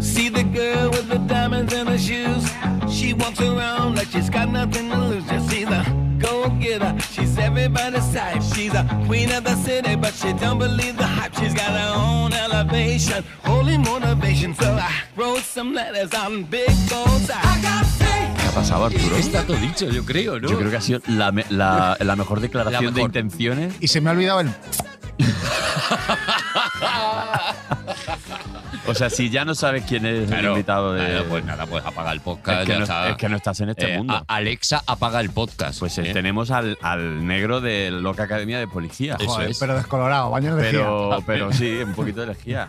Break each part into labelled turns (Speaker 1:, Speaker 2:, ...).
Speaker 1: See the girl with the diamonds and the shoes. She walks around like she's got nothing to lose. Just she's a go getter. She's everybody's type. She's a queen of the city, but she don't believe the hype. She's got her own elevation, holy motivation. So I wrote some letters on big goals. I got faith.
Speaker 2: ¿Qué ha pasado, Arturo?
Speaker 3: Está todo dicho, yo creo, ¿no?
Speaker 2: Yo creo que ha sido la, me- la- la mejor declaración
Speaker 3: La mejor.
Speaker 2: de intenciones.
Speaker 4: Y se me ha olvidado el.
Speaker 2: O sea, si ya no sabes quién es el invitado de.
Speaker 3: Claro, pues nada, pues apaga el podcast.
Speaker 2: es,
Speaker 3: ya
Speaker 2: que no,
Speaker 3: está.
Speaker 2: es que no estás en este
Speaker 3: Eh,
Speaker 2: mundo.
Speaker 3: a- Alexa apaga el podcast.
Speaker 2: pues eh,
Speaker 3: ¿eh?
Speaker 2: tenemos al, al negro de Loca Academia de Policía.
Speaker 3: Eso
Speaker 4: Joder,
Speaker 3: es.
Speaker 4: pero descolorado, baño de lejía.
Speaker 2: Pero, pero sí, un poquito de lejía.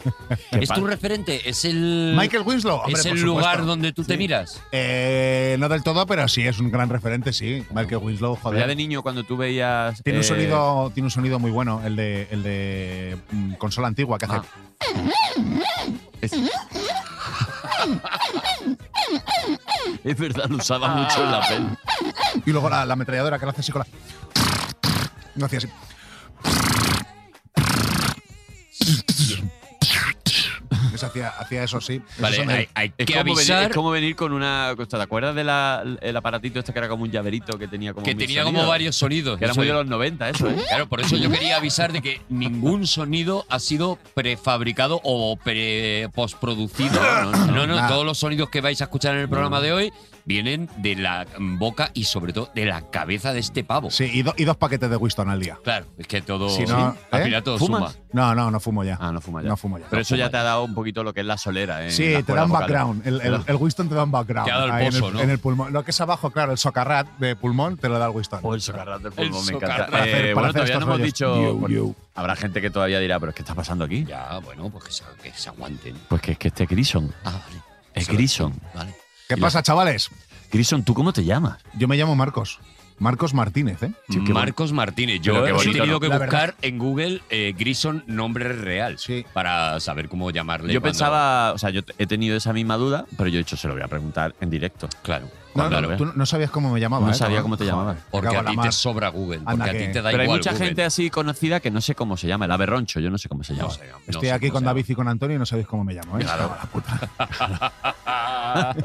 Speaker 2: ¿Qué
Speaker 3: es
Speaker 2: pa-
Speaker 3: tu referente, es el.
Speaker 4: Michael Winslow, hombre,
Speaker 3: es
Speaker 4: por
Speaker 3: el
Speaker 4: supuesto.
Speaker 3: lugar donde tú te miras.
Speaker 4: Eh, no del todo, pero sí, es un gran referente, sí. Michael Winslow,
Speaker 2: Ya de
Speaker 4: joder.
Speaker 2: niño, cuando tú veías.
Speaker 4: Tiene un,
Speaker 2: eh,
Speaker 4: sonido, tiene un sonido muy bueno, el de, el de mm, consola antigua que hace.
Speaker 2: Ah. Es, Es verdad, lo usaba mucho en la peli.
Speaker 4: Y luego la, la ametralladora que lo hace así con la. No hacía así. Eso hacía, hacía eso, sí. Eso
Speaker 3: Vale,
Speaker 4: son el-
Speaker 3: hay, hay
Speaker 2: Es
Speaker 3: que
Speaker 2: como, venir,
Speaker 3: avisar
Speaker 2: es como venir con una. cosa, ¿Te acuerdas del aparatito este que era como un llaverito que tenía como.
Speaker 3: que
Speaker 2: mil
Speaker 3: tenía como
Speaker 2: sonidos?
Speaker 3: varios sonidos.
Speaker 2: Que era
Speaker 3: Eso
Speaker 2: muy de
Speaker 3: es.
Speaker 2: los 90, eso, ¿eh?
Speaker 3: Claro, por eso yo quería avisar de que ningún sonido ha sido prefabricado o pre postproducido. No, no,
Speaker 4: nada.
Speaker 3: todos los sonidos que vais a escuchar en el programa de hoy vienen de la boca y sobre todo de la cabeza de este pavo.
Speaker 4: Sí, y, do- y dos paquetes de Winston al día.
Speaker 3: Claro, es que todo
Speaker 4: Si no,
Speaker 3: sí, al
Speaker 4: ¿eh?
Speaker 3: final todo
Speaker 2: ¿Fumas?
Speaker 3: suma.
Speaker 4: No, no, no fumo ya.
Speaker 2: Ah, no fuma ya.
Speaker 4: No fumo ya.
Speaker 2: Pero
Speaker 4: No
Speaker 2: eso
Speaker 3: fumo
Speaker 2: ya
Speaker 3: ya.
Speaker 2: te ha dado un poquito lo que es la solera. ¿eh? En
Speaker 4: Sí,
Speaker 2: las
Speaker 4: te da
Speaker 2: cuerdas
Speaker 4: un
Speaker 2: vocales.
Speaker 4: background. El, el- el Winston te da un background.
Speaker 3: Te ha dado el
Speaker 4: ahí en,
Speaker 3: pozo, ¿no?
Speaker 4: en el pulmón. Lo que es abajo, claro, el socarrat de pulmón te lo da el Winston.
Speaker 2: Oh, el socarrat del
Speaker 3: El
Speaker 2: pulmón, me
Speaker 3: socarrat.
Speaker 2: encanta.
Speaker 4: Para hacer-
Speaker 2: Eh,
Speaker 4: para
Speaker 2: bueno,
Speaker 4: hacer
Speaker 2: todavía
Speaker 4: estos
Speaker 2: no hemos
Speaker 4: rollos.
Speaker 2: dicho.
Speaker 4: Yo,
Speaker 2: bueno,
Speaker 4: yo.
Speaker 2: Habrá gente que todavía dirá, ¿pero es que está pasando aquí?
Speaker 3: Ya, bueno, pues que se, que se aguanten.
Speaker 2: Pues que es que este es Grison.
Speaker 3: Ah, vale.
Speaker 2: Es
Speaker 3: Eso-
Speaker 2: Grison.
Speaker 3: Vale.
Speaker 4: ¿Qué pasa, chavales?
Speaker 2: Grison, ¿tú cómo te llamas?
Speaker 4: Yo me llamo Marcos. Marcos Martínez, ¿eh?
Speaker 2: Sí, qué
Speaker 3: Marcos Martínez. Yo
Speaker 2: Pero qué
Speaker 3: he
Speaker 2: bonito,
Speaker 3: tenido
Speaker 2: ¿no?
Speaker 3: que
Speaker 4: La
Speaker 3: buscar en Google eh, Grison nombre real
Speaker 4: Sí.
Speaker 3: para saber cómo llamarle.
Speaker 2: Yo
Speaker 3: cuando-
Speaker 2: pensaba, o sea, yo he tenido esa misma duda, pero yo he hecho, se lo voy a preguntar en directo.
Speaker 3: Claro.
Speaker 4: No,
Speaker 2: Claro,
Speaker 4: no,
Speaker 2: ¿eh?
Speaker 4: tú no sabías cómo me llamaba.
Speaker 2: No
Speaker 4: ¿eh?
Speaker 2: sabía cómo te
Speaker 4: Joder,
Speaker 2: llamabas.
Speaker 4: me
Speaker 3: Porque
Speaker 4: cago
Speaker 3: a
Speaker 4: en la
Speaker 3: ti
Speaker 4: mar.
Speaker 3: te sobra Google. Porque
Speaker 4: Anda
Speaker 3: a ti
Speaker 4: que-
Speaker 3: te da
Speaker 2: Pero hay
Speaker 3: igual
Speaker 2: mucha
Speaker 3: Google.
Speaker 2: gente así conocida que no sé cómo se llama, el Averroncho, yo no sé cómo se llama.
Speaker 3: No sé, no
Speaker 4: Estoy
Speaker 3: sé
Speaker 4: aquí
Speaker 3: cómo
Speaker 4: con
Speaker 3: se
Speaker 4: David y con Antonio y no sabéis cómo me llamo, ¿eh? Claro.
Speaker 3: llama.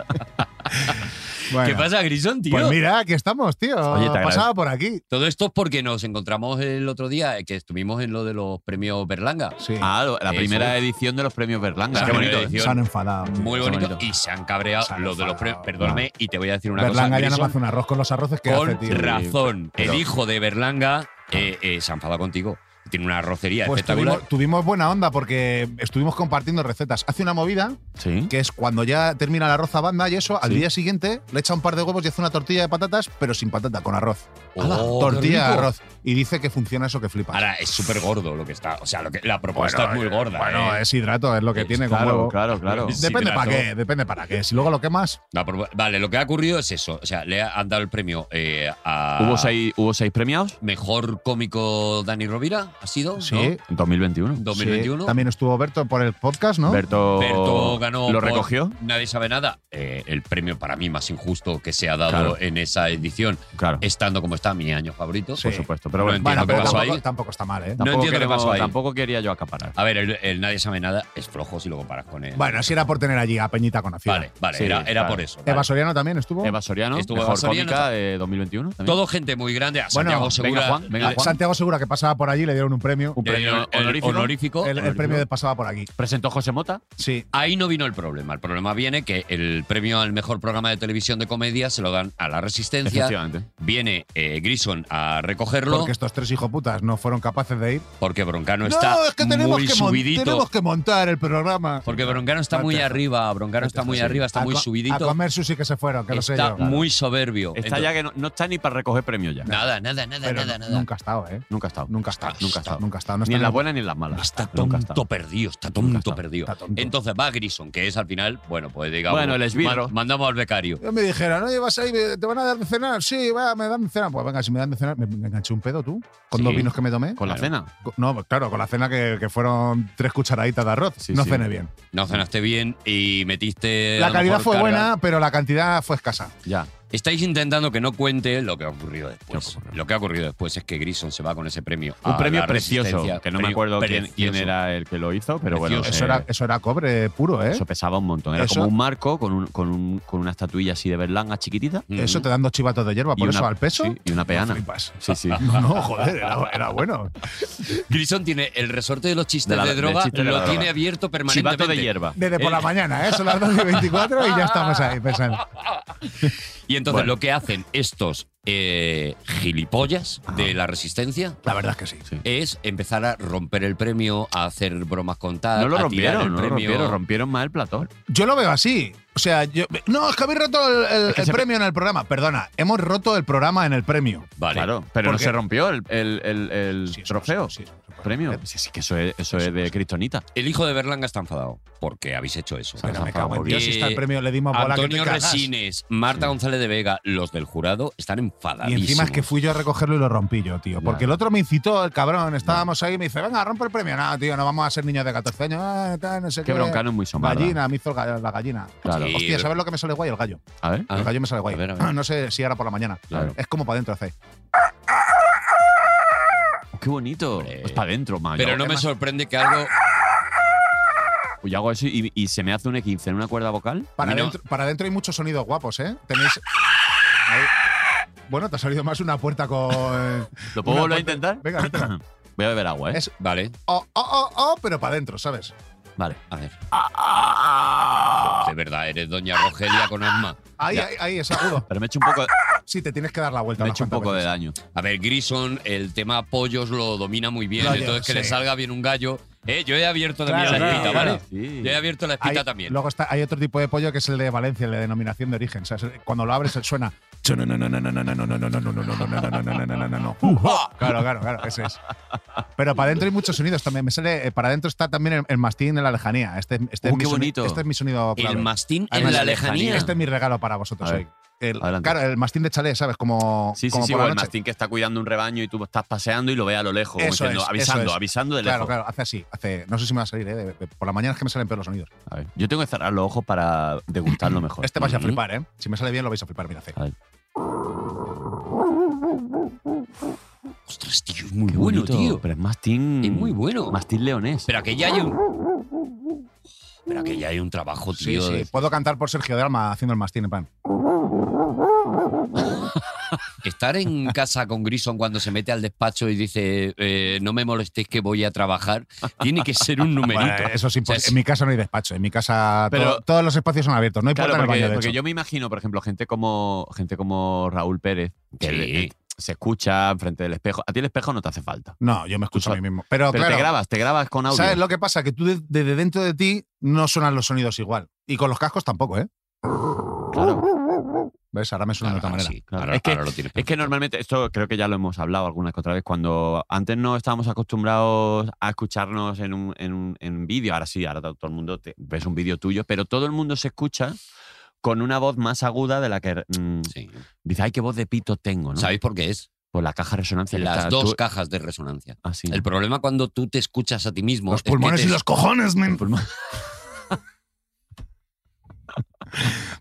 Speaker 4: Bueno,
Speaker 3: ¿Qué pasa, Grison, tío?
Speaker 4: Pues mira, aquí estamos, tío.
Speaker 2: Oye, te
Speaker 4: Pasaba por aquí.
Speaker 3: Todo esto es porque nos encontramos el otro día, eh, que estuvimos en lo de los premios Berlanga.
Speaker 4: Sí.
Speaker 2: Ah, lo- la
Speaker 3: Eso
Speaker 2: primera
Speaker 3: es.
Speaker 2: edición de los premios Berlanga.
Speaker 3: Ah,
Speaker 2: Qué
Speaker 3: qué
Speaker 2: bonito.
Speaker 3: bonito.
Speaker 4: Se han enfadado. tío.
Speaker 3: Muy bonito.
Speaker 2: bonito.
Speaker 3: Y se han cabreado
Speaker 4: Se han
Speaker 3: los de los premios.
Speaker 4: enfadado.
Speaker 3: Perdóname, y te voy a decir una
Speaker 4: Berlanga
Speaker 3: cosa.
Speaker 4: ya no me
Speaker 3: Grison,
Speaker 4: hace un arroz con los arroces que hace,
Speaker 3: con
Speaker 4: tío.
Speaker 3: razón.
Speaker 2: Pero-
Speaker 3: el hijo de Berlanga eh, eh, se ha enfadado contigo. Tiene una arrocería
Speaker 4: Pues
Speaker 3: espectacular.
Speaker 4: tuvimos, tuvimos buena onda porque estuvimos compartiendo recetas. Hace una movida
Speaker 2: Sí.
Speaker 4: que es cuando ya termina la arroz a banda y eso, al
Speaker 2: Sí.
Speaker 4: día siguiente le echa un par de huevos y hace una tortilla de patatas, pero sin patata, con arroz.
Speaker 3: Oh,
Speaker 4: Ah, tortilla
Speaker 3: qué
Speaker 4: de
Speaker 3: rico.
Speaker 4: arroz. Y dice que funciona eso que flipa.
Speaker 3: Ahora es súper gordo lo que está. O sea, lo que, la propuesta es muy gorda.
Speaker 4: Bueno,
Speaker 3: eh.
Speaker 4: es hidrato, es lo que
Speaker 3: Es-
Speaker 4: tiene con
Speaker 2: Claro,
Speaker 4: huevo.
Speaker 2: claro, claro.
Speaker 3: Sí.
Speaker 4: Depende para
Speaker 3: hidrato.
Speaker 4: qué, depende para qué. Si luego lo quemas,
Speaker 3: La propu- vale, lo que ha ocurrido es eso. O sea, le han dado el premio eh, a.
Speaker 2: ¿Hubo seis, ¿Hubo seis premiados?
Speaker 3: Mejor cómico Dani Rovira, ¿ha sido?
Speaker 4: sí.
Speaker 3: ¿No?
Speaker 4: sí.
Speaker 2: En 2021.
Speaker 3: 2021.
Speaker 4: También estuvo Berto por el podcast, ¿no?
Speaker 2: Berto,
Speaker 3: Berto ganó.
Speaker 2: ¿Lo
Speaker 3: por
Speaker 2: recogió?
Speaker 3: Nadie sabe nada. Eh, el premio para mí más injusto que se ha dado
Speaker 2: Claro.
Speaker 3: en esa edición,
Speaker 2: Claro,
Speaker 3: estando como está mi año favorito.
Speaker 4: Sí.
Speaker 2: por supuesto.
Speaker 3: Eh,
Speaker 2: Pero
Speaker 3: No
Speaker 2: bueno,
Speaker 3: entiendo
Speaker 4: bueno,
Speaker 3: qué
Speaker 4: pero
Speaker 3: pasó
Speaker 4: tampoco,
Speaker 3: ahí.
Speaker 4: tampoco está mal, ¿eh?
Speaker 3: No
Speaker 2: tampoco,
Speaker 3: entiendo qué
Speaker 2: queremos-
Speaker 3: pasó ahí.
Speaker 2: tampoco quería yo acaparar.
Speaker 3: A ver, el, el Nadie sabe nada es flojo si lo comparas con él.
Speaker 4: Bueno, si era por tener allí a Peñita conocida.
Speaker 3: vale, vale,
Speaker 2: Sí,
Speaker 3: era, era
Speaker 2: vale.
Speaker 3: por eso.
Speaker 4: Eva
Speaker 3: vale.
Speaker 4: Soriano también estuvo.
Speaker 2: Eva Soriano,
Speaker 3: Estuvo
Speaker 2: mejor
Speaker 3: Eva Soriano
Speaker 2: cómica de 2021. también.
Speaker 3: Todo gente muy grande. A
Speaker 4: Bueno,
Speaker 3: Santiago
Speaker 4: venga,
Speaker 3: Segura.
Speaker 2: Juan, venga,
Speaker 4: Ah,
Speaker 3: le-
Speaker 2: Juan.
Speaker 4: Santiago Segura, que pasaba por allí, le dieron un premio.
Speaker 2: Un
Speaker 3: le
Speaker 2: premio
Speaker 3: dieron el
Speaker 2: honorífico.
Speaker 3: honorífico.
Speaker 4: El, el premio de pasaba por aquí.
Speaker 2: Presentó José Mota.
Speaker 4: Sí.
Speaker 3: Ahí no vino el problema. El problema viene que el premio al mejor programa de televisión de comedia se lo dan a La Resistencia.
Speaker 2: Efectivamente.
Speaker 3: Viene eh, eh, Grison a recogerlo
Speaker 4: Porque
Speaker 3: porque,
Speaker 4: estos tres hijoputas no fueron capaces de ir.
Speaker 3: Broncano está muy
Speaker 4: que mon-
Speaker 3: subidito.
Speaker 4: tenemos que montar el programa.
Speaker 3: Porque Broncano está muy
Speaker 4: Antes,
Speaker 3: arriba, Broncano está muy
Speaker 4: Sí.
Speaker 3: arriba, está
Speaker 4: A
Speaker 3: muy
Speaker 4: co- A
Speaker 3: subidito,
Speaker 4: comer sushi que se fueron, que lo sé
Speaker 3: está
Speaker 4: yo.
Speaker 3: muy soberbio.
Speaker 2: Está
Speaker 3: Entonces,
Speaker 2: ya que no, no está ni para recoger premios ya.
Speaker 3: Nada, nada, nada,
Speaker 4: Pero
Speaker 3: nada,
Speaker 4: no-
Speaker 3: nada.
Speaker 4: Nunca ha estado, ¿eh?
Speaker 2: Nunca ha estado.
Speaker 4: Nunca ha estado.
Speaker 2: Nunca ha estado.
Speaker 4: Nunca ha estado. No
Speaker 2: Ni en
Speaker 4: está
Speaker 2: las buenas ni en las malas.
Speaker 3: Está
Speaker 2: Nunca ha
Speaker 3: tonto
Speaker 2: estado.
Speaker 3: perdido, está
Speaker 2: Nunca
Speaker 3: tonto
Speaker 2: está.
Speaker 3: perdido.
Speaker 4: Está tonto.
Speaker 3: Entonces va Grison, que es al final, bueno, pues digamos.
Speaker 2: Bueno, el esbirro.
Speaker 3: man- Mandamos al becario.
Speaker 4: Yo me dijeron, oye, vas ahí, ¿te van a dar de cenar? Sí, va, me dan de cenar. Pues venga, si me dan de cenar, me, me enganché un pedo tú, con
Speaker 3: Sí.
Speaker 4: dos vinos que me tomé.
Speaker 2: Con la cena.
Speaker 4: Co- No, claro, con la cena que, que fueron tres cucharaditas de arroz.
Speaker 2: Sí,
Speaker 4: no
Speaker 2: sí.
Speaker 4: cené bien.
Speaker 3: No cenaste bien y metiste. Eh, a
Speaker 4: la
Speaker 3: lo
Speaker 4: calidad
Speaker 3: mejor
Speaker 4: fue
Speaker 3: carga.
Speaker 4: buena, pero la cantidad fue escasa.
Speaker 2: Ya.
Speaker 3: Estáis intentando que no cuente lo que ha ocurrido después.
Speaker 2: Lo que ocurrió.
Speaker 3: Lo que ha ocurdido después es que Grison se va con ese premio.
Speaker 2: Un
Speaker 3: a
Speaker 2: premio
Speaker 3: Ah, la Resistencia.
Speaker 2: precioso. Que no me
Speaker 3: Premio
Speaker 2: acuerdo quién,
Speaker 3: precioso.
Speaker 2: quién era el que lo hizo, pero bueno.
Speaker 3: Precioso.
Speaker 4: Eso,
Speaker 2: eh,
Speaker 4: era, eso era cobre puro, ¿eh?
Speaker 2: eso
Speaker 4: Eso,
Speaker 2: pesaba un montón. Era
Speaker 4: Eso-
Speaker 2: como un marco con, un- con, un- con una estatuilla así de berlanga chiquitita.
Speaker 3: Mm.
Speaker 4: te dan dos chivatos de hierba,
Speaker 2: y
Speaker 4: por
Speaker 2: una-
Speaker 4: eso al peso.
Speaker 2: sí, y una peana.
Speaker 4: flipas.
Speaker 2: Sí, sí.
Speaker 4: No, no, joder, era, era bueno.
Speaker 3: Grison tiene el resorte de los chistes de,
Speaker 2: De la- del
Speaker 3: droga,
Speaker 2: chiste de la
Speaker 3: lo
Speaker 2: droga.
Speaker 3: tiene abierto permanentemente.
Speaker 2: Chivato de hierba.
Speaker 4: Desde por la mañana, ¿eh? Son las 12 y 24 y ya estamos ahí pensando.
Speaker 3: Y entonces
Speaker 2: Bueno.
Speaker 3: lo que hacen estos eh, gilipollas de la Resistencia
Speaker 4: La verdad es que sí.
Speaker 3: es empezar a romper el premio, a hacer bromas contadas.
Speaker 2: No lo
Speaker 3: a tirar el
Speaker 2: rompieron, no lo
Speaker 3: premio.
Speaker 2: rompieron. Rompieron más el platón.
Speaker 4: Yo lo veo así. O sea, yo. No, es que habéis roto el, el-
Speaker 2: Es que
Speaker 4: el
Speaker 2: se-
Speaker 4: premio en el programa. Perdona, hemos roto el programa en el premio.
Speaker 3: Vale.
Speaker 2: Claro, pero no
Speaker 4: Porque-
Speaker 2: se rompió el, el- el- el
Speaker 4: Sí, eso
Speaker 2: trofeo.
Speaker 4: sí, eso se puede
Speaker 2: Premio.
Speaker 4: romper.
Speaker 2: Sí, sí, que eso es, eso es de Cristonita.
Speaker 3: El hijo de Berlanga está enfadado porque habéis hecho eso.
Speaker 2: Pero
Speaker 4: Pero me
Speaker 2: Rafa,
Speaker 4: cago en
Speaker 2: por
Speaker 4: Dios,
Speaker 3: Dios.
Speaker 4: si está el premio, le dimos bola
Speaker 3: Antonio
Speaker 4: que te cagas.
Speaker 3: Resines, Marta González de Vega, los del jurado están
Speaker 4: Y
Speaker 3: enfadadísimos.
Speaker 4: encima es que fui yo a recogerlo y lo rompí yo, tío. Porque el otro me incitó, el cabrón. Estábamos ahí y me dice, venga, rompe el premio. No, tío, no vamos a ser niños de 14 años. Ah, tal, no sé
Speaker 2: Qué
Speaker 4: qué.
Speaker 2: broncano es muy sombra.
Speaker 4: Gallina, me hizo el ga- la gallina.
Speaker 2: Claro.
Speaker 3: Sí.
Speaker 4: Hostia, ¿sabes lo que me sale guay? El gallo.
Speaker 2: A ver.
Speaker 3: Ah,
Speaker 4: el gallo me sale guay.
Speaker 3: a ver, a ver.
Speaker 4: No sé si ahora por la mañana.
Speaker 2: Claro.
Speaker 4: Es como para adentro hace.
Speaker 2: Oh, Qué bonito. Pues
Speaker 3: Hombre.
Speaker 2: Es para adentro, man.
Speaker 3: Pero
Speaker 2: yo,
Speaker 3: no me
Speaker 4: además-
Speaker 3: sorprende que algo.
Speaker 2: yo hago eso y, y se me hace un E15 en una cuerda vocal.
Speaker 4: Para
Speaker 3: A mí no.
Speaker 4: adentro, para adentro hay muchos sonidos guapos, ¿eh? Tenéis. Ahí. Bueno, te ha salido más una puerta con.
Speaker 2: ¿Lo puedo
Speaker 4: Una
Speaker 2: volver a
Speaker 4: puerta-
Speaker 2: intentar?
Speaker 4: Venga, venga.
Speaker 2: Voy a beber agua, ¿eh?
Speaker 4: Es-
Speaker 3: Vale,
Speaker 4: Oh, oh, oh, oh, pero para adentro, ¿sabes?
Speaker 2: Vale.
Speaker 3: a ver. De verdad, eres doña Rogelia con asma.
Speaker 4: Ahí,
Speaker 2: Ya.
Speaker 4: ahí, ahí, es agudo.
Speaker 2: Pero me he hecho un poco,
Speaker 4: Sí, te tienes que dar la vuelta.
Speaker 2: me he
Speaker 4: unas
Speaker 2: hecho un
Speaker 4: cuantas
Speaker 2: poco de
Speaker 4: veces.
Speaker 2: daño.
Speaker 3: A ver, Grison, el tema pollos lo domina muy bien.
Speaker 4: Lo lleva,
Speaker 3: entonces, que le
Speaker 4: sí.
Speaker 3: salga bien un gallo. Eh, yo he abierto también
Speaker 4: Claro,
Speaker 3: la
Speaker 4: claro,
Speaker 3: espita,
Speaker 4: claro.
Speaker 3: ¿vale?
Speaker 2: Sí.
Speaker 3: Yo he abierto la espita
Speaker 4: Hay-
Speaker 3: también.
Speaker 4: Luego está, hay otro tipo de pollo que es el de Valencia, el de denominación de origen. O sea, es- cuando lo abres suena. Claro, claro, claro, ese es. Pero para adentro hay muchos sonidos también. Me sale, eh, para adentro está también el, el mastín en la lejanía. Este, este
Speaker 2: Uh,
Speaker 4: es mi
Speaker 2: qué
Speaker 4: soni-
Speaker 2: bonito.
Speaker 4: este es mi sonido.
Speaker 3: el
Speaker 4: clave.
Speaker 3: mastín
Speaker 4: Además,
Speaker 3: en la
Speaker 4: la
Speaker 3: lejanía.
Speaker 4: Este es mi regalo para vosotros
Speaker 2: A ver,
Speaker 4: hoy. El,
Speaker 2: adelante.
Speaker 4: claro, el mastín de chalet, ¿sabes? Como,
Speaker 2: Sí, sí,
Speaker 4: como
Speaker 2: sí,
Speaker 4: por
Speaker 2: o
Speaker 4: la
Speaker 2: el
Speaker 4: noche.
Speaker 2: mastín que está cuidando un rebaño y tú estás paseando y lo ve a lo lejos, como
Speaker 4: Eso
Speaker 2: diciendo,
Speaker 4: es, eso
Speaker 2: avisando,
Speaker 4: es.
Speaker 2: avisando de
Speaker 4: Claro,
Speaker 2: lejos.
Speaker 4: claro, hace así. Hace, no sé si me va a salir, ¿eh? De- de- por la mañana es que me salen peor los sonidos.
Speaker 2: A ver, yo tengo que cerrar los ojos para degustarlo mejor.
Speaker 4: Este vais a
Speaker 3: Ujú.
Speaker 4: flipar, ¿eh? Si me sale bien, lo vais a flipar. eh. Mira, hace.
Speaker 3: Ostras, tío, es muy
Speaker 2: Qué
Speaker 3: bueno,
Speaker 2: bonito, Mm.
Speaker 3: tío.
Speaker 2: Pero es mastín.
Speaker 3: Es muy bueno.
Speaker 2: Mastín leonés.
Speaker 3: Pero aquí ya hay un. Pero aquí ya hay un trabajo,
Speaker 4: Sí,
Speaker 3: tío.
Speaker 4: sí.
Speaker 3: de-
Speaker 4: Puedo cantar por Sergio de Alma haciendo el mastín en plan.
Speaker 3: Estar en casa con Grison cuando se mete al despacho y dice eh, no me molestéis que voy a trabajar, tiene que ser un numerito.
Speaker 4: Bueno, Pues, eso es imposible.
Speaker 3: O sea, es-
Speaker 4: En mi casa no hay despacho. En mi casa to-
Speaker 2: Pero-
Speaker 4: todos los espacios son abiertos. No hay
Speaker 2: Claro,
Speaker 4: puerta en el
Speaker 2: porque,
Speaker 4: baño, de
Speaker 2: porque
Speaker 4: hecho.
Speaker 2: yo me imagino, por ejemplo, gente como, gente como Raúl Pérez, que
Speaker 3: Sí.
Speaker 2: le- le- se escucha frente del espejo. A ti el espejo no te hace falta.
Speaker 4: No, yo me escucho a mí mismo. Pero,
Speaker 2: pero
Speaker 4: claro,
Speaker 2: te grabas, te grabas con audio.
Speaker 4: ¿sabes lo que pasa? Que tú de- desde dentro de ti no suenan los sonidos igual. Y con los cascos tampoco, ¿eh?
Speaker 2: Claro,
Speaker 4: ¿Ves? Ahora me suena
Speaker 3: Ahora
Speaker 4: de otra manera.
Speaker 3: sí,
Speaker 2: claro.
Speaker 3: ahora-
Speaker 2: Es que-
Speaker 3: ahora lo tienes
Speaker 2: Es que
Speaker 3: perfecto.
Speaker 2: normalmente, esto creo que ya lo hemos hablado alguna que otra vez, cuando antes no estábamos acostumbrados a escucharnos en un, en un- en un vídeo, ahora sí, ahora todo el mundo te- ves un vídeo tuyo, pero todo el mundo se escucha con una voz más aguda de la que mm,
Speaker 3: Sí.
Speaker 2: dice, ay, qué voz de pito tengo, ¿no?
Speaker 3: ¿Sabéis por qué es?
Speaker 2: Por la caja de resonancia. que
Speaker 3: Las
Speaker 2: está-
Speaker 3: dos
Speaker 2: tú-
Speaker 3: cajas de resonancia.
Speaker 2: Ah, sí.
Speaker 3: El problema cuando tú te escuchas a ti mismo.
Speaker 4: Los
Speaker 3: es que
Speaker 4: pulmones
Speaker 3: te-
Speaker 4: y los cojones, men.
Speaker 2: pulmón.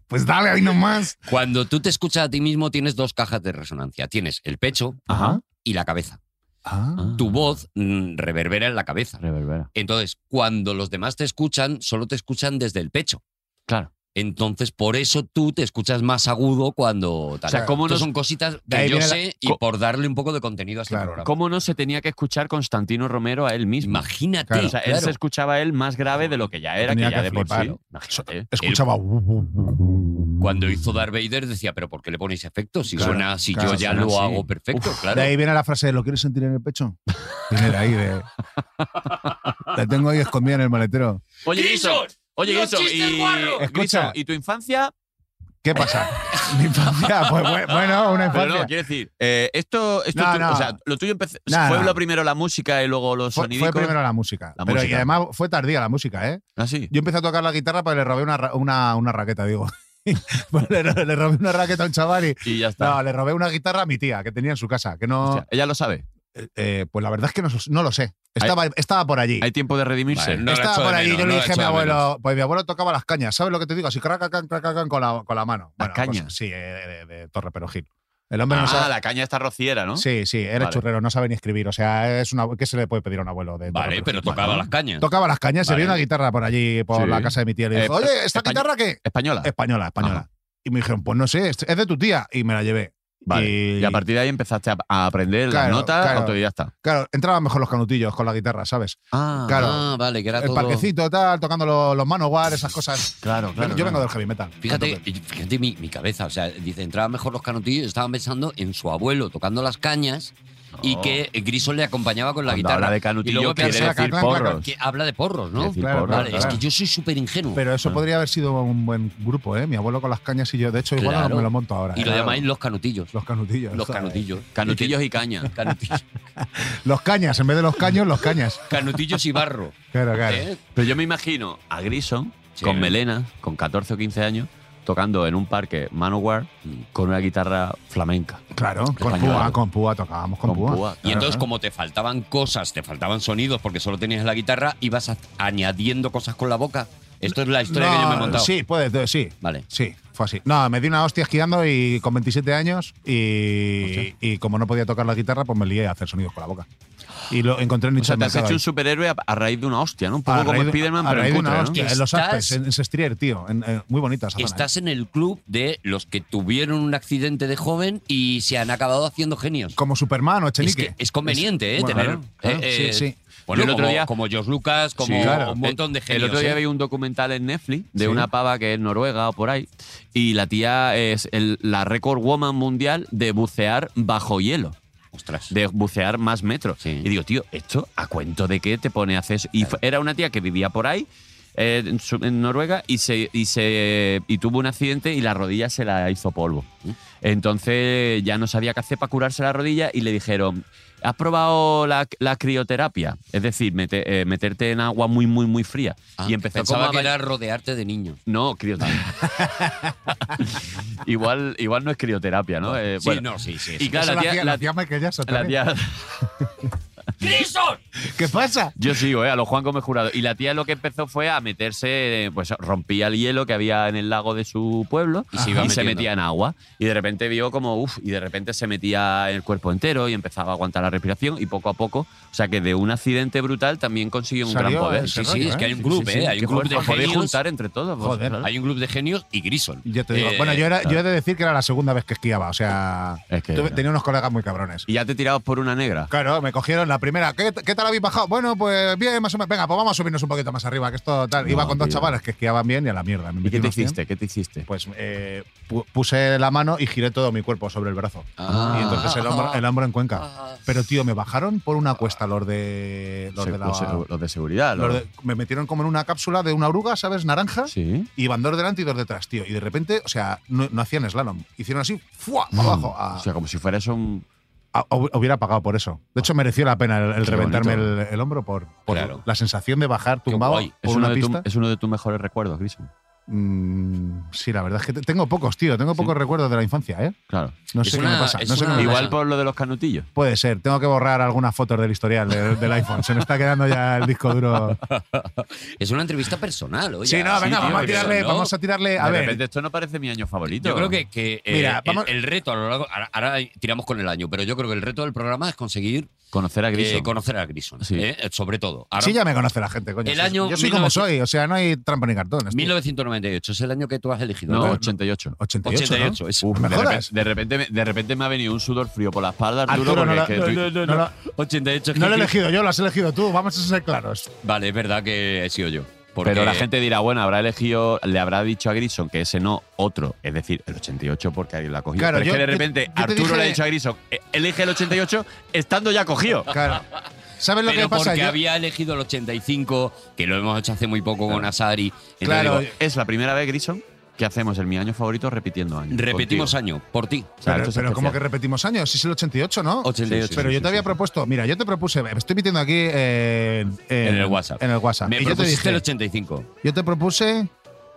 Speaker 4: Pues dale ahí nomás.
Speaker 3: Cuando tú te escuchas a ti mismo tienes dos cajas de resonancia. Tienes el pecho
Speaker 2: Ajá.
Speaker 3: y la cabeza.
Speaker 4: Ah.
Speaker 3: Tu voz mm, reverbera en la cabeza.
Speaker 2: Reverbera.
Speaker 3: Entonces, cuando los demás te escuchan, solo te escuchan desde el pecho.
Speaker 2: Claro.
Speaker 3: Entonces, por eso tú te escuchas más agudo cuando... tal.
Speaker 2: O sea, ¿cómo
Speaker 3: Entonces,
Speaker 2: nos-
Speaker 3: son cositas
Speaker 4: De ahí
Speaker 3: que yo
Speaker 4: viene la-
Speaker 3: sé y
Speaker 2: co-
Speaker 3: por darle un poco de contenido a este
Speaker 4: Claro.
Speaker 3: programa.
Speaker 2: ¿Cómo no se tenía que escuchar Constantino Romero a él mismo?
Speaker 3: Imagínate,
Speaker 4: Claro.
Speaker 2: O sea, él
Speaker 3: claro.
Speaker 2: se escuchaba él más grave de lo que ya era, que
Speaker 4: Tenía
Speaker 2: ya
Speaker 4: que
Speaker 2: de por
Speaker 4: flipar.
Speaker 2: sí. Imagínate.
Speaker 4: Escuchaba.
Speaker 3: Cuando hizo Darth Vader decía, pero ¿por qué le ponéis efectos? Si
Speaker 4: Claro,
Speaker 3: suena así,
Speaker 4: claro,
Speaker 3: yo ya
Speaker 2: suena
Speaker 3: lo
Speaker 2: así.
Speaker 3: hago perfecto, claro.
Speaker 4: De ahí viene la frase de ¿lo quieres sentir en el pecho? Viene de ahí de. La tengo ahí escondida en el maletero.
Speaker 2: Oye,
Speaker 3: ¡Grison!
Speaker 2: Grison, Oye,
Speaker 3: ¡Los
Speaker 2: Grison,
Speaker 3: chistes
Speaker 2: y...
Speaker 3: guarros!
Speaker 2: Grison,
Speaker 4: Escucha.
Speaker 2: ¿y tu infancia?
Speaker 4: ¿Qué pasa? Mi infancia, pues bu- bueno, una
Speaker 2: Pero no,
Speaker 4: infancia.
Speaker 2: quiero decir, eh, esto, esto
Speaker 4: No,
Speaker 2: tú-
Speaker 4: no.
Speaker 2: o sea, lo tuyo empezó,
Speaker 4: No,
Speaker 2: fue
Speaker 4: no.
Speaker 2: lo primero la música y luego los
Speaker 4: Fue, fue
Speaker 2: sonidicos.
Speaker 4: primero la música.
Speaker 2: La
Speaker 4: pero y
Speaker 2: música.
Speaker 4: además fue tardía la música, ¿eh?
Speaker 2: Ah, sí.
Speaker 4: Yo empecé a tocar la guitarra porque le robé una, ra- una, una raqueta, digo. Pues le, le robé una raqueta a un chaval y.
Speaker 2: Y ya está.
Speaker 4: No, le robé una guitarra a mi tía que tenía en su casa. Que no.
Speaker 2: Hostia, ella lo sabe.
Speaker 4: eh, pues la verdad es que no, no lo sé. Estaba, estaba por allí.
Speaker 2: Hay tiempo de redimirse.
Speaker 3: Vale, no. la
Speaker 4: Estaba
Speaker 3: echo de
Speaker 4: por allí,
Speaker 3: menos,
Speaker 4: yo le
Speaker 3: no la
Speaker 4: dije a
Speaker 3: echo
Speaker 4: mi
Speaker 3: de menos.
Speaker 4: abuelo, pues mi abuelo tocaba las cañas, ¿sabes lo que te digo? Así craca, craca, craca, craca, con la, con la mano.
Speaker 2: ¿Las cañas?
Speaker 4: sí, eh, de, de- de Torre Perojil. El hombre
Speaker 2: Ah,
Speaker 4: no sabe.
Speaker 2: la caña está rociera, ¿no?
Speaker 4: Sí, sí, era
Speaker 2: Vale.
Speaker 4: churrero, no sabe ni escribir. O sea, es una, ¿qué se le puede pedir a un abuelo de Torre
Speaker 3: Vale,
Speaker 4: Perojil?
Speaker 3: pero tocaba
Speaker 2: Bueno.
Speaker 3: las cañas.
Speaker 4: Tocaba las cañas, se
Speaker 3: Vale.
Speaker 4: vio una guitarra por allí, por
Speaker 2: Sí.
Speaker 4: la casa de mi tía. y Le
Speaker 2: Eh,
Speaker 4: dijo, oye, ¿esta
Speaker 2: españ-
Speaker 4: guitarra qué?
Speaker 2: Española.
Speaker 4: Española, española.
Speaker 2: Ajá.
Speaker 4: Y me dijeron, pues no sé, es es de tu tía. Y me la llevé.
Speaker 2: Vale.
Speaker 4: Y,
Speaker 2: Y a partir de ahí empezaste a, a aprender
Speaker 4: Claro,
Speaker 2: las notas,
Speaker 4: claro.
Speaker 2: autodidacta.
Speaker 4: Claro, entraban mejor los canutillos con la guitarra, ¿sabes?
Speaker 2: Ah,
Speaker 4: Claro.
Speaker 3: Ah, vale, que era
Speaker 4: El
Speaker 3: todo...
Speaker 4: parquecito, tal, tocando los, los manowar, esas cosas.
Speaker 2: claro, claro.
Speaker 4: yo vengo
Speaker 2: claro.
Speaker 4: del heavy metal.
Speaker 3: Fíjate,
Speaker 4: Entonces-
Speaker 3: fíjate mi, mi cabeza, o sea, dice, entraban mejor los canutillos, estaban pensando en su abuelo tocando las cañas y
Speaker 2: No.
Speaker 3: que Grison le acompañaba con la
Speaker 2: Oh. Cuando
Speaker 3: guitarra.
Speaker 2: habla de
Speaker 3: Y
Speaker 2: canutillo
Speaker 3: luego
Speaker 2: quiere
Speaker 3: piensa-
Speaker 2: decir
Speaker 4: claro, claro,
Speaker 2: porros.
Speaker 3: que habla de porros,
Speaker 2: Quiere
Speaker 3: ¿no?
Speaker 2: decir
Speaker 4: Claro,
Speaker 2: porros,
Speaker 4: claro,
Speaker 3: Vale,
Speaker 4: claro.
Speaker 3: es que yo soy súper ingenuo.
Speaker 4: Pero eso
Speaker 2: Ah.
Speaker 4: podría haber sido un buen grupo, ¿eh? Mi abuelo con las cañas y yo. De hecho, igual
Speaker 3: Claro.
Speaker 4: me lo monto ahora.
Speaker 3: y
Speaker 4: ¿eh?
Speaker 3: lo llamáis los canutillos.
Speaker 4: Los canutillos.
Speaker 3: Los
Speaker 4: ¿sabes?
Speaker 3: canutillos.
Speaker 2: Canutillos y caña.
Speaker 3: Canutillos,
Speaker 4: Los cañas, en vez de los caños, los cañas.
Speaker 3: canutillos y barro.
Speaker 4: Claro, claro.
Speaker 3: ¿eh?
Speaker 2: Pero yo me imagino a Grison
Speaker 3: Sí.
Speaker 2: con melena, con 14 o 15 años, tocando en un parque Manowar con una guitarra flamenca.
Speaker 4: Claro, con
Speaker 2: Español.
Speaker 4: púa, con púa, tocábamos con,
Speaker 2: Con
Speaker 4: púa.
Speaker 2: púa.
Speaker 3: Y
Speaker 4: Claro,
Speaker 3: entonces,
Speaker 4: claro.
Speaker 3: como te faltaban cosas, te faltaban sonidos porque solo tenías la guitarra, ibas a- añadiendo cosas con la boca. Esto es la historia que yo me he
Speaker 4: No,
Speaker 3: montado.
Speaker 4: Sí, puede, de- sí.
Speaker 3: Vale.
Speaker 4: Sí, fue así. No, me di una hostia esquiando y con 27 años y, y como no podía tocar la guitarra, pues me lié a hacer sonidos con la boca. Y lo encontré en
Speaker 2: O sea,
Speaker 4: nicho de
Speaker 2: te has
Speaker 4: mercado
Speaker 2: hecho
Speaker 4: ahí.
Speaker 2: un superhéroe a, a raíz de una hostia, ¿no? Un poco
Speaker 4: A
Speaker 2: como
Speaker 4: raíz de-
Speaker 2: Spiderman,
Speaker 4: a
Speaker 2: pero en
Speaker 4: raíz de
Speaker 2: cutre,
Speaker 4: una
Speaker 2: ¿no?
Speaker 4: hostia, en los
Speaker 3: Estás-
Speaker 4: Alpes, en, en Sestrier, tío. En- en- muy bonita esa zona.
Speaker 3: Estás en el club de los que tuvieron un accidente de joven y se han acabado haciendo genios.
Speaker 4: Como Superman o
Speaker 3: Es, que
Speaker 4: Chenique.
Speaker 3: es conveniente, ¿eh?
Speaker 4: Bueno,
Speaker 3: tener.
Speaker 4: claro, claro,
Speaker 3: eh, eh,
Speaker 4: sí, sí.
Speaker 3: Bueno,
Speaker 2: Yo el otro
Speaker 3: como,
Speaker 2: día-
Speaker 3: como George Lucas, como
Speaker 4: Sí, claro.
Speaker 3: un montón de genios.
Speaker 2: El otro día
Speaker 3: ¿eh?
Speaker 2: vi un documental en Netflix de
Speaker 4: Sí.
Speaker 2: una pava que es noruega o por ahí, y la tía es el- la récord woman mundial de bucear bajo hielo.
Speaker 3: Ostras.
Speaker 2: de bucear más metros.
Speaker 3: Sí.
Speaker 2: Y digo, tío, ¿esto a cuento de qué te pone a hacer eso? Y fu- era una tía que vivía por ahí, eh, en, su- en Noruega, y, se, y, se, y tuvo un accidente y la rodilla se la hizo polvo.
Speaker 3: ¿Eh?
Speaker 2: Entonces ya no sabía qué hacer para curarse la rodilla y le dijeron, ¿has probado la, la crioterapia? Es decir, mete- eh, meterte en agua muy, muy, muy fría.
Speaker 3: Ah,
Speaker 2: y empezó como
Speaker 3: pensaba
Speaker 2: a
Speaker 3: que
Speaker 2: bañ-
Speaker 3: era rodearte de niños.
Speaker 2: No, crioterapia. igual, igual no es crioterapia, ¿no? Eh,
Speaker 3: Ah. sí,
Speaker 2: bueno.
Speaker 3: no, sí, sí.
Speaker 2: Y
Speaker 3: sí.
Speaker 2: claro,
Speaker 4: Eso
Speaker 2: la tía-
Speaker 4: hacía-
Speaker 2: la-
Speaker 4: lo hacía Michael Jackson
Speaker 2: la
Speaker 4: también.
Speaker 2: tía
Speaker 4: ¿Qué pasa?
Speaker 2: Yo sigo, ¿eh? A los Juan Gómez Jurado. Y la tía lo que empezó fue a meterse, eh, pues rompía el hielo que había en el lago de su pueblo
Speaker 3: Y se iba
Speaker 2: se
Speaker 3: metiendo.
Speaker 2: metía en agua. Y de repente vio como, uff, y de repente se metía en el cuerpo entero y empezaba a aguantar la respiración y poco a poco, o sea que de un accidente brutal también consiguió un
Speaker 4: Salió,
Speaker 2: gran poder.
Speaker 4: ¿eh?
Speaker 3: Sí,
Speaker 4: Ese
Speaker 3: sí,
Speaker 4: rollo,
Speaker 3: es que
Speaker 4: ¿eh?
Speaker 3: hay un
Speaker 4: Sí,
Speaker 3: club,
Speaker 4: sí, sí.
Speaker 3: ¿eh? Hay
Speaker 2: Qué
Speaker 3: un club
Speaker 2: fuerte.
Speaker 3: de
Speaker 2: Os podéis
Speaker 3: genios.
Speaker 2: juntar entre todos. vos,
Speaker 4: Joder.
Speaker 2: claro.
Speaker 3: Hay un club de genios y Grison.
Speaker 4: Yo te digo.
Speaker 3: Eh,
Speaker 4: bueno, yo, era, yo he de decir que era la segunda vez que esquiaba. O sea,
Speaker 2: Es que-
Speaker 4: tuve- tenía unos colegas muy cabrones.
Speaker 2: Y ya te tirabas por una negra.
Speaker 4: Claro, me cogieron la primera. ¿Qué, qué tal habéis bajado? Bueno, pues bien, más o menos. Venga, pues vamos a subirnos un poquito más arriba, que esto tal.
Speaker 2: No,
Speaker 4: Iba con dos
Speaker 2: tío.
Speaker 4: chavales que esquiaban bien y a la mierda. Me
Speaker 2: ¿Y
Speaker 4: metí
Speaker 2: qué te
Speaker 4: unos cien.
Speaker 2: hiciste? ¿Qué te hiciste?
Speaker 4: Pues eh, pu- puse la mano y giré todo mi cuerpo sobre el brazo.
Speaker 3: Ah.
Speaker 4: y entonces el hombro, el hombro en cuenca.
Speaker 3: Ah.
Speaker 4: Pero, tío, me bajaron por una cuesta los de. Los
Speaker 2: Se-
Speaker 4: de la-
Speaker 2: los- los de seguridad.
Speaker 4: los
Speaker 2: los-
Speaker 4: de- me metieron como en una cápsula de una oruga, ¿sabes? Naranja.
Speaker 2: Sí.
Speaker 4: Y iban dos delante y dos detrás, tío. Y de repente, o sea, no, no hacían slalom. Hicieron así, ¡fua! Abajo. a-
Speaker 2: Mm, O sea, como si fuera eso un,
Speaker 4: a- a- hubiera pagado por eso. De hecho, mereció la pena el, el
Speaker 2: Qué
Speaker 4: reventarme el,
Speaker 2: bonito.
Speaker 4: el hombro por, por
Speaker 3: Claro.
Speaker 4: la sensación de bajar tumbado
Speaker 3: guay.
Speaker 4: por
Speaker 2: es uno
Speaker 4: una
Speaker 2: de tu-
Speaker 4: pista.
Speaker 2: es uno de tus mejores recuerdos, Grison.
Speaker 4: Mm, sí, la verdad es que te- tengo pocos, tío. Tengo pocos recuerdos de la infancia, ¿eh?
Speaker 2: Claro.
Speaker 4: No
Speaker 3: Es
Speaker 4: sé qué
Speaker 3: una-
Speaker 4: me pasa.
Speaker 3: es
Speaker 4: No sé qué
Speaker 3: una-
Speaker 4: me
Speaker 2: Igual
Speaker 4: pasa.
Speaker 2: por lo de los canutillos.
Speaker 4: Puede ser. Tengo que borrar algunas fotos del historial de- del iPhone. Se me está quedando ya el disco duro.
Speaker 3: Es una entrevista personal, oye.
Speaker 4: sí, no, venga,
Speaker 2: tío,
Speaker 4: vamos a
Speaker 2: porque
Speaker 4: tirarle.
Speaker 3: ¿no?
Speaker 4: Vamos a tirarle. Eh, A
Speaker 2: de
Speaker 4: ver.
Speaker 2: repente esto no parece mi año favorito.
Speaker 3: Yo creo que, que, eh,
Speaker 4: Mira,
Speaker 3: el-
Speaker 4: vamos-
Speaker 3: el, reto a lo largo. Ahora, ahora tiramos con el año, pero yo creo que el reto del programa es conseguir
Speaker 2: Conocer a Grison.
Speaker 3: que conocer a Grison,
Speaker 2: Sí.
Speaker 3: ¿eh? sobre todo. Ahora,
Speaker 4: Sí, ya me conoce la gente, coño.
Speaker 3: El
Speaker 4: Sí,
Speaker 3: año
Speaker 4: yo soy como
Speaker 3: 1900
Speaker 4: soy, o sea, no hay trampa ni cartón. estoy-
Speaker 3: 1998 es el año que tú has elegido.
Speaker 2: no,
Speaker 3: ¿verdad?
Speaker 2: 88.
Speaker 4: 88, ¿no?
Speaker 3: 88, es-
Speaker 2: Uf,
Speaker 4: ¿Me
Speaker 2: de,
Speaker 4: jodas?
Speaker 2: repe- de repente, me- de repente me ha venido un sudor frío por la espalda, Arturo,
Speaker 4: Arturo, no
Speaker 2: porque
Speaker 4: la-
Speaker 2: es que
Speaker 4: no,
Speaker 2: tú-
Speaker 4: no, no.
Speaker 3: 88 es
Speaker 4: No
Speaker 3: que-
Speaker 4: lo he elegido yo, lo has elegido tú, vamos a ser claros.
Speaker 3: Vale, es verdad que he sido yo. porque-
Speaker 2: Pero la gente dirá, bueno, habrá elegido, le habrá dicho a Grison que ese no, otro, es decir, el 88 porque alguien lo ha cogido.
Speaker 4: Claro,
Speaker 2: Pero
Speaker 4: yo-
Speaker 2: es que de
Speaker 4: yo-
Speaker 2: repente
Speaker 4: yo te
Speaker 2: Arturo
Speaker 4: dije-
Speaker 2: le ha dicho a Grison, "E- elige el 88 estando ya cogido.
Speaker 4: Claro. ¿Sabes lo
Speaker 3: Pero
Speaker 4: que pasa?
Speaker 3: porque
Speaker 4: Yo-
Speaker 3: había elegido el 85, que lo hemos hecho hace muy poco con Asari. Entonces
Speaker 4: Claro,
Speaker 3: digo,
Speaker 2: Es la primera vez, Grison, que hacemos el mi año favorito repitiendo años.
Speaker 3: repetimos
Speaker 2: contigo.
Speaker 3: año, por ti.
Speaker 2: O sea,
Speaker 4: Pero,
Speaker 2: esto es
Speaker 4: pero ¿cómo que
Speaker 2: especial.
Speaker 4: repetimos años? Si es el 88, ¿no?
Speaker 3: 88.
Speaker 4: Pero
Speaker 2: sí,
Speaker 4: yo
Speaker 2: sí,
Speaker 4: te había
Speaker 2: sí.
Speaker 4: propuesto, mira, yo te propuse, me estoy metiendo aquí eh, en,
Speaker 3: En el WhatsApp.
Speaker 4: En el WhatsApp.
Speaker 3: Me
Speaker 4: y yo te
Speaker 3: propusiste
Speaker 4: dije,
Speaker 3: el 85.
Speaker 4: yo te propuse,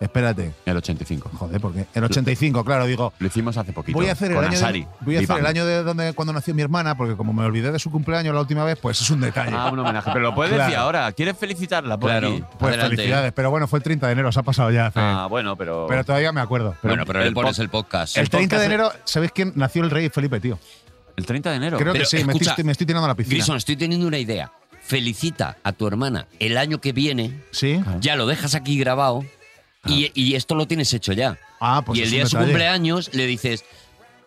Speaker 4: espérate,
Speaker 2: El 85.
Speaker 4: joder, porque el 85, claro, digo,
Speaker 2: Lo hicimos hace poquito.
Speaker 4: voy a hacer el
Speaker 2: con
Speaker 4: año,
Speaker 2: Asari.
Speaker 4: de, voy a hacer
Speaker 2: Vivan.
Speaker 4: el año de donde cuando nació mi hermana, porque como me olvidé de su cumpleaños la última vez, pues es un detalle.
Speaker 2: Ah, un homenaje. Pero lo puedes
Speaker 4: Claro.
Speaker 2: decir ahora. ¿Quieres felicitarla por
Speaker 3: Claro.
Speaker 2: aquí?
Speaker 4: pues
Speaker 3: adelante.
Speaker 4: felicidades, pero bueno, fue el 30 de enero, se ha pasado ya. hace-
Speaker 2: Ah, bueno, pero.
Speaker 4: pero todavía me acuerdo.
Speaker 2: Pero
Speaker 3: bueno, pero
Speaker 2: el
Speaker 3: le pones
Speaker 2: pod-
Speaker 3: el podcast.
Speaker 4: el 30 de
Speaker 2: podcast-
Speaker 4: enero, ¿sabéis quién nació el rey Felipe, tío?
Speaker 2: el 30 de enero.
Speaker 4: Creo que
Speaker 3: Pero,
Speaker 4: sí, me,
Speaker 3: escucha,
Speaker 4: estoy, me estoy tirando a la piscina.
Speaker 3: Grison, estoy teniendo una idea. Felicita a tu hermana el año que viene,
Speaker 4: ¿Sí?
Speaker 3: ya lo dejas aquí grabado y, y esto lo tienes hecho ya.
Speaker 4: Ah, pues
Speaker 3: y
Speaker 4: es
Speaker 3: el
Speaker 4: un
Speaker 3: día de su
Speaker 4: detalle.
Speaker 3: cumpleaños le dices,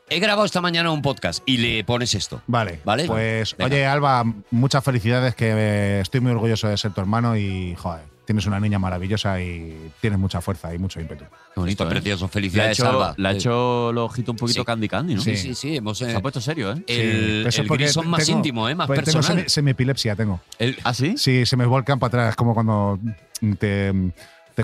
Speaker 3: he grabado esta mañana un podcast y le pones esto.
Speaker 4: Vale,
Speaker 3: ¿Vale?
Speaker 4: pues
Speaker 3: Venga.
Speaker 4: oye Alba, muchas felicidades, que eh, estoy muy orgulloso de ser tu hermano y joder, tienes una niña maravillosa y tienes mucha fuerza y mucho ímpetu.
Speaker 2: Qué
Speaker 3: esto
Speaker 2: bonito,
Speaker 3: es
Speaker 2: ¿eh?
Speaker 3: precioso.
Speaker 2: Le ha
Speaker 3: Felicidades,
Speaker 2: hecho,
Speaker 3: Alba.
Speaker 2: le ha hecho los ojitos un poquito
Speaker 3: Sí.
Speaker 2: Candy Candy, ¿no?
Speaker 3: Sí, sí, sí. Hemos, eh,
Speaker 2: Se ha puesto serio, ¿eh?
Speaker 3: el,
Speaker 4: eso
Speaker 3: el
Speaker 4: porque
Speaker 3: Grison más
Speaker 4: tengo-
Speaker 3: íntimo, ¿eh? más
Speaker 4: pues tengo
Speaker 3: personal.
Speaker 4: semi- semiepilepsia tengo.
Speaker 3: El-
Speaker 2: ¿Ah, sí?
Speaker 4: Sí, se me volcan para atrás, como cuando te... te-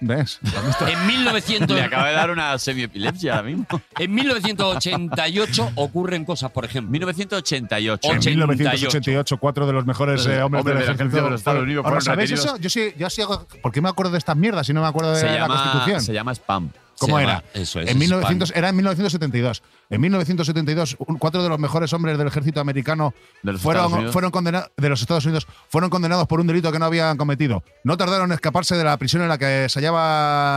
Speaker 4: ¿Ves?
Speaker 3: en, 1900
Speaker 2: Le acaba de dar una semiepilepsia ahora mismo.
Speaker 3: en 1988 ocurren cosas, por ejemplo.
Speaker 2: 1988.
Speaker 4: En
Speaker 3: Ocho.
Speaker 4: 1988, cuatro de los mejores eh, hombres
Speaker 2: Hombres
Speaker 4: del
Speaker 2: del
Speaker 4: ejército
Speaker 2: ejército de los Estados Unidos
Speaker 4: ¿Os lo
Speaker 2: fueron
Speaker 4: sabéis
Speaker 2: retenidos.
Speaker 4: eso? Yo sí, yo sí hago- ¿Por qué me acuerdo de estas mierdas si no me acuerdo de
Speaker 2: Se
Speaker 4: la
Speaker 2: llama,
Speaker 4: Constitución?
Speaker 2: se llama Spam.
Speaker 4: ¿Cómo
Speaker 3: Se
Speaker 4: era?
Speaker 3: llama- eso es,
Speaker 4: en
Speaker 3: es
Speaker 4: 1900, era en 1972. En 1972, un- cuatro de los mejores hombres del ejército americano
Speaker 2: De los Estados
Speaker 4: fueron,
Speaker 2: Unidos.
Speaker 4: fueron condena- de los Estados Unidos fueron condenados por un delito que no habían cometido. No tardaron en escaparse de la prisión en la que se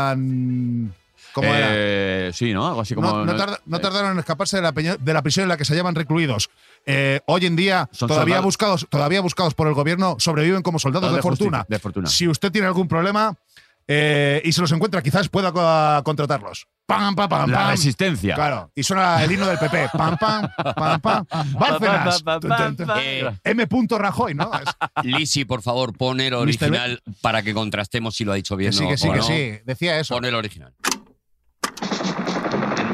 Speaker 4: hallaban. ¿Cómo era?
Speaker 2: Eh, Sí, ¿no? Algo así como.
Speaker 4: no, no tarda- no
Speaker 2: eh,
Speaker 4: tardaron en escaparse de la, peña- de la prisión en la que se hallaban recluidos. Eh, hoy en día,
Speaker 2: Son
Speaker 4: todavía
Speaker 2: soldados.
Speaker 4: buscados, todavía buscados por el gobierno, sobreviven como soldados
Speaker 2: no,
Speaker 4: de,
Speaker 2: justicia,
Speaker 4: fortuna.
Speaker 2: De fortuna.
Speaker 4: Si usted tiene algún problema eh, y se los encuentra, quizás pueda co- contratarlos. Pam, pam, pam,
Speaker 2: La
Speaker 4: pam.
Speaker 2: resistencia.
Speaker 4: Claro, y suena el himno del PP. Pam, pam, pam, pam. Bárcenas.
Speaker 2: Pa, pa, pa,
Speaker 4: Tun, tun, tun.
Speaker 2: pa,
Speaker 3: Eh,
Speaker 2: pa.
Speaker 4: M. Rajoy, ¿no? Es-
Speaker 3: Lisi, por favor, pon el original para que contrastemos si lo ha dicho bien
Speaker 4: Que sí,
Speaker 3: o-
Speaker 4: que sí,
Speaker 3: o
Speaker 4: que
Speaker 3: no.
Speaker 4: sí. Decía eso.
Speaker 3: Pon el original.
Speaker 5: En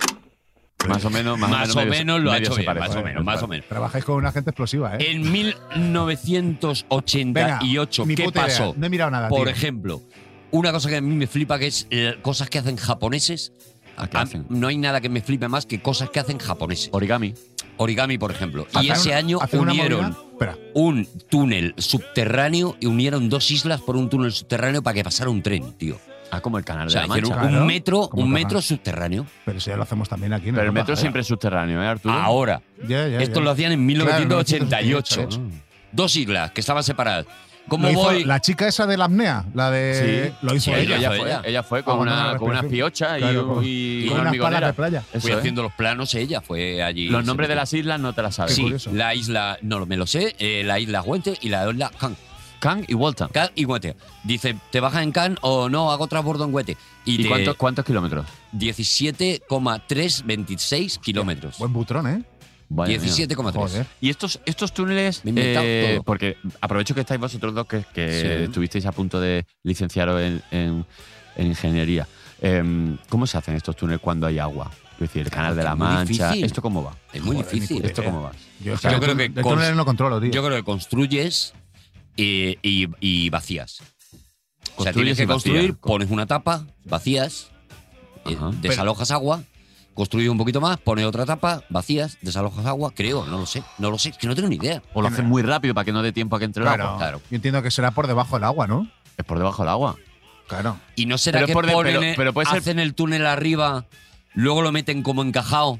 Speaker 2: Más o menos. Más,
Speaker 3: Más o
Speaker 2: medio-
Speaker 3: menos lo ha
Speaker 2: medio
Speaker 3: hecho
Speaker 2: se
Speaker 3: bien,
Speaker 2: parece. ¿eh?
Speaker 3: más o menos, más o menos.
Speaker 4: Trabajáis con una gente explosiva, ¿eh?
Speaker 3: En
Speaker 4: Venga,
Speaker 3: 1988,
Speaker 4: ni
Speaker 3: ¿qué
Speaker 4: puta idea.
Speaker 3: pasó?
Speaker 4: No he mirado nada.
Speaker 3: Por
Speaker 4: tío.
Speaker 3: ejemplo, una cosa que a mí me flipa que es eh, cosas que hacen japoneses.
Speaker 4: Ah,
Speaker 2: ¿A qué
Speaker 3: A-
Speaker 2: hacen?
Speaker 3: No hay nada que me flipe más que cosas que hacen japoneses.
Speaker 2: Origami.
Speaker 3: Origami, por ejemplo. Y
Speaker 4: ¿Hacer
Speaker 3: ese
Speaker 4: una-
Speaker 3: año
Speaker 4: hacer una
Speaker 3: unieron
Speaker 4: movida? Espera.
Speaker 3: un túnel subterráneo y unieron dos islas por un túnel subterráneo para que pasara un tren, tío.
Speaker 2: Ah, como el canal
Speaker 3: O
Speaker 2: de
Speaker 3: sea,
Speaker 2: la
Speaker 3: hicieron
Speaker 2: Mancha.
Speaker 4: claro.
Speaker 3: un metro,
Speaker 4: Como
Speaker 3: un
Speaker 4: que
Speaker 3: metro
Speaker 4: va.
Speaker 3: subterráneo.
Speaker 4: Pero si ya lo hacemos también aquí. en
Speaker 2: Pero el
Speaker 4: Europa,
Speaker 2: metro
Speaker 4: joder.
Speaker 2: siempre es subterráneo, ¿eh, Arturo?
Speaker 3: Ahora.
Speaker 4: Ya, ya,
Speaker 3: Esto
Speaker 4: ya.
Speaker 3: lo hacían en
Speaker 4: Claro,
Speaker 3: 1988.
Speaker 4: 1988,
Speaker 3: Dos islas que estaban separadas. ¿Cómo
Speaker 4: Lo hizo
Speaker 3: voy?
Speaker 4: La chica esa de la apnea, la de.
Speaker 2: Sí.
Speaker 4: Lo hizo
Speaker 3: Sí,
Speaker 2: Ella,
Speaker 4: ella.
Speaker 2: ella
Speaker 3: fue
Speaker 2: fue,
Speaker 3: ella.
Speaker 2: ella fue con,
Speaker 4: Ah,
Speaker 2: una,
Speaker 4: una
Speaker 2: con unas
Speaker 4: respiración.
Speaker 2: piochas
Speaker 4: Claro,
Speaker 2: y, y
Speaker 4: con- y
Speaker 2: una
Speaker 4: unas palas de
Speaker 2: hormigonera.
Speaker 4: playa.
Speaker 2: Eso,
Speaker 3: Fui
Speaker 2: ¿eh?
Speaker 3: haciendo los planos, ella fue allí.
Speaker 2: Los nombres
Speaker 3: Se
Speaker 2: de
Speaker 3: metió.
Speaker 2: las islas no te las sabes.
Speaker 3: Sí,
Speaker 4: curioso.
Speaker 3: la isla, no lo- me lo sé, eh, la isla Guente y la isla Can.
Speaker 2: Kang y Waltham.
Speaker 3: Can y Guente. Dice, ¿te bajas en Can o no? Hago transbordo en Guete. Y,
Speaker 2: ¿Y
Speaker 3: te-
Speaker 2: cuántos, cuántos kilómetros?
Speaker 3: 17,326 kilómetros.
Speaker 4: Buen butrón, ¿eh?
Speaker 2: Vaya mía.
Speaker 3: 17,3.
Speaker 4: Joder.
Speaker 2: Y estos, estos túneles,
Speaker 3: Me he inventado
Speaker 2: eh,
Speaker 3: todo.
Speaker 2: porque aprovecho que estáis vosotros dos que, que
Speaker 3: Sí.
Speaker 2: estuvisteis a punto de licenciaros en, en- en ingeniería. Em, ¿Cómo se hacen estos túneles cuando hay agua? Es decir, el canal de
Speaker 3: Es
Speaker 2: la
Speaker 3: muy
Speaker 2: Mancha.
Speaker 3: difícil.
Speaker 2: ¿Esto cómo va?
Speaker 3: Es muy
Speaker 4: Joder, ni
Speaker 3: difícil.
Speaker 4: puta
Speaker 2: ¿Esto
Speaker 4: idea.
Speaker 2: cómo va?
Speaker 4: Yo, es
Speaker 3: Yo
Speaker 4: el
Speaker 3: creo
Speaker 4: tun-
Speaker 3: que
Speaker 4: el
Speaker 3: cons-
Speaker 4: túnel no controlo, tío.
Speaker 3: Yo creo que construyes eh, y, y vacías. O sea,
Speaker 2: Construyes
Speaker 3: tienes que
Speaker 2: y vacías.
Speaker 3: construir, pones una tapa, vacías, eh,
Speaker 2: Ajá.
Speaker 3: desalojas agua, construyes un poquito más, pones otra tapa, vacías, desalojas agua, creo, no lo sé, no lo sé, es que no tengo ni idea.
Speaker 2: O lo hacen muy rápido para que no dé tiempo a que entre el
Speaker 4: Claro.
Speaker 2: agua.
Speaker 3: claro.
Speaker 4: Yo entiendo que será por debajo del agua, ¿no?
Speaker 2: Es por debajo del agua.
Speaker 4: Claro.
Speaker 3: ¿Y no será
Speaker 2: Pero
Speaker 3: que
Speaker 2: por de-
Speaker 3: ponen
Speaker 2: pero-
Speaker 3: el-
Speaker 2: pero puede ser-
Speaker 3: hacen el túnel arriba, luego lo meten como encajado?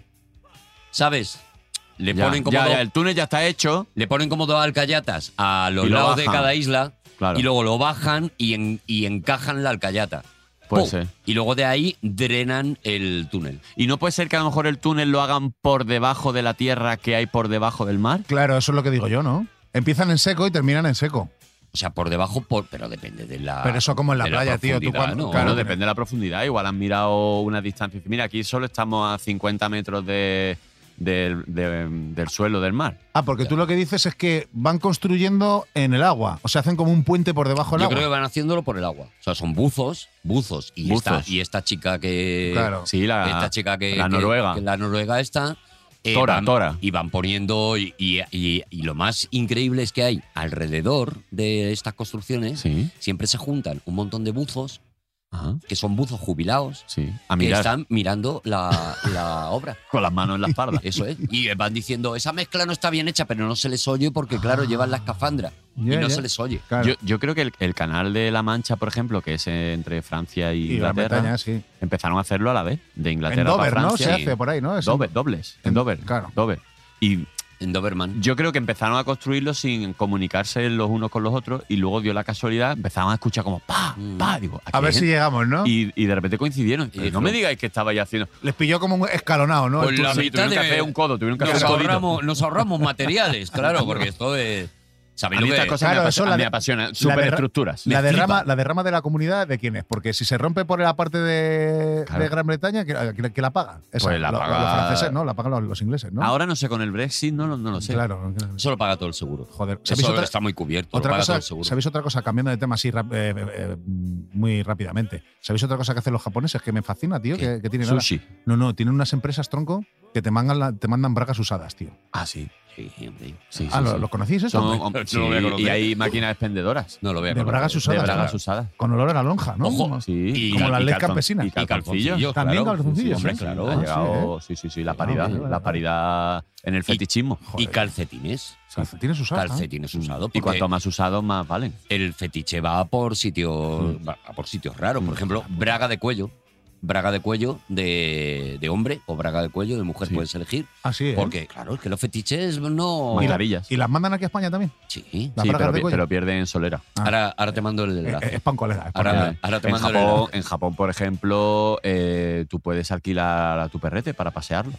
Speaker 3: ¿Sabes? Le
Speaker 2: Ya,
Speaker 3: ponen como
Speaker 2: ya,
Speaker 3: dos-
Speaker 2: ya, el túnel ya está hecho.
Speaker 3: le ponen como dos alcayatas a los
Speaker 2: Y lo
Speaker 3: lados de
Speaker 2: bajan.
Speaker 3: cada isla
Speaker 2: Claro.
Speaker 3: y luego lo bajan y, en- y encajan la alcayata.
Speaker 2: Puede
Speaker 3: ¡Pum!
Speaker 2: ser.
Speaker 3: Y luego de ahí drenan el túnel.
Speaker 2: Y no puede ser que a lo mejor el túnel lo hagan por debajo de la tierra que hay por debajo del mar.
Speaker 4: Claro, eso es lo que digo yo, ¿no? Empiezan en seco y terminan en seco.
Speaker 3: O sea, por debajo, por, pero depende de la.
Speaker 4: Pero eso como en la
Speaker 3: de
Speaker 4: playa, tío, tú
Speaker 3: profundidad,
Speaker 4: cuando-
Speaker 3: ¿no?
Speaker 2: Claro,
Speaker 4: Claro, pero-
Speaker 2: depende de la profundidad. Igual han mirado una distancia. y dicen, Mira, aquí solo estamos a 50 metros de, del- de- del suelo del mar.
Speaker 4: Ah, porque tú lo que dices es que van construyendo en el agua. O sea, hacen como un puente por debajo del
Speaker 3: Yo
Speaker 4: agua.
Speaker 3: creo que van haciéndolo por el agua. O sea, son buzos, buzos. Y,
Speaker 2: Buzos.
Speaker 3: Esta, y esta chica que.
Speaker 4: Claro.
Speaker 2: Sí, la,
Speaker 3: esta chica que. que-
Speaker 2: la noruega.
Speaker 3: que la noruega esta. eh,
Speaker 2: Tora,
Speaker 3: van-
Speaker 2: Tora.
Speaker 3: Y van poniendo. Y, y- y- y lo más increíble es que hay alrededor de estas construcciones.
Speaker 2: Sí,
Speaker 3: Siempre se juntan un montón de buzos,
Speaker 2: ajá,
Speaker 3: que son buzos jubilados,
Speaker 2: sí. A
Speaker 3: que
Speaker 2: mirar
Speaker 3: están mirando la, la obra.
Speaker 2: con las manos en la espalda.
Speaker 3: Eso es. Y van diciendo, esa mezcla no está bien hecha, pero no se les oye porque, claro, llevan la escafandra.
Speaker 4: Ah. Ya,
Speaker 3: y no
Speaker 4: ya.
Speaker 3: se les oye.
Speaker 4: Claro.
Speaker 2: Yo, yo creo que el, el canal de La Mancha, por ejemplo, que es entre Francia y,
Speaker 4: y Gran
Speaker 2: Inglaterra,
Speaker 4: Bretaña, sí.
Speaker 2: empezaron a hacerlo a la vez, de
Speaker 4: En
Speaker 2: Inglaterra
Speaker 4: Dover,
Speaker 2: para
Speaker 4: ¿no?
Speaker 2: Francia.
Speaker 4: Se
Speaker 3: sí.
Speaker 4: hace por ahí, ¿no? Es-
Speaker 2: Dover, dobles, en
Speaker 4: En-
Speaker 2: Dover.
Speaker 4: claro.
Speaker 2: Dover. Y
Speaker 3: En Doberman.
Speaker 2: yo creo que empezaron a construirlo sin comunicarse los unos con los otros y luego dio la casualidad, empezaban a escuchar como pa,
Speaker 3: Mm.
Speaker 2: pa, digo,
Speaker 4: A ver
Speaker 2: quién?
Speaker 4: si llegamos, ¿no?
Speaker 2: ¿eh? y, y de repente coincidieron.
Speaker 3: Y
Speaker 2: Y
Speaker 3: dijeron-
Speaker 2: no me digáis que estabais haciendo.
Speaker 4: Les pilló como un escalonado, ¿no?
Speaker 3: Pues
Speaker 4: El
Speaker 3: la
Speaker 4: túnel.
Speaker 2: Sí,
Speaker 3: mitad
Speaker 2: tuvieron que
Speaker 3: de-
Speaker 2: hacer un codo, tuvieron que
Speaker 3: Nos
Speaker 2: hacer un codito.
Speaker 3: ahorramos, nos ahorramos materiales, claro, porque esto es.
Speaker 2: A
Speaker 3: ¿Sabéis
Speaker 2: mí
Speaker 3: lo que
Speaker 2: estas
Speaker 3: es?
Speaker 2: cosas
Speaker 4: Claro,
Speaker 2: me,
Speaker 4: eso
Speaker 2: apasionan,
Speaker 4: la
Speaker 2: me
Speaker 4: de-
Speaker 2: apasionan.
Speaker 4: la de-
Speaker 2: Superestructuras.
Speaker 4: La
Speaker 2: Me flipa.
Speaker 4: derrama, la derrama de la comunidad, ¿de quién es? Porque si se rompe por la parte de,
Speaker 2: Claro.
Speaker 4: de Gran Bretaña, ¿quién que, la paga? Esa,
Speaker 2: Pues la
Speaker 4: lo-
Speaker 2: paga- Ah,
Speaker 4: Los franceses, ¿no? La pagan los, los ingleses, ¿no?
Speaker 2: Ahora no sé, con el Brexit no, lo- no lo sé.
Speaker 4: Claro.
Speaker 3: Eso lo paga todo el seguro.
Speaker 4: Joder. ¿Sabéis
Speaker 3: Eso
Speaker 4: otra,
Speaker 3: está muy cubierto, lo
Speaker 4: otra
Speaker 3: paga todo
Speaker 4: cosa,
Speaker 3: el seguro.
Speaker 4: ¿Sabéis otra cosa? Cambiando de tema así rap- eh, eh, eh, muy rápidamente. ¿Sabéis otra cosa que hacen los japoneses que me fascina, tío?
Speaker 3: ¿Qué?
Speaker 4: Que, que tienen ahora?
Speaker 2: Sushi.
Speaker 4: No, no, tienen unas empresas, tronco, que te mandan, la- te mandan bragas usadas, tío.
Speaker 2: Ah, sí.
Speaker 3: Sí, hombre.
Speaker 2: sí,
Speaker 4: ah,
Speaker 2: sí,
Speaker 4: ¿lo,
Speaker 2: sí.
Speaker 4: lo conocéis esto?
Speaker 2: Son-
Speaker 3: No lo
Speaker 2: sí,
Speaker 3: voy a conocer.
Speaker 2: y hay máquinas expendedoras.
Speaker 3: No lo veo.
Speaker 4: de bragas usadas.
Speaker 2: de bragas
Speaker 4: claro.
Speaker 2: usadas.
Speaker 4: Con olor a lonja, ¿no?
Speaker 3: Ojo,
Speaker 2: Sí.
Speaker 3: Y-
Speaker 4: como la ley
Speaker 2: calzon-
Speaker 4: campesina.
Speaker 2: Y
Speaker 4: Y
Speaker 2: calzoncillos.
Speaker 4: También
Speaker 3: claro.
Speaker 4: calzoncillos,
Speaker 3: Hombre,
Speaker 4: ¿eh?
Speaker 3: claro.
Speaker 2: Ha
Speaker 4: Ah, sí,
Speaker 2: llegado, sí, sí, sí, la paridad.
Speaker 4: vale, vale.
Speaker 2: La paridad en el fetichismo.
Speaker 3: Y calcetines.
Speaker 4: Calcetines ah. usadas.
Speaker 3: Calcetines usados.
Speaker 2: Y
Speaker 3: porque
Speaker 2: cuanto más usados, más valen.
Speaker 3: El fetiche va por sitios, va por sitios raros. Por ejemplo, braga de cuello. Braga de cuello de, de hombre o braga de cuello de mujer
Speaker 2: Sí. ¿eh?
Speaker 3: puedes elegir.
Speaker 4: Así es.
Speaker 3: Porque, claro, es que los fetiches no.
Speaker 2: Maravillas.
Speaker 4: Ah, ¿eh? ¿Y las mandan aquí a España también?
Speaker 3: Sí.
Speaker 4: Las
Speaker 2: Sí,
Speaker 4: bragas
Speaker 2: pero,
Speaker 4: de
Speaker 2: pi-
Speaker 4: cuello.
Speaker 2: pero pierden en solera.
Speaker 4: Ah.
Speaker 3: Ahora, ahora te mando el
Speaker 4: Eh,
Speaker 3: enlace.
Speaker 4: eh, es pan colera. es pan
Speaker 3: Ahora-
Speaker 4: colera.
Speaker 3: ahora te
Speaker 2: en,
Speaker 3: mando el
Speaker 2: Japón,
Speaker 3: enlace.
Speaker 2: en Japón, por ejemplo, eh, tú puedes alquilar a tu perrete para pasearlo.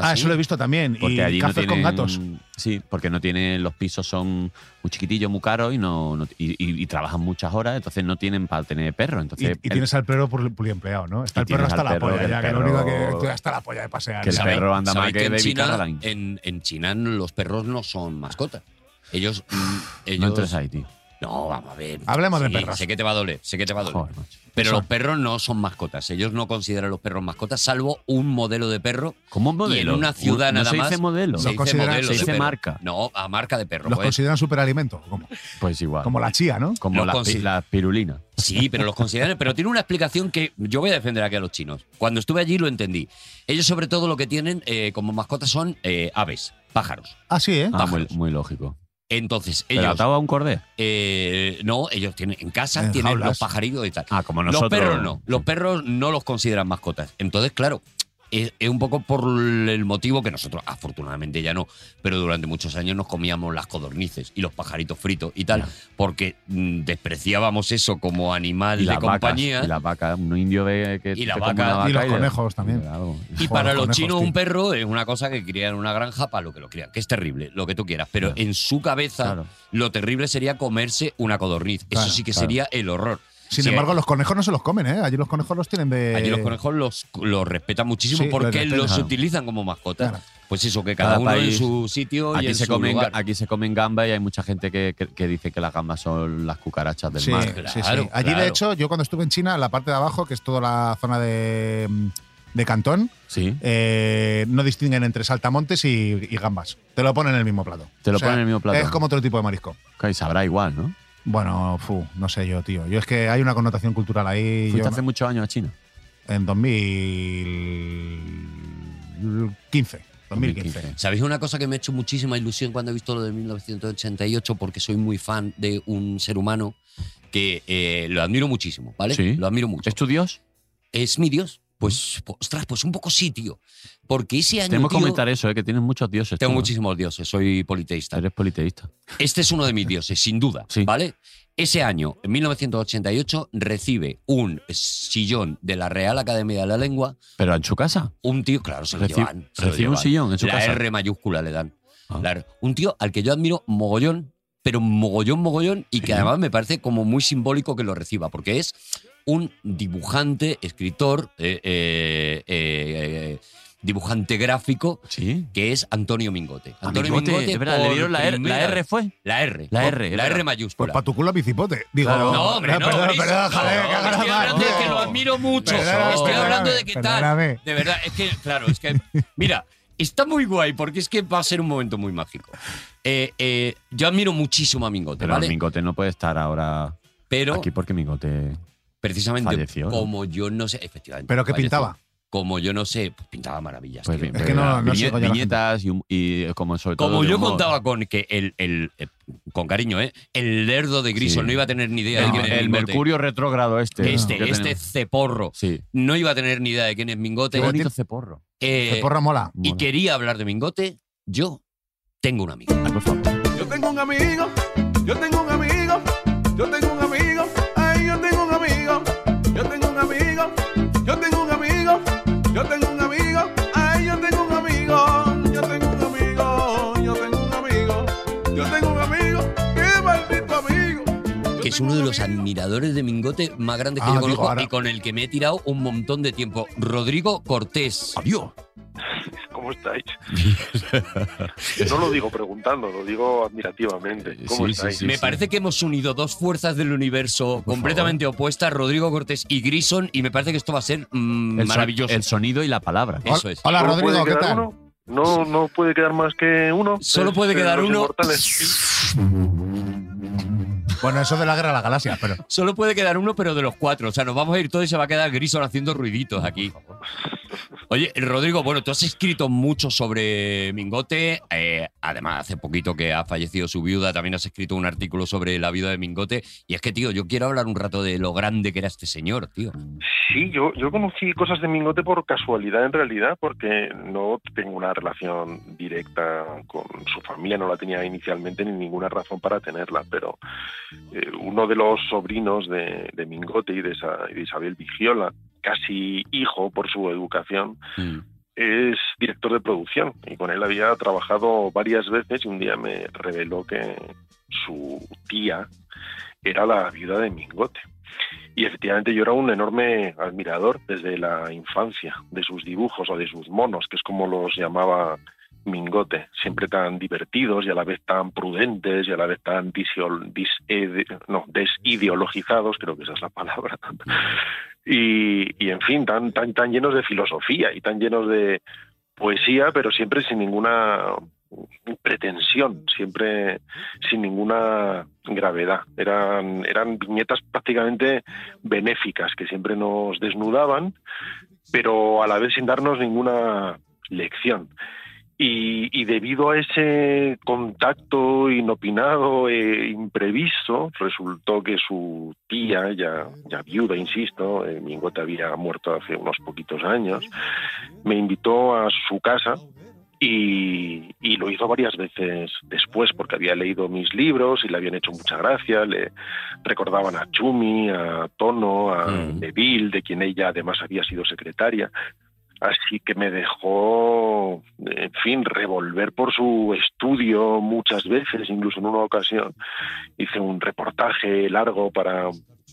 Speaker 4: Ah,
Speaker 3: ¿sí?
Speaker 4: eso lo he visto también.
Speaker 2: Porque
Speaker 4: y
Speaker 2: allí no
Speaker 4: cafés
Speaker 2: tienen,
Speaker 4: con gatos.
Speaker 2: Sí, porque no tienen. Los pisos son muy chiquitillos, muy caros y no, no- y, y- y trabajan muchas horas, entonces no tienen para tener perro.
Speaker 4: Y,
Speaker 2: Entonces,
Speaker 4: y
Speaker 2: el-
Speaker 4: tienes al perro pul- puliempleado, ¿no?
Speaker 2: y
Speaker 4: Está el perro
Speaker 2: tienes
Speaker 4: hasta
Speaker 2: al
Speaker 4: la
Speaker 2: perro
Speaker 4: polla,
Speaker 2: que
Speaker 4: ya
Speaker 2: el
Speaker 4: que lo único que
Speaker 2: perro-
Speaker 4: estoy hasta la polla de pasear.
Speaker 2: que el
Speaker 4: ¿sabes?
Speaker 2: perro anda más
Speaker 3: ¿Sabéis
Speaker 2: que
Speaker 3: en,
Speaker 2: David
Speaker 3: China,
Speaker 2: Carradine.
Speaker 3: en, en China los perros no son mascotas. Ellos. mm, ellos
Speaker 2: no entres ahí, tío.
Speaker 3: No, vamos a ver.
Speaker 4: Hablemos de
Speaker 3: Sí,
Speaker 4: perros.
Speaker 3: Sé que te va a doler, sé que te va a doler.
Speaker 2: Joder, macho.
Speaker 3: Pero
Speaker 4: Eso.
Speaker 3: los perros no son mascotas. Ellos no consideran los perros mascotas, salvo un modelo de perro.
Speaker 2: ¿Cómo modelo?
Speaker 3: Y en una ciudad
Speaker 2: ¿No
Speaker 3: nada
Speaker 2: se
Speaker 3: más.
Speaker 2: dice modelo?
Speaker 4: Los
Speaker 3: Se dice
Speaker 4: consideran-
Speaker 3: modelo.
Speaker 4: se
Speaker 3: de
Speaker 2: dice
Speaker 3: perro.
Speaker 2: marca.
Speaker 3: No, a marca de perro.
Speaker 4: Los
Speaker 3: pues.
Speaker 4: consideran superalimento, como,
Speaker 2: Pues igual.
Speaker 4: como la chía, ¿no?
Speaker 2: Como
Speaker 3: Los
Speaker 2: las pi-
Speaker 3: consi-
Speaker 2: las pirulinas.
Speaker 3: Sí, pero los consideran. Pero tiene una explicación que yo voy a defender aquí a los chinos. Cuando estuve allí lo entendí. Ellos, sobre todo, lo que tienen eh, como mascotas son eh, aves, pájaros.
Speaker 4: Ah, sí, ¿eh?
Speaker 2: Ah, muy,
Speaker 3: Pájaros.
Speaker 2: muy lógico.
Speaker 3: Entonces,
Speaker 2: ¿Pero
Speaker 3: ellos.
Speaker 2: atado a un cordel?
Speaker 3: Eh, no, ellos tienen en casa
Speaker 4: En
Speaker 3: tienen
Speaker 4: jaulas.
Speaker 3: los pajaritos y tal.
Speaker 2: Ah, como
Speaker 3: los
Speaker 2: nosotros.
Speaker 3: perros no, los perros no los consideran mascotas. Entonces, claro, es, es un poco por el motivo que nosotros, afortunadamente ya no, pero durante muchos años nos comíamos las codornices y los pajaritos fritos y tal,
Speaker 2: Ya.
Speaker 3: porque mm, despreciábamos eso como animal
Speaker 2: y
Speaker 3: de
Speaker 2: las
Speaker 3: compañía.
Speaker 2: Vacas, y la vaca, un indio ve que
Speaker 3: Y la
Speaker 2: te come
Speaker 3: vaca.
Speaker 2: una
Speaker 4: Y los
Speaker 2: le-
Speaker 4: conejos también.
Speaker 2: le da algo.
Speaker 3: Y
Speaker 4: Joder,
Speaker 3: para los
Speaker 4: conejos,
Speaker 3: chinos
Speaker 4: tío.
Speaker 3: un perro es una cosa que crían en una granja para lo que lo crían, que es terrible, lo que tú quieras. Pero
Speaker 2: Claro.
Speaker 3: en su cabeza
Speaker 2: Claro.
Speaker 3: lo terrible sería comerse una codorniz.
Speaker 4: Claro,
Speaker 3: Eso sí que
Speaker 2: claro.
Speaker 3: sería el horror.
Speaker 4: Sin
Speaker 3: Sí,
Speaker 4: embargo, los conejos no se los comen, ¿eh? Allí los conejos los tienen de.
Speaker 3: Allí
Speaker 2: Eh,
Speaker 3: los conejos los, los respetan muchísimo
Speaker 4: Sí, los
Speaker 3: porque
Speaker 4: respetan.
Speaker 3: los
Speaker 2: Claro.
Speaker 3: utilizan como mascotas.
Speaker 4: Claro.
Speaker 3: Pues eso, que cada,
Speaker 2: Cada
Speaker 3: uno
Speaker 2: país-
Speaker 3: en su sitio y
Speaker 2: Aquí
Speaker 3: en
Speaker 2: se,
Speaker 3: su
Speaker 2: comen,
Speaker 3: lugar.
Speaker 2: aquí se comen gamba y hay mucha gente que, que- que dice que las gambas son las cucarachas del
Speaker 4: Sí,
Speaker 2: mar.
Speaker 4: sí, sí.
Speaker 3: claro,
Speaker 4: Allí,
Speaker 3: claro.
Speaker 4: de hecho, yo cuando estuve en China, la parte de abajo, que es toda la zona de, de Cantón,
Speaker 2: Sí.
Speaker 4: eh, no distinguen entre saltamontes y, y gambas. Te lo ponen en el mismo plato.
Speaker 2: Te lo ponen en el mismo plato.
Speaker 4: Es como otro tipo de marisco.
Speaker 2: Claro, y sabrá igual, ¿no?
Speaker 4: Bueno, fu, no sé yo, tío. Yo es que hay una connotación cultural ahí.
Speaker 2: Fuiste
Speaker 4: yo
Speaker 2: hace
Speaker 4: no-
Speaker 2: muchos años a China.
Speaker 4: en 2015. 2015.
Speaker 3: ¿Sabéis una cosa que me ha hecho muchísima ilusión cuando he visto lo de 1988? Porque soy muy fan de un ser humano que eh, lo admiro muchísimo, ¿vale?
Speaker 2: Sí.
Speaker 3: Lo admiro mucho.
Speaker 2: ¿Es tu Dios?
Speaker 3: Es mi Dios. Pues, po- ostras, pues un poco sí, tío. Porque ese año.
Speaker 2: Tenemos que
Speaker 3: tío,
Speaker 2: comentar eso, eh, que tienes muchos dioses.
Speaker 3: Tengo
Speaker 2: tú, ¿eh?
Speaker 3: muchísimos dioses, soy politeísta.
Speaker 2: Eres politeísta.
Speaker 3: Este es uno de mis dioses, sin duda,
Speaker 2: Sí.
Speaker 3: ¿vale? Ese año, en 1988, recibe un sillón de la Real Academia de la Lengua,
Speaker 2: Pero en su casa.
Speaker 3: un tío, claro, se lo
Speaker 2: Reci-
Speaker 3: llevan. se lo
Speaker 2: recibe un
Speaker 3: llevan.
Speaker 2: sillón en su
Speaker 3: la
Speaker 2: casa.
Speaker 3: R mayúscula le dan.
Speaker 2: Ah.
Speaker 3: La R. un tío al que yo admiro mogollón, pero mogollón, mogollón, y que además me parece como muy simbólico que lo reciba, porque es un dibujante, escritor, eh, eh, eh, eh, dibujante gráfico,
Speaker 2: Sí.
Speaker 3: que es Antonio Mingote. Antonio
Speaker 2: Amigote, Ah, es verdad, le
Speaker 3: por
Speaker 2: dieron la R,
Speaker 3: primera
Speaker 2: la R fue.
Speaker 3: la R.
Speaker 2: La
Speaker 3: por-
Speaker 2: R,
Speaker 3: La R
Speaker 2: era.
Speaker 4: Pues
Speaker 3: mayúscula.
Speaker 4: para tu culo, bicipote. Digo,
Speaker 3: no, hombre, no.
Speaker 4: perdón,
Speaker 3: Brice,
Speaker 4: perdón, joder,
Speaker 3: no,
Speaker 4: que hagas
Speaker 3: estoy
Speaker 4: mal,
Speaker 3: hablando de
Speaker 4: tío.
Speaker 3: que lo admiro mucho.
Speaker 4: Perdóname,
Speaker 3: estoy hablando de que tal.
Speaker 4: perdóname.
Speaker 3: De verdad, es que, claro, es que. Mira, está muy guay porque es que va a ser un momento muy mágico. Eh, eh, yo admiro muchísimo a Mingote,
Speaker 2: Pero
Speaker 3: ¿vale?
Speaker 2: Mingote no puede estar ahora
Speaker 3: Pero
Speaker 2: aquí porque Mingote.
Speaker 3: precisamente
Speaker 2: falleció, ¿no?
Speaker 3: como yo no sé, efectivamente.
Speaker 4: Pero que
Speaker 3: falleció.
Speaker 4: pintaba.
Speaker 3: Como yo no sé, pues pintaba maravillas.
Speaker 2: Pues,
Speaker 3: tío.
Speaker 2: bien,
Speaker 4: Es
Speaker 2: pues,
Speaker 4: que no-
Speaker 2: era
Speaker 4: no
Speaker 2: viñe-
Speaker 4: sigo yo a la gente.
Speaker 2: viñetas y, hum- y como sobre todo.
Speaker 3: Como
Speaker 2: de
Speaker 3: yo
Speaker 2: humor.
Speaker 3: contaba con que el, el- eh, con cariño, ¿eh? El lerdo de Griso
Speaker 2: Sí.
Speaker 3: no iba a tener ni idea de
Speaker 2: El,
Speaker 3: quién era
Speaker 2: el
Speaker 3: Mingote.
Speaker 2: Mercurio retrógrado este.
Speaker 3: Este,
Speaker 2: ¿no? que
Speaker 3: este
Speaker 2: tenemos.
Speaker 3: ceporro.
Speaker 2: Sí.
Speaker 3: no iba a tener ni idea de quién es Mingote.
Speaker 2: Qué bonito ceporro.
Speaker 3: Eh,
Speaker 4: Que porra mola.
Speaker 3: y quería hablar de Mingote. Yo tengo un amigo.
Speaker 2: Ay, por favor.
Speaker 1: Yo tengo un amigo, yo tengo un amigo, yo tengo un amigo, ay, yo tengo un amigo, yo tengo un amigo, yo tengo un amigo, yo tengo un amigo, ay, yo tengo un amigo, yo tengo un amigo, yo tengo un amigo, yo tengo un amigo, qué maldito amigo. Yo
Speaker 3: Que es
Speaker 1: tengo
Speaker 3: uno
Speaker 1: un
Speaker 3: de los
Speaker 1: amigo.
Speaker 3: admiradores de Mingote más grandes que
Speaker 4: Ah,
Speaker 3: yo
Speaker 4: digo,
Speaker 3: conozco
Speaker 4: ahora-
Speaker 3: y con el que me he tirado un montón de tiempo. Rodrigo Cortés.
Speaker 2: Adiós.
Speaker 6: ¿Cómo estáis? No lo digo preguntando, lo digo admirativamente.
Speaker 2: Eh,
Speaker 6: ¿Cómo
Speaker 2: sí,
Speaker 6: estáis?
Speaker 2: sí,
Speaker 3: me parece que hemos unido dos fuerzas del universo completamente opuestas, Rodrigo Cortés y Grison, y me parece que esto va a ser mm,
Speaker 2: El so-
Speaker 3: maravilloso.
Speaker 2: el sonido y la palabra.
Speaker 3: Eso es.
Speaker 4: Hola,
Speaker 6: ¿Solo
Speaker 4: Rodrigo,
Speaker 6: puede
Speaker 4: ¿qué
Speaker 6: quedar
Speaker 4: tal?
Speaker 6: uno? No, no puede quedar más que uno.
Speaker 3: Solo
Speaker 6: Es,
Speaker 3: puede
Speaker 6: eh,
Speaker 3: quedar
Speaker 6: los
Speaker 3: uno.
Speaker 6: inmortales.
Speaker 4: Bueno, eso de la guerra a la galaxia, pero.
Speaker 3: Solo puede quedar uno, pero de los cuatro. O sea, nos vamos a ir todos y se va a quedar Grison haciendo ruiditos aquí. Oye, Rodrigo, bueno, tú has escrito mucho sobre Mingote. eh, además, hace poquito que ha fallecido su viuda, también has escrito un artículo sobre la vida de Mingote. Y es que, tío, yo quiero hablar un rato de lo grande que era este señor, tío.
Speaker 6: Sí, yo, yo conocí cosas de Mingote por casualidad en realidad, porque no tengo una relación directa con su familia, no la tenía inicialmente ni ninguna razón para tenerla, pero eh, uno de los sobrinos de, de Mingote y de, Sa- y de Isabel Vigiola, casi hijo por su educación, es director de producción y con él había trabajado varias veces y un día me reveló que su tía era la viuda de Mingote. Y efectivamente yo era un enorme admirador desde la infancia de sus dibujos o de sus monos, que es como los llamaba Mingote, siempre tan divertidos y a la vez tan prudentes y a la vez tan disio- disede- no, desideologizados, creo que esa es la palabra. Y, y, en fin, tan, tan, tan llenos de filosofía y tan llenos de poesía, pero siempre sin ninguna pretensión, siempre sin ninguna gravedad. Eran, eran viñetas prácticamente benéficas que siempre nos desnudaban, pero a la vez sin darnos ninguna lección. Y, y debido a ese contacto inopinado e imprevisto, resultó que su tía, ya, ya viuda, insisto, eh, Mingote había muerto hace unos poquitos años, me invitó a su casa y, y lo hizo varias veces después, porque había leído mis libros y le habían hecho mucha gracia, le recordaban a Chumi, a Tono, a
Speaker 3: Mm.
Speaker 6: Neville, de quien ella además había sido secretaria. Así que me dejó, en fin, revolver por su estudio muchas veces, incluso en una ocasión. Hice un reportaje largo para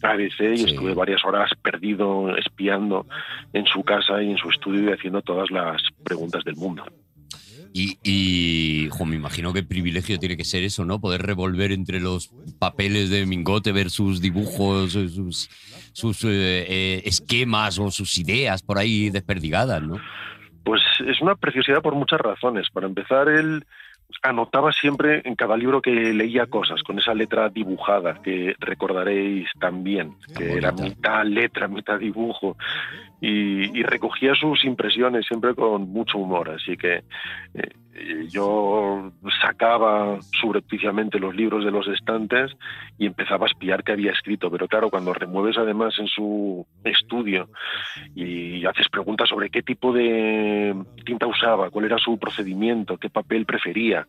Speaker 6: ABC y
Speaker 3: Sí.
Speaker 6: estuve varias horas perdido espiando en su casa y en su estudio y haciendo todas las preguntas del mundo.
Speaker 3: Y, y jo, me imagino qué privilegio tiene que ser eso, ¿no? Poder revolver entre los papeles de Mingote, ver sus dibujos, eh, sus, sus eh, eh, esquemas o sus ideas por ahí desperdigadas, ¿no?
Speaker 6: Pues es una preciosidad por muchas razones. Para empezar, él anotaba siempre en cada libro que leía cosas, con esa letra dibujada que recordaréis también, que era
Speaker 3: bonita.
Speaker 6: mitad letra, mitad dibujo, y, y recogía sus impresiones siempre con mucho humor. Así que eh, eh, yo sacaba subrepticiamente los libros de los estantes y empezaba a espiar qué había escrito. Pero claro, cuando remueves además en su estudio y haces preguntas sobre qué tipo de tinta usaba, cuál era su procedimiento, qué papel prefería,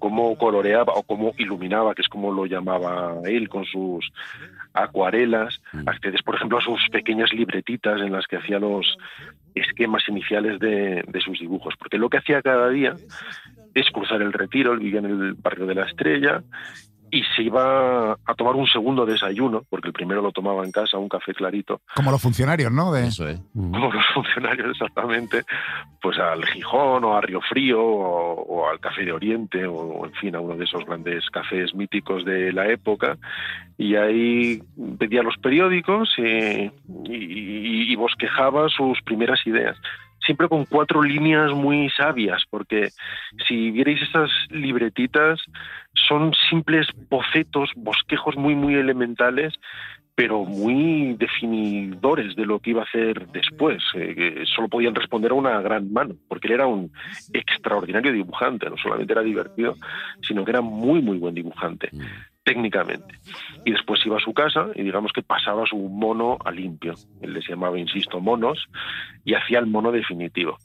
Speaker 6: cómo coloreaba o cómo iluminaba, que es como lo llamaba él con sus acuarelas, accedes por ejemplo a sus pequeñas libretitas en las que hacía los esquemas iniciales de, de sus dibujos, porque lo que hacía cada día es cruzar el retiro, él vivía en el barrio de la Estrella y se iba a tomar un segundo desayuno, porque el primero lo tomaba en casa, un café clarito,
Speaker 4: Como los funcionarios, ¿no? De,
Speaker 3: Eso es.
Speaker 6: como los funcionarios exactamente, pues al Gijón o a Río Frío o, o al Café de Oriente o en fin a uno de esos grandes cafés míticos de la época y ahí pedía los periódicos eh, y, y- y bosquejaba sus primeras ideas. Siempre con cuatro líneas muy sabias, porque si vierais esas libretitas, son simples bocetos, bosquejos muy, muy elementales pero muy definidores de lo que iba a hacer después. eh, que solo podían responder a una gran mano, porque él era un extraordinario dibujante, no solamente era divertido, sino que era muy, muy buen dibujante, técnicamente. Y después iba a su casa y digamos que pasaba su mono a limpio. Él les llamaba, insisto, monos, y hacía el mono definitivo.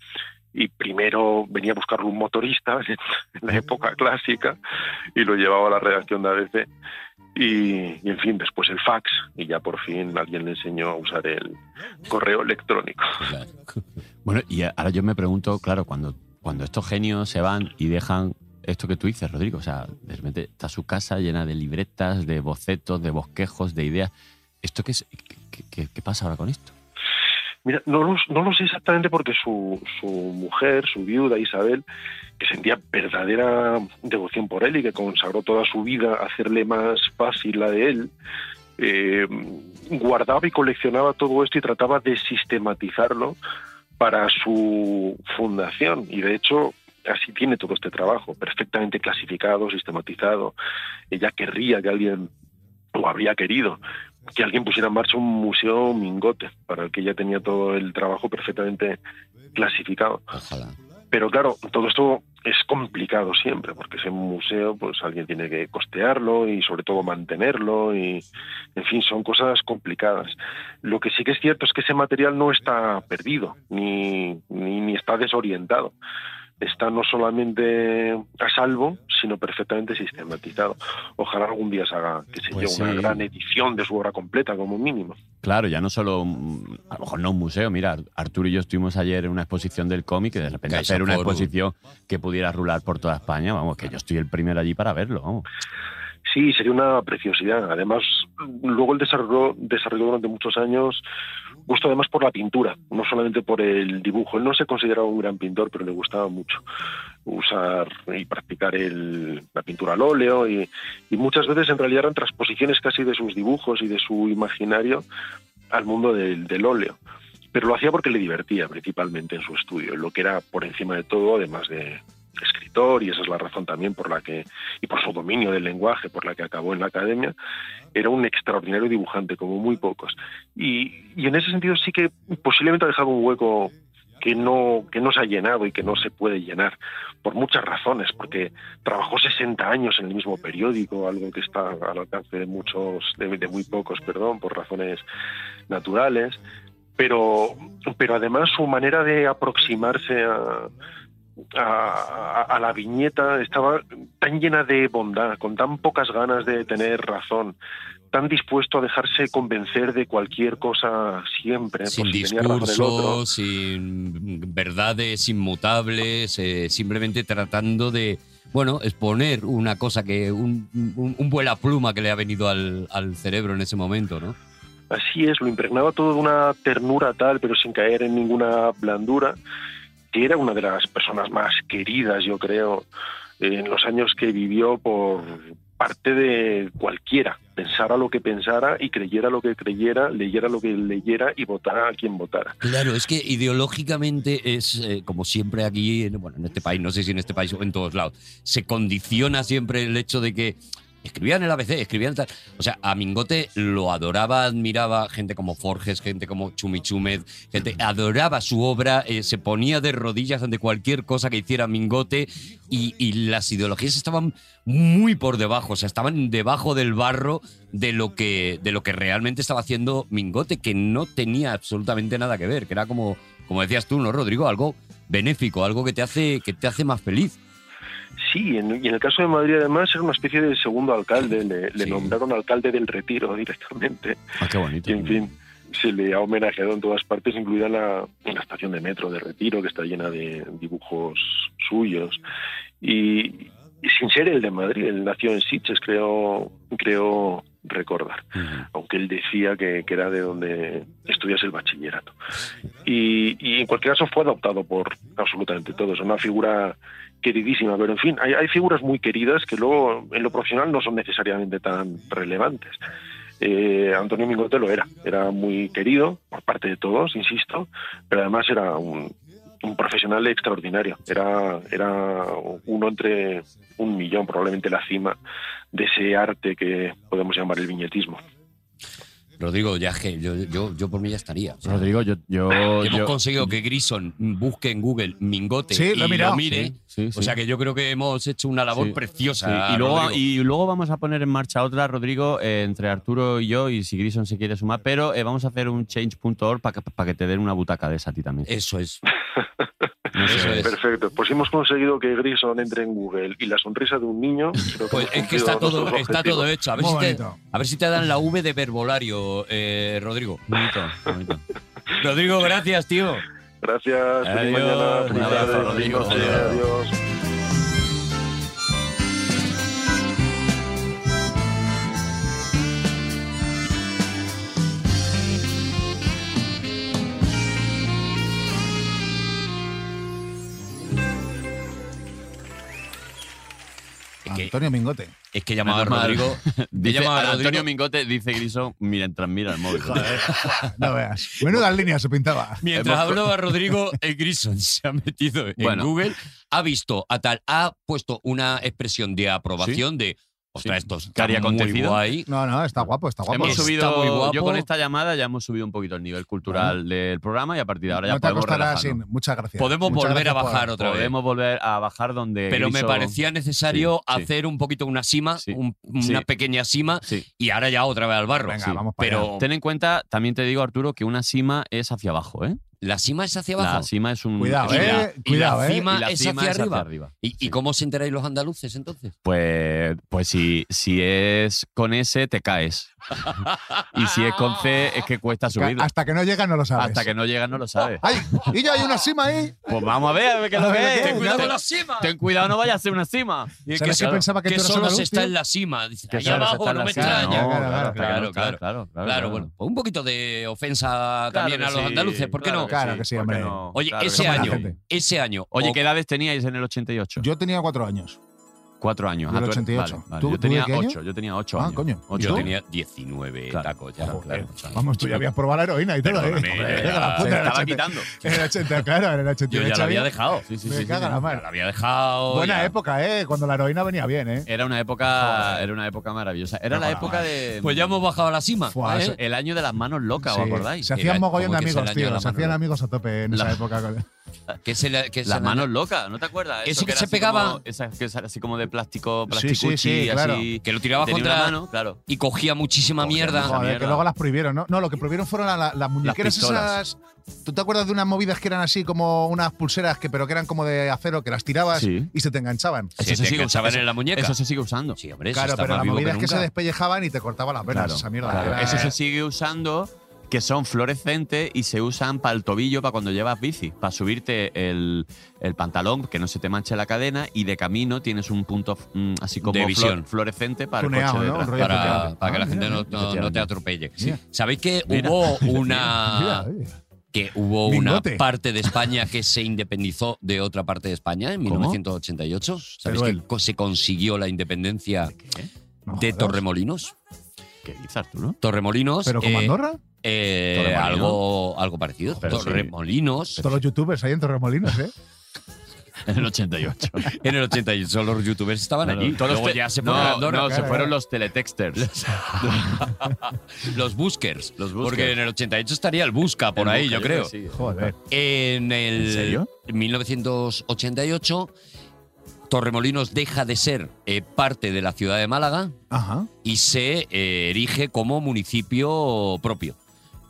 Speaker 6: Y primero venía a buscarlo un motorista en la época clásica y lo llevaba a la redacción de ABC y, y, en fin, después el fax y ya por fin alguien le enseñó a usar el correo electrónico.
Speaker 2: Bueno, y ahora yo me pregunto, claro, cuando, cuando estos genios se van y dejan esto que tú dices, Rodrigo, o sea, de repente está su casa llena de libretas, de bocetos, de bosquejos, de ideas. ¿Esto qué, es, qué, qué- qué pasa ahora con esto?
Speaker 6: Mira, no lo, no lo sé exactamente porque su, su mujer, su viuda Isabel, que sentía verdadera devoción por él y que consagró toda su vida a hacerle más fácil la de él, eh, guardaba y coleccionaba todo esto y trataba de sistematizarlo para su fundación. Y de hecho, así tiene todo este trabajo, perfectamente clasificado, sistematizado. Ella querría que alguien, o habría querido, que alguien pusiera en marcha un museo mingote, para el que ella tenía todo el trabajo perfectamente clasificado.
Speaker 3: Ojalá.
Speaker 6: Pero claro, todo esto es complicado siempre, porque ese museo, pues alguien tiene que costearlo y sobre todo mantenerlo y, en fin, son cosas complicadas. Lo que sí que es cierto es que ese material no está perdido ni, ni, ni está desorientado. Está no solamente a salvo, sino perfectamente sistematizado. Ojalá algún día se haga, que se
Speaker 2: Pues
Speaker 6: una
Speaker 2: sí.
Speaker 6: gran edición de su obra completa, como mínimo.
Speaker 2: Claro, ya no solo, mm, a lo mejor no un museo, mira, Arturo y yo estuvimos ayer en una exposición del cómic y de repente
Speaker 3: Caixa
Speaker 2: hacer una
Speaker 3: Forum.
Speaker 2: exposición que pudiera rular por toda España, vamos, que yo estoy el primero allí para verlo, vamos.
Speaker 6: Sí, sería una preciosidad. Además, luego él desarrolló, desarrolló durante muchos años gusto además por la pintura, no solamente por el dibujo. Él no se consideraba un gran pintor, pero le gustaba mucho usar y practicar el- la pintura al óleo y, y muchas veces en realidad eran transposiciones casi de sus dibujos y de su imaginario al mundo del, del óleo. Pero lo hacía porque le divertía principalmente en su estudio, lo que era por encima de todo, además de escritor, y esa es la razón también por la que y por su dominio del lenguaje, por la que acabó en la academia, era un extraordinario dibujante, como muy pocos. Y, y en ese sentido sí que posiblemente ha dejado un hueco que no, que no se ha llenado y que no se puede llenar, por muchas razones, porque trabajó 60 años en el mismo periódico, algo que está al alcance de muchos, de, de muy pocos, perdón, por razones naturales, pero, pero además su manera de aproximarse a, a, a- a la viñeta estaba tan llena de bondad, con tan pocas ganas de tener razón, tan dispuesto a dejarse convencer de cualquier cosa siempre, por
Speaker 3: Sin
Speaker 6: si tenía razón el otro.
Speaker 3: discursos, sin verdades inmutables, eh, simplemente tratando de, bueno, exponer una cosa que, un, un, un vuela pluma que le ha venido al, al cerebro en ese momento, ¿no?
Speaker 6: Así es, lo impregnaba todo de una ternura tal, pero sin caer en ninguna blandura, que era una de las personas más queridas, yo creo, en los años que vivió por parte de cualquiera. Pensara lo que pensara y creyera lo que creyera, leyera lo que leyera y votara a quien votara.
Speaker 3: Claro, es que ideológicamente es, eh, como siempre aquí, en- bueno, en este país, no sé si en este país o en todos lados, se condiciona siempre el hecho de que Escribía en el ABC, escribía en tal. O sea, a Mingote lo adoraba, admiraba gente como Forges, gente como Chumichúmez, gente adoraba su obra, eh, se ponía de rodillas ante cualquier cosa que hiciera Mingote y, y las ideologías estaban muy por debajo, o sea, estaban debajo del barro de lo que, de lo que realmente estaba haciendo Mingote, que no tenía absolutamente nada que ver, que era como, como decías tú, ¿no, Rodrigo? Algo benéfico, algo que te hace, que te hace más feliz.
Speaker 6: Sí, en- y en el caso de Madrid además era una especie de segundo alcalde, le, le
Speaker 3: Sí.
Speaker 6: nombraron alcalde del retiro directamente.
Speaker 2: Ah, qué bonito.
Speaker 6: Y en fin, se le ha homenajeado en todas partes, incluida la, en la estación de metro de Retiro, que está llena de dibujos suyos. Y, y sin ser el de Madrid, él nació en Sitges, creo, creo recordar, aunque él decía que, que era de donde estudias el bachillerato. Y, y en cualquier caso fue adoptado por absolutamente todos, una figura queridísima, pero en fin, hay, hay figuras muy queridas que luego en lo profesional no son necesariamente tan relevantes. Eh, Antonio Mingote lo era, era muy querido por parte de todos, insisto, pero además era un, un profesional extraordinario, era, era uno entre un millón, probablemente la cima de ese arte que podemos llamar el viñetismo.
Speaker 3: Rodrigo, ya es que yo, yo, yo por mí ya estaría. O sea,
Speaker 2: Rodrigo, yo. yo,
Speaker 3: hemos
Speaker 2: yo-
Speaker 3: conseguido que Grison busque en Google Mingote
Speaker 4: Sí,
Speaker 3: y
Speaker 4: lo
Speaker 3: lo,
Speaker 4: he mirado.
Speaker 3: mire.
Speaker 2: Sí, sí,
Speaker 3: ¿eh? O sea que yo creo que hemos hecho una labor
Speaker 2: Sí, sí.
Speaker 3: preciosa.
Speaker 2: y, luego,
Speaker 3: Rodrigo.
Speaker 2: y luego vamos a poner en marcha otra, Rodrigo, eh, entre Arturo y yo, y si Grison se quiere sumar, pero eh, vamos a hacer un change.org para que, pa' que te den una butaca de esa a ti también.
Speaker 3: Eso es.
Speaker 2: No sé.
Speaker 3: Eso es.
Speaker 6: Perfecto, pues hemos conseguido que Grison entre en Google y la sonrisa de un niño. creo
Speaker 3: Pues
Speaker 6: hemos
Speaker 3: es que
Speaker 6: cumplido
Speaker 3: está todo,
Speaker 6: nuestros
Speaker 3: está
Speaker 6: objetivos.
Speaker 3: todo ¿eh? hecho. A ver,
Speaker 4: Muy
Speaker 3: si te,
Speaker 4: bonito.
Speaker 3: a ver si te dan la V de verbolario, eh, Rodrigo.
Speaker 2: Bonito, bonito.
Speaker 3: Rodrigo, gracias, tío.
Speaker 6: Gracias, feliz
Speaker 2: Adiós,
Speaker 6: mañana,
Speaker 2: un
Speaker 6: feliz
Speaker 2: abrazo,
Speaker 6: tarde,
Speaker 2: Rodrigo.
Speaker 6: feliz noche,
Speaker 2: Adiós.
Speaker 6: adiós.
Speaker 3: Es que,
Speaker 4: Antonio Mingote.
Speaker 3: es que llamaba a
Speaker 2: Menos mal.
Speaker 3: Rodrigo.
Speaker 2: Dice-
Speaker 3: llama
Speaker 2: Antonio
Speaker 3: Rodrigo.
Speaker 2: Mingote dice Grison, mira, transmira el móvil.
Speaker 4: No veas. Menudas líneas se pintaba.
Speaker 3: Mientras
Speaker 2: Hemos-
Speaker 3: hablaba Rodrigo, el Grison se ha metido en
Speaker 2: Bueno.
Speaker 3: Google, ha visto a tal, ha puesto una expresión de aprobación de, ostras,
Speaker 2: Sí.
Speaker 3: esto está
Speaker 2: ¿Qué haría
Speaker 3: muy
Speaker 2: acontecido?
Speaker 3: guay.
Speaker 4: No, no, está guapo, está guapo.
Speaker 2: Hemos
Speaker 3: Está
Speaker 2: subido,
Speaker 3: muy guapo.
Speaker 2: yo con esta llamada ya hemos subido un poquito el nivel cultural del programa y a partir de ahora ya
Speaker 4: no te
Speaker 2: podemos
Speaker 4: acostarás
Speaker 2: relajarnos.
Speaker 4: sin. Muchas gracias.
Speaker 3: Podemos
Speaker 4: Muchas
Speaker 3: volver a
Speaker 4: gracias por-
Speaker 3: bajar otra vez.
Speaker 2: Podemos volver a bajar donde.
Speaker 3: Pero me
Speaker 2: Griso-
Speaker 3: parecía necesario
Speaker 2: Sí, sí.
Speaker 3: hacer un poquito una cima,
Speaker 2: Sí,
Speaker 3: un-
Speaker 2: sí.
Speaker 3: una pequeña cima,
Speaker 2: Sí.
Speaker 3: y ahora ya otra vez al barro.
Speaker 4: Venga,
Speaker 3: Sí.
Speaker 4: vamos para
Speaker 3: Pero
Speaker 2: Ten en cuenta, también te digo, Arturo, que una cima es hacia abajo, ¿eh?
Speaker 3: la cima es hacia
Speaker 2: La
Speaker 3: abajo.
Speaker 2: cima es un.
Speaker 4: Cuidado,
Speaker 2: es
Speaker 4: ¿eh?
Speaker 2: una-
Speaker 3: la- y
Speaker 4: Cuidado,
Speaker 3: la
Speaker 4: ¿eh?
Speaker 3: cima,
Speaker 2: y la
Speaker 3: es,
Speaker 2: cima
Speaker 3: hacia arriba.
Speaker 2: arriba.
Speaker 3: ¿Y, y cómo se enteráis los andaluces entonces?
Speaker 2: Pues, pues si, si es con S, te caes. y si es con C, es que cuesta
Speaker 4: Que
Speaker 2: subirla.
Speaker 4: Hasta que no llega no lo sabes.
Speaker 2: Hasta que no llegas, no lo sabes.
Speaker 4: ¡Ay! Y yo hay una cima ahí.
Speaker 2: Pues vamos a ver, a ver qué es lo
Speaker 4: A ver,
Speaker 2: que es.
Speaker 4: ¿qué? Ten cuidado
Speaker 2: Ten-
Speaker 3: cima!
Speaker 2: Ten cuidado, no vaya a ser una cima.
Speaker 3: Y es
Speaker 4: ¿Sabes qué
Speaker 3: solo-
Speaker 4: pensaba que tú eras
Speaker 3: solo
Speaker 4: andaluz,
Speaker 3: se está
Speaker 4: tío?
Speaker 3: en la cima. Dice,
Speaker 2: Que
Speaker 3: "Ahí
Speaker 2: solo se
Speaker 3: abajo,
Speaker 2: está en
Speaker 3: no
Speaker 2: la
Speaker 3: me
Speaker 2: cima".
Speaker 3: extraña.
Speaker 4: No,
Speaker 3: claro, claro,
Speaker 4: claro,
Speaker 3: claro,
Speaker 2: claro, claro, claro, claro.
Speaker 3: bueno. Un poquito de ofensa
Speaker 2: Claro
Speaker 3: también
Speaker 2: que
Speaker 3: a los
Speaker 2: sí,
Speaker 3: andaluces, ¿por qué no?
Speaker 4: Claro que sí,
Speaker 2: ¿por qué
Speaker 4: hombre.
Speaker 3: Oye,
Speaker 2: Claro que
Speaker 3: ese
Speaker 2: sí.
Speaker 4: somos
Speaker 3: año,
Speaker 4: la gente.
Speaker 3: ese año.
Speaker 2: Oye,
Speaker 3: o-
Speaker 2: ¿qué edades teníais en el 88?
Speaker 4: Yo tenía cuatro años.
Speaker 2: Cuatro años. Ah,
Speaker 4: Yo el
Speaker 2: tú eres-
Speaker 4: 88.
Speaker 2: vale, vale.
Speaker 4: ¿Tú-
Speaker 2: Yo
Speaker 4: tú de
Speaker 2: tenía
Speaker 4: qué año?
Speaker 2: ocho. Yo tenía ocho
Speaker 4: Ah,
Speaker 2: años.
Speaker 4: coño.
Speaker 2: Ocho
Speaker 3: yo
Speaker 4: ¿tú?
Speaker 3: tenía 19
Speaker 2: Claro.
Speaker 3: tacos ya.
Speaker 4: Joder,
Speaker 3: claro, mucho.
Speaker 4: Vamos, tú ya habías probado la heroína y todo, ¿eh?
Speaker 3: Perdóname,
Speaker 4: Joder,
Speaker 3: ya.
Speaker 4: venga, la
Speaker 2: Se
Speaker 4: puta, en el
Speaker 2: estaba
Speaker 4: 80,
Speaker 2: quitando.
Speaker 4: en el 80, claro, en el 80.
Speaker 3: Yo ya lo había dejado.
Speaker 2: Sí, sí,
Speaker 4: Me
Speaker 2: sí, sí,
Speaker 4: caga
Speaker 2: sí.
Speaker 4: la
Speaker 3: Ya
Speaker 4: mar.
Speaker 3: lo había dejado.
Speaker 4: Buena
Speaker 3: ya.
Speaker 4: época, ¿eh? Cuando la heroína venía bien, ¿eh?
Speaker 2: Era una época, era una época maravillosa. Era
Speaker 4: Qué
Speaker 2: la época de.
Speaker 3: Pues ya hemos bajado a la cima.
Speaker 4: Fua,
Speaker 3: ¿eh?
Speaker 4: eso-
Speaker 2: el año de las manos locas,
Speaker 4: Sí.
Speaker 2: ¿os acordáis?
Speaker 4: Se hacían
Speaker 3: Era
Speaker 4: mogollón de
Speaker 3: como que es el
Speaker 4: amigos,
Speaker 3: año de
Speaker 4: tío.
Speaker 3: la
Speaker 4: Se
Speaker 3: mano
Speaker 4: hacían
Speaker 3: loca.
Speaker 4: amigos a tope en esa
Speaker 2: La-
Speaker 4: época.
Speaker 3: Que se la- que se
Speaker 2: Las
Speaker 3: la-
Speaker 2: manos locas, ¿no te acuerdas?
Speaker 3: Eso que
Speaker 2: era
Speaker 3: se
Speaker 2: así
Speaker 3: pegaba.
Speaker 2: como- esa que es así como de plástico,
Speaker 4: Sí, sí,
Speaker 2: plasticuchi,
Speaker 4: sí, claro.
Speaker 2: así.
Speaker 3: Que lo tiraba
Speaker 2: Tenía
Speaker 3: contra-
Speaker 2: una mano, claro.
Speaker 3: Y cogía muchísima
Speaker 2: Cogía
Speaker 3: mierda.
Speaker 2: mucha
Speaker 4: Joder, que
Speaker 2: mierda.
Speaker 4: luego las prohibieron, ¿no? No, lo que prohibieron fueron la- la- las muñequeras
Speaker 2: pistolas.
Speaker 4: esas. ¿Tú te acuerdas de unas movidas que eran así como unas pulseras que pero que eran como de acero que las tirabas
Speaker 2: Sí.
Speaker 4: y se te enganchaban?
Speaker 3: Sí,
Speaker 2: Eso
Speaker 3: te
Speaker 2: se sigue
Speaker 3: enganchaban
Speaker 2: usando.
Speaker 3: en la muñeca.
Speaker 2: Eso se sigue usando.
Speaker 3: Sí, hombre, eso
Speaker 4: claro,
Speaker 3: está
Speaker 4: pero
Speaker 3: más
Speaker 4: la
Speaker 3: vivo
Speaker 4: movida
Speaker 3: que
Speaker 4: es que se
Speaker 3: nunca.
Speaker 4: despellejaban y te cortaban las venas.
Speaker 2: Claro,
Speaker 4: esa mierda.
Speaker 2: claro.
Speaker 4: Era- eh,
Speaker 2: Eso se sigue usando, que son fluorescentes y se usan para el tobillo, para cuando llevas bici, para subirte el, el pantalón, que no se te manche la cadena, y de camino tienes un punto mm, así como
Speaker 3: De
Speaker 2: flo-
Speaker 3: visión.
Speaker 2: fluorescente para
Speaker 4: Tuneado,
Speaker 2: el coche
Speaker 4: ¿no?
Speaker 2: detrás.
Speaker 4: Un rollo
Speaker 3: para,
Speaker 4: Efectivamente.
Speaker 3: para que la
Speaker 4: Ah,
Speaker 3: gente no,
Speaker 4: mira,
Speaker 3: no- no te atropelle.
Speaker 4: Mira.
Speaker 3: ¿Sabéis que
Speaker 2: Mira.
Speaker 3: hubo
Speaker 4: Mira,
Speaker 3: una
Speaker 4: oye.
Speaker 3: que hubo una
Speaker 4: Lingote.
Speaker 3: parte de España que se independizó de otra parte de España en
Speaker 2: ¿Cómo?
Speaker 3: 1988? ¿Sabéis
Speaker 4: Teruel.
Speaker 3: que co- se consiguió la independencia
Speaker 4: No
Speaker 3: de
Speaker 4: jodas.
Speaker 3: Torremolinos?
Speaker 2: ¿Qué dices, Arturo?
Speaker 3: Torremolinos.
Speaker 4: ¿Pero como
Speaker 3: eh,
Speaker 4: Andorra?
Speaker 3: eh,
Speaker 2: ¿Torremolinos?
Speaker 3: algo, algo parecido.
Speaker 2: Pero sí.
Speaker 3: Torremolinos.
Speaker 4: Todos los youtubers ahí en Torremolinos, ¿eh?
Speaker 2: en el 88.
Speaker 3: En el 88 los youtubers estaban
Speaker 2: No, no,
Speaker 3: allí.
Speaker 2: todos
Speaker 3: Luego
Speaker 2: te-
Speaker 3: ya se
Speaker 2: no,
Speaker 3: fueron a Andorra.
Speaker 2: no, se
Speaker 4: claro.
Speaker 2: fueron los teletexters.
Speaker 3: Los buskers.
Speaker 2: Los buskers.
Speaker 3: Porque en el 88 estaría el busca por
Speaker 2: El
Speaker 3: ahí,
Speaker 2: Busca,
Speaker 3: yo creo.
Speaker 2: que sí.
Speaker 4: Joder.
Speaker 3: En el
Speaker 2: ¿En serio?
Speaker 3: 1988, Torremolinos deja de ser eh, parte de la ciudad de Málaga
Speaker 4: Ajá.
Speaker 3: y se eh, erige como municipio propio.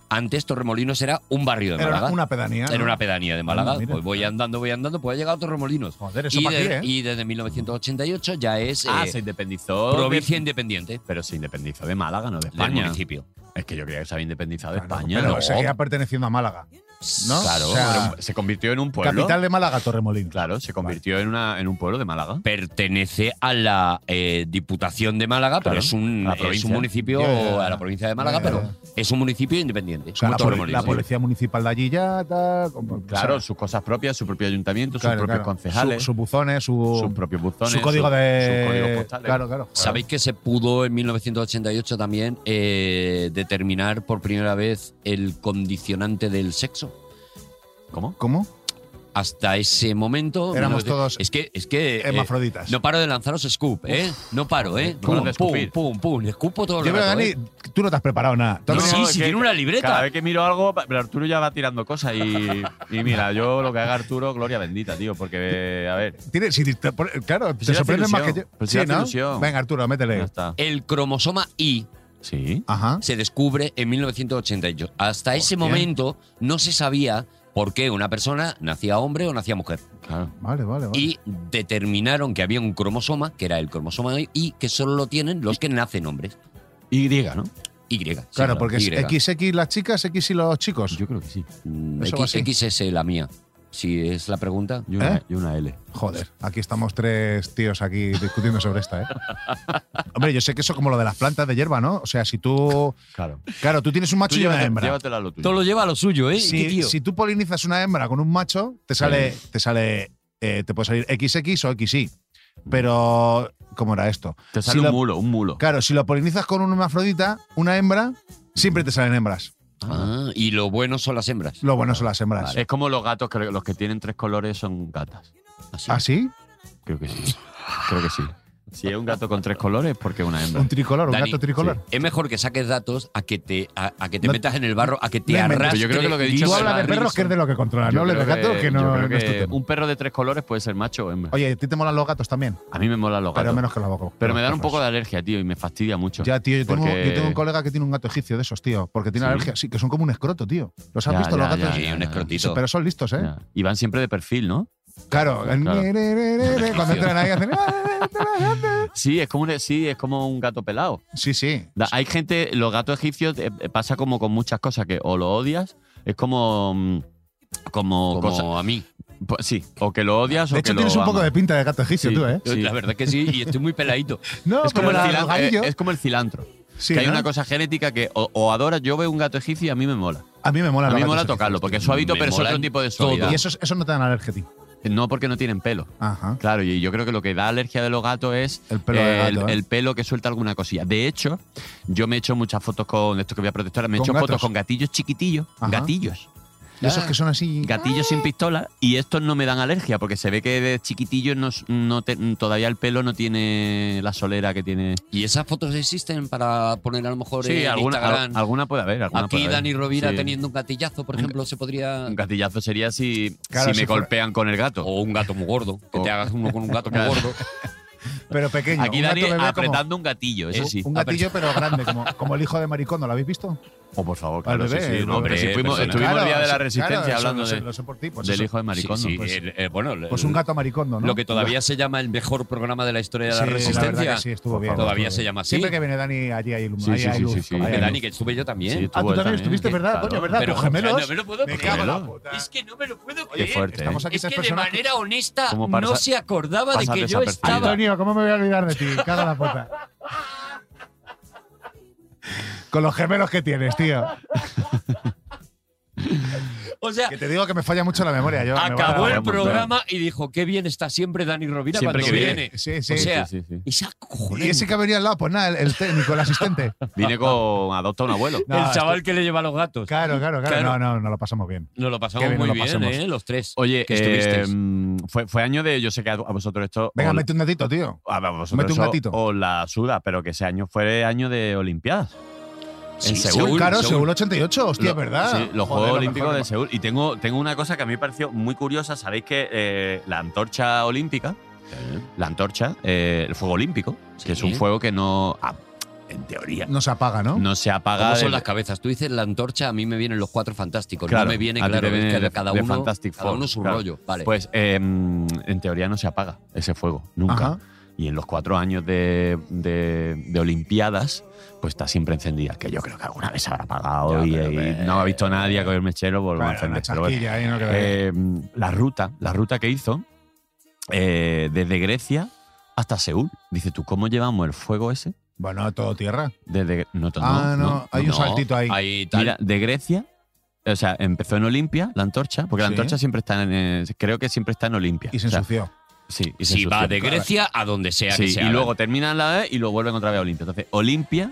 Speaker 3: Antes Torremolinos era un barrio de
Speaker 4: Era
Speaker 3: Málaga.
Speaker 4: una, una pedanía.
Speaker 3: Era
Speaker 4: ¿no?
Speaker 3: una pedanía de Málaga.
Speaker 4: Ah, mira.
Speaker 3: pues voy andando, voy andando, pues ha llegado Torremolinos.
Speaker 4: Joder, eso
Speaker 3: Y,
Speaker 4: para
Speaker 3: de-
Speaker 4: aquí, ¿eh?
Speaker 3: y desde 1988 ya es
Speaker 2: Ah,
Speaker 3: eh,
Speaker 2: se independizó.
Speaker 3: provincia independiente
Speaker 2: Pero se independizó de Málaga, no de
Speaker 3: del
Speaker 2: España.
Speaker 3: municipio.
Speaker 2: Es que yo creía que se había independizado de
Speaker 4: Claro,
Speaker 2: España.
Speaker 4: Pero
Speaker 2: no.
Speaker 4: seguía perteneciendo a Málaga. ¿no?
Speaker 2: Claro,
Speaker 4: O sea,
Speaker 2: era un- se convirtió en un pueblo.
Speaker 4: Capital de Málaga, Torremolinos.
Speaker 2: Claro, se convirtió en, una, en un pueblo de Málaga.
Speaker 3: Pertenece a la eh, Diputación de Málaga,
Speaker 2: Claro,
Speaker 3: pero es un,
Speaker 2: a la
Speaker 3: es
Speaker 2: provincia.
Speaker 3: un municipio,
Speaker 4: Ya, ya, ya.
Speaker 3: a la provincia de Málaga,
Speaker 4: Ya, ya,
Speaker 3: pero es un municipio independiente.
Speaker 4: O sea,
Speaker 3: como
Speaker 4: la, poli-
Speaker 3: Torremolinos.
Speaker 4: la policía municipal de allí ya tal, como-
Speaker 2: Claro,
Speaker 4: o sea,
Speaker 2: sus cosas propias, su propio ayuntamiento, sus
Speaker 4: claro,
Speaker 2: propios
Speaker 4: claro.
Speaker 2: concejales,
Speaker 4: Su- sus buzones, su,
Speaker 2: sus propios buzones,
Speaker 4: su código
Speaker 2: su-
Speaker 4: de.
Speaker 2: sus códigos postales.
Speaker 4: Claro, claro.
Speaker 3: Sabéis que se pudo en 1988 también eh, determinar por primera vez el condicionante del sexo.
Speaker 2: ¿Cómo?
Speaker 4: ¿Cómo?
Speaker 3: Hasta ese momento.
Speaker 4: Éramos
Speaker 3: 19-
Speaker 4: todos
Speaker 3: Es que. Es que eh,
Speaker 4: Hermafroditas.
Speaker 3: no paro de lanzaros scoop, ¿eh? No paro, ¿eh?
Speaker 2: no
Speaker 3: Pum,
Speaker 2: paro de
Speaker 3: pum,
Speaker 2: escupir.
Speaker 3: pum, pum. Escupo todo
Speaker 4: Yo
Speaker 3: lo
Speaker 4: creo,
Speaker 3: rato,
Speaker 4: Dani,
Speaker 3: ¿eh?
Speaker 4: tú no te has preparado nada. Tú has
Speaker 3: No,
Speaker 4: venido-
Speaker 3: sí, sí,
Speaker 2: que-
Speaker 3: tiene una
Speaker 2: Cada
Speaker 3: libreta.
Speaker 2: vez que miro algo, pero Arturo ya va tirando cosas y, y mira, yo lo que haga Arturo, gloria bendita, tío, porque, a ver,
Speaker 4: tiene- si te- por- claro,
Speaker 2: si
Speaker 4: te
Speaker 2: hace
Speaker 4: sorprende más que
Speaker 2: ilusión.
Speaker 4: yo.
Speaker 2: Pero si hace ilusión.
Speaker 4: Venga, Arturo,
Speaker 2: ya
Speaker 4: métele.
Speaker 2: está.
Speaker 3: El cromosoma I
Speaker 2: Sí.
Speaker 4: Ajá.
Speaker 3: se descubre en 1988. Hasta ese
Speaker 4: Hostia.
Speaker 3: momento no se sabía por qué una persona nacía hombre o nacía mujer.
Speaker 2: Claro.
Speaker 4: Vale, vale, vale.
Speaker 3: Y determinaron que había un cromosoma, que era el cromosoma Y, que solo lo tienen los que nacen hombres.
Speaker 2: Y, ¿no?
Speaker 3: Y. sí,
Speaker 4: claro, porque es
Speaker 3: Y.
Speaker 4: XX las chicas, X y los chicos.
Speaker 2: Yo creo que sí.
Speaker 3: Mm,
Speaker 4: eso va
Speaker 3: X,
Speaker 4: así.
Speaker 3: XS la mía. Si es la pregunta.
Speaker 2: Y una,
Speaker 4: ¿Eh?
Speaker 2: y una L.
Speaker 4: Joder, aquí estamos tres tíos aquí discutiendo sobre esta, ¿eh? Hombre, yo sé que eso es como lo de las plantas de hierba, ¿no? O sea, si tú.
Speaker 2: Claro.
Speaker 4: Claro, tú tienes un macho
Speaker 2: Tú
Speaker 4: y una
Speaker 2: llévate-
Speaker 4: hembra.
Speaker 2: llévatela a lo tuyo.
Speaker 3: Todo lo lleva a lo suyo, ¿eh? ¿Qué
Speaker 4: Si,
Speaker 3: tío?
Speaker 4: si tú polinizas una hembra con un macho, te sale. Te sale. eh, te puede salir XX o XY.
Speaker 2: Mm.
Speaker 4: Pero. ¿Cómo era esto?
Speaker 2: Te
Speaker 4: Si
Speaker 2: sale
Speaker 4: lo-
Speaker 2: un mulo, un mulo.
Speaker 4: Claro, si lo polinizas con una hermafrodita, una hembra, siempre te salen hembras.
Speaker 3: Ah, y lo bueno son las hembras.
Speaker 4: Lo bueno son las hembras.
Speaker 2: Es como los gatos, que los que tienen tres colores son gatas.
Speaker 3: Así.
Speaker 4: ¿Ah, sí?
Speaker 2: Creo que sí. Creo que sí. Si es un gato con tres colores, porque es una hembra.
Speaker 4: Un tricolor, un
Speaker 3: Dani,
Speaker 4: gato tricolor.
Speaker 3: Es mejor que saques datos a que te, a, a que te
Speaker 4: No-
Speaker 3: metas en el barro, a que te
Speaker 4: No inventes.
Speaker 3: arrastres.
Speaker 2: Pero yo creo que lo que he dicho
Speaker 4: Tú
Speaker 2: Sí,
Speaker 4: hablas de
Speaker 2: Barry
Speaker 4: perros, que es de lo que controlas,
Speaker 2: Yo
Speaker 4: Ah, no hables de
Speaker 2: creo
Speaker 4: gatos, que,
Speaker 2: yo
Speaker 4: no,
Speaker 2: creo
Speaker 4: no es tu
Speaker 2: que
Speaker 4: tema.
Speaker 2: Un perro de tres colores puede ser macho o hembra.
Speaker 4: Oye, ¿a ti te molan los gatos también?
Speaker 2: a mí me molan los
Speaker 4: Pero
Speaker 2: gatos.
Speaker 4: menos que los gatos.
Speaker 2: pero me dan un poco de alergia, tío, y me fastidia mucho.
Speaker 4: Ya, tío, yo tengo,
Speaker 2: Porque-
Speaker 4: yo tengo un colega que tiene un gato egipcio de esos, tío, porque tiene
Speaker 2: ¿Sí?
Speaker 4: alergia. Sí, que son como un escroto, tío. ¿Los has
Speaker 2: Ya,
Speaker 4: visto
Speaker 2: ya,
Speaker 4: los gatos?
Speaker 2: ya, ya,
Speaker 3: Sí, un
Speaker 2: ya.
Speaker 3: escrotito.
Speaker 4: Pero son listos, ¿eh?
Speaker 2: Ya. Y van siempre de perfil, ¿no?
Speaker 4: Claro. el
Speaker 2: Claro.
Speaker 4: re, re, re, re, Cuando entran ahí hacen… "Ah,
Speaker 2: Sí, es como un, e- sí, es como un gato pelado.
Speaker 4: Sí, sí.
Speaker 2: Da- Hay gente, los gatos egipcios eh, pasa como con muchas cosas que o lo odias, es como mm, como,
Speaker 3: Como
Speaker 2: cosa-
Speaker 3: a mí.
Speaker 2: pues sí, o que lo odias o
Speaker 4: De
Speaker 2: que
Speaker 4: hecho,
Speaker 2: lo
Speaker 4: tienes un poco
Speaker 2: amas.
Speaker 4: de pinta de gato egipcio,
Speaker 2: Sí.
Speaker 4: tú, ¿eh?
Speaker 2: Sí.
Speaker 3: La verdad que sí, y estoy muy peladito.
Speaker 4: No,
Speaker 2: es como, el
Speaker 4: pero la- los
Speaker 2: cilantro, eh,
Speaker 4: gatillos…
Speaker 2: es como el cilantro.
Speaker 4: sí,
Speaker 2: que hay
Speaker 4: ¿no?
Speaker 2: una cosa genética que o, o adoras. Yo veo un gato egipcio y a mí me mola.
Speaker 4: A mí me mola
Speaker 2: a mí me mola tocarlo porque es suavito,
Speaker 3: Me
Speaker 2: pero es otro
Speaker 3: molan
Speaker 2: tipo de
Speaker 3: todo.
Speaker 2: suavidad.
Speaker 4: Y esos, esos no te dan alergia a ti.
Speaker 2: No porque no tienen pelo.
Speaker 4: Ajá.
Speaker 2: Claro, y yo creo que lo que da alergia de los gatos es
Speaker 4: El pelo de
Speaker 2: el,
Speaker 4: gato, ¿eh?
Speaker 2: el pelo que suelta alguna cosilla. De hecho, yo me he hecho muchas fotos con esto que voy a protestar, me he
Speaker 4: ¿Con
Speaker 2: hecho fotos
Speaker 4: gatos?
Speaker 2: con gatillos chiquitillos,
Speaker 4: Ajá.
Speaker 2: gatillos,
Speaker 4: Y esos que son así.
Speaker 2: gatillos sin pistola, y estos no me dan alergia porque se ve que de chiquitillos no, s- no te- todavía el pelo no tiene la solera que tiene.
Speaker 3: ¿Y esas fotos existen para poner a lo mejor
Speaker 2: Sí,
Speaker 3: en
Speaker 2: alguna,
Speaker 3: Instagram?
Speaker 2: al- alguna puede haber. alguna puede
Speaker 3: Aquí
Speaker 2: haber.
Speaker 3: Dani Rovira
Speaker 2: Sí.
Speaker 3: teniendo un gatillazo, por ejemplo, se podría.
Speaker 2: Un gatillazo sería si,
Speaker 4: Claro,
Speaker 2: si
Speaker 4: si
Speaker 2: me
Speaker 4: fuera-
Speaker 2: golpean con el gato.
Speaker 3: O un gato muy gordo. Que
Speaker 2: O-
Speaker 3: te hagas uno con un gato muy gordo.
Speaker 4: Pero pequeño.
Speaker 2: Aquí
Speaker 4: un gato
Speaker 2: Dani
Speaker 4: bebé como-
Speaker 2: apretando un gatillo, eso
Speaker 4: un-
Speaker 2: sí. Ah,
Speaker 4: Un gatillo, Ah, pero grande, como, como el hijo de Maricondo, ¿lo habéis visto?
Speaker 2: Oh, por favor,
Speaker 4: Al
Speaker 2: claro, sí,
Speaker 4: bebé,
Speaker 2: sí, no,
Speaker 4: el
Speaker 2: hombre,
Speaker 3: bebé,
Speaker 2: si fuimos-
Speaker 3: persona.
Speaker 2: estuvimos el día
Speaker 4: Claro,
Speaker 2: de la
Speaker 4: eso-
Speaker 2: resistencia
Speaker 4: claro, eso
Speaker 2: hablando
Speaker 4: lo sé-
Speaker 2: de-
Speaker 4: lo sé por ti, pues
Speaker 2: del
Speaker 4: eso.
Speaker 2: hijo de maricón.
Speaker 3: Sí, sí,
Speaker 2: pues,
Speaker 3: el- eh, bueno, el-
Speaker 4: Pues un gato maricondo, ¿no?
Speaker 3: Lo que todavía se llama el mejor programa de la historia de la
Speaker 4: Sí, verdad
Speaker 3: resistencia.
Speaker 4: que sí, estuvo
Speaker 2: Por
Speaker 4: bien.
Speaker 2: favor.
Speaker 3: Todavía
Speaker 4: estuvo
Speaker 3: se
Speaker 4: bien.
Speaker 3: llama así.
Speaker 4: Siempre que viene Dani allí hay luz.
Speaker 2: Sí,
Speaker 4: ahí
Speaker 2: sí,
Speaker 4: hay
Speaker 2: sí,
Speaker 4: luz,
Speaker 2: sí, sí.
Speaker 4: ahí hay
Speaker 3: Que
Speaker 4: luz.
Speaker 3: Dani, que estuve yo también.
Speaker 2: Sí,
Speaker 4: Ah, tú
Speaker 2: Estuvo
Speaker 4: también
Speaker 2: también,
Speaker 4: estuviste,
Speaker 2: que-
Speaker 4: ¿verdad?
Speaker 2: claro.
Speaker 4: Coño, ¿verdad?
Speaker 3: Pero,
Speaker 4: Tus
Speaker 3: o
Speaker 4: gemelos.
Speaker 3: sea, no me lo puedo
Speaker 4: Me
Speaker 3: creer.
Speaker 4: cago en la puta.
Speaker 3: Es que no me lo puedo
Speaker 2: Qué
Speaker 3: creer.
Speaker 2: fuerte.
Speaker 4: estamos
Speaker 2: ¿eh?
Speaker 4: aquí
Speaker 3: Es
Speaker 4: tres
Speaker 3: que de
Speaker 4: personas.
Speaker 3: manera honesta
Speaker 2: ¿Cómo
Speaker 3: no
Speaker 2: pasa-
Speaker 3: se acordaba de
Speaker 2: pasa
Speaker 3: que yo
Speaker 2: desapercibido?
Speaker 3: estaba.
Speaker 4: Antonio, ¿cómo me voy a olvidar de ti? Cago en la puta. Con los gemelos que tienes, tío.
Speaker 3: O o sea,
Speaker 4: Que te digo que me falla mucho la memoria. Yo me voy a
Speaker 3: acabó
Speaker 4: dar
Speaker 3: el
Speaker 4: un montón.
Speaker 3: programa y dijo, qué bien está siempre Dani Rovira
Speaker 2: Siempre
Speaker 3: cuando
Speaker 2: que
Speaker 3: viene.
Speaker 4: Sí, sí.
Speaker 3: O sea,
Speaker 2: Sí, sí, sí.
Speaker 3: esa cojones.
Speaker 4: y ese que venía al lado, pues nada, el, el técnico, el asistente.
Speaker 2: Vine con Adopta un abuelo.
Speaker 4: No,
Speaker 3: el chaval que le lleva a los gatos.
Speaker 4: Claro, claro, claro.
Speaker 3: Claro.
Speaker 4: No, no, no lo pasamos bien.
Speaker 3: Nos lo pasamos
Speaker 4: Qué bien,
Speaker 3: muy
Speaker 4: nos lo
Speaker 3: bien,
Speaker 4: pasamos.
Speaker 3: ¿eh? Los tres.
Speaker 2: Oye,
Speaker 3: que estuvisteis.
Speaker 2: em, fue, fue año de. Yo sé que a a vosotros esto.
Speaker 4: Venga,
Speaker 2: os-
Speaker 4: mete un datito, tío.
Speaker 2: a vosotros
Speaker 4: mete un
Speaker 2: eso
Speaker 4: gatito.
Speaker 2: os la suda, pero que ese año fue año de Olimpiadas.
Speaker 3: Sí,
Speaker 2: en Seúl,
Speaker 3: Seúl,
Speaker 4: claro,
Speaker 3: Seúl.
Speaker 4: Seúl 88, hostia,
Speaker 2: Lo-
Speaker 4: ¿verdad?
Speaker 2: Sí, los
Speaker 4: Joder,
Speaker 2: Juegos
Speaker 4: lo
Speaker 2: Olímpicos
Speaker 4: mejor
Speaker 2: de Seúl. Y tengo, tengo una cosa que a mí me pareció muy curiosa. Sabéis que eh, la antorcha olímpica, la antorcha, eh, el fuego olímpico, que es un
Speaker 3: Sí.
Speaker 2: fuego que no, ah, en teoría, no,
Speaker 4: No se apaga, ¿no?
Speaker 2: se apaga.
Speaker 3: ¿Cómo son
Speaker 2: de-
Speaker 3: las cabezas? Tú dices la antorcha, a mí me vienen los cuatro fantásticos.
Speaker 2: Claro,
Speaker 3: no me viene,
Speaker 2: a ti
Speaker 3: claro,
Speaker 2: te viene
Speaker 3: es que
Speaker 2: de-
Speaker 3: cada,
Speaker 2: de
Speaker 3: uno,
Speaker 2: Fantastic
Speaker 3: cada
Speaker 2: Four,
Speaker 3: uno su
Speaker 2: claro.
Speaker 3: rollo. Vale.
Speaker 2: Pues eh, en teoría no se apaga ese fuego, nunca.
Speaker 4: Ajá.
Speaker 2: Y en los cuatro años de, de- de Olimpiadas, pues está siempre encendida. Que yo creo que alguna vez se habrá apagado
Speaker 3: Ya,
Speaker 2: y,
Speaker 3: pero
Speaker 2: y
Speaker 3: ve-
Speaker 2: no ha visto nadie con el mechero volver a
Speaker 4: Claro,
Speaker 2: encender.
Speaker 4: una
Speaker 2: Pero bueno.
Speaker 4: chasquilla ahí, ¿no? Que la-
Speaker 2: Eh, la ruta, la ruta que hizo eh, desde Grecia hasta Seúl. Dice, ¿tú cómo llevamos el fuego ese?
Speaker 4: bueno, todo tierra.
Speaker 2: Desde no, no,
Speaker 4: Ah, no, hay un
Speaker 2: no.
Speaker 4: saltito ahí.
Speaker 3: Ahí tal.
Speaker 2: Mira, de Grecia, o sea, empezó en Olimpia la antorcha, porque la
Speaker 4: Sí.
Speaker 2: antorcha siempre está en, eh, creo que siempre está en Olimpia.
Speaker 4: Y se
Speaker 2: O sea,
Speaker 4: ensució.
Speaker 2: sí, y se
Speaker 3: si va
Speaker 2: ensució.
Speaker 3: de Grecia a donde sea
Speaker 2: Sí,
Speaker 3: que sea.
Speaker 2: y luego terminan la vez y lo vuelven otra vez a Olimpia. Entonces, Olimpia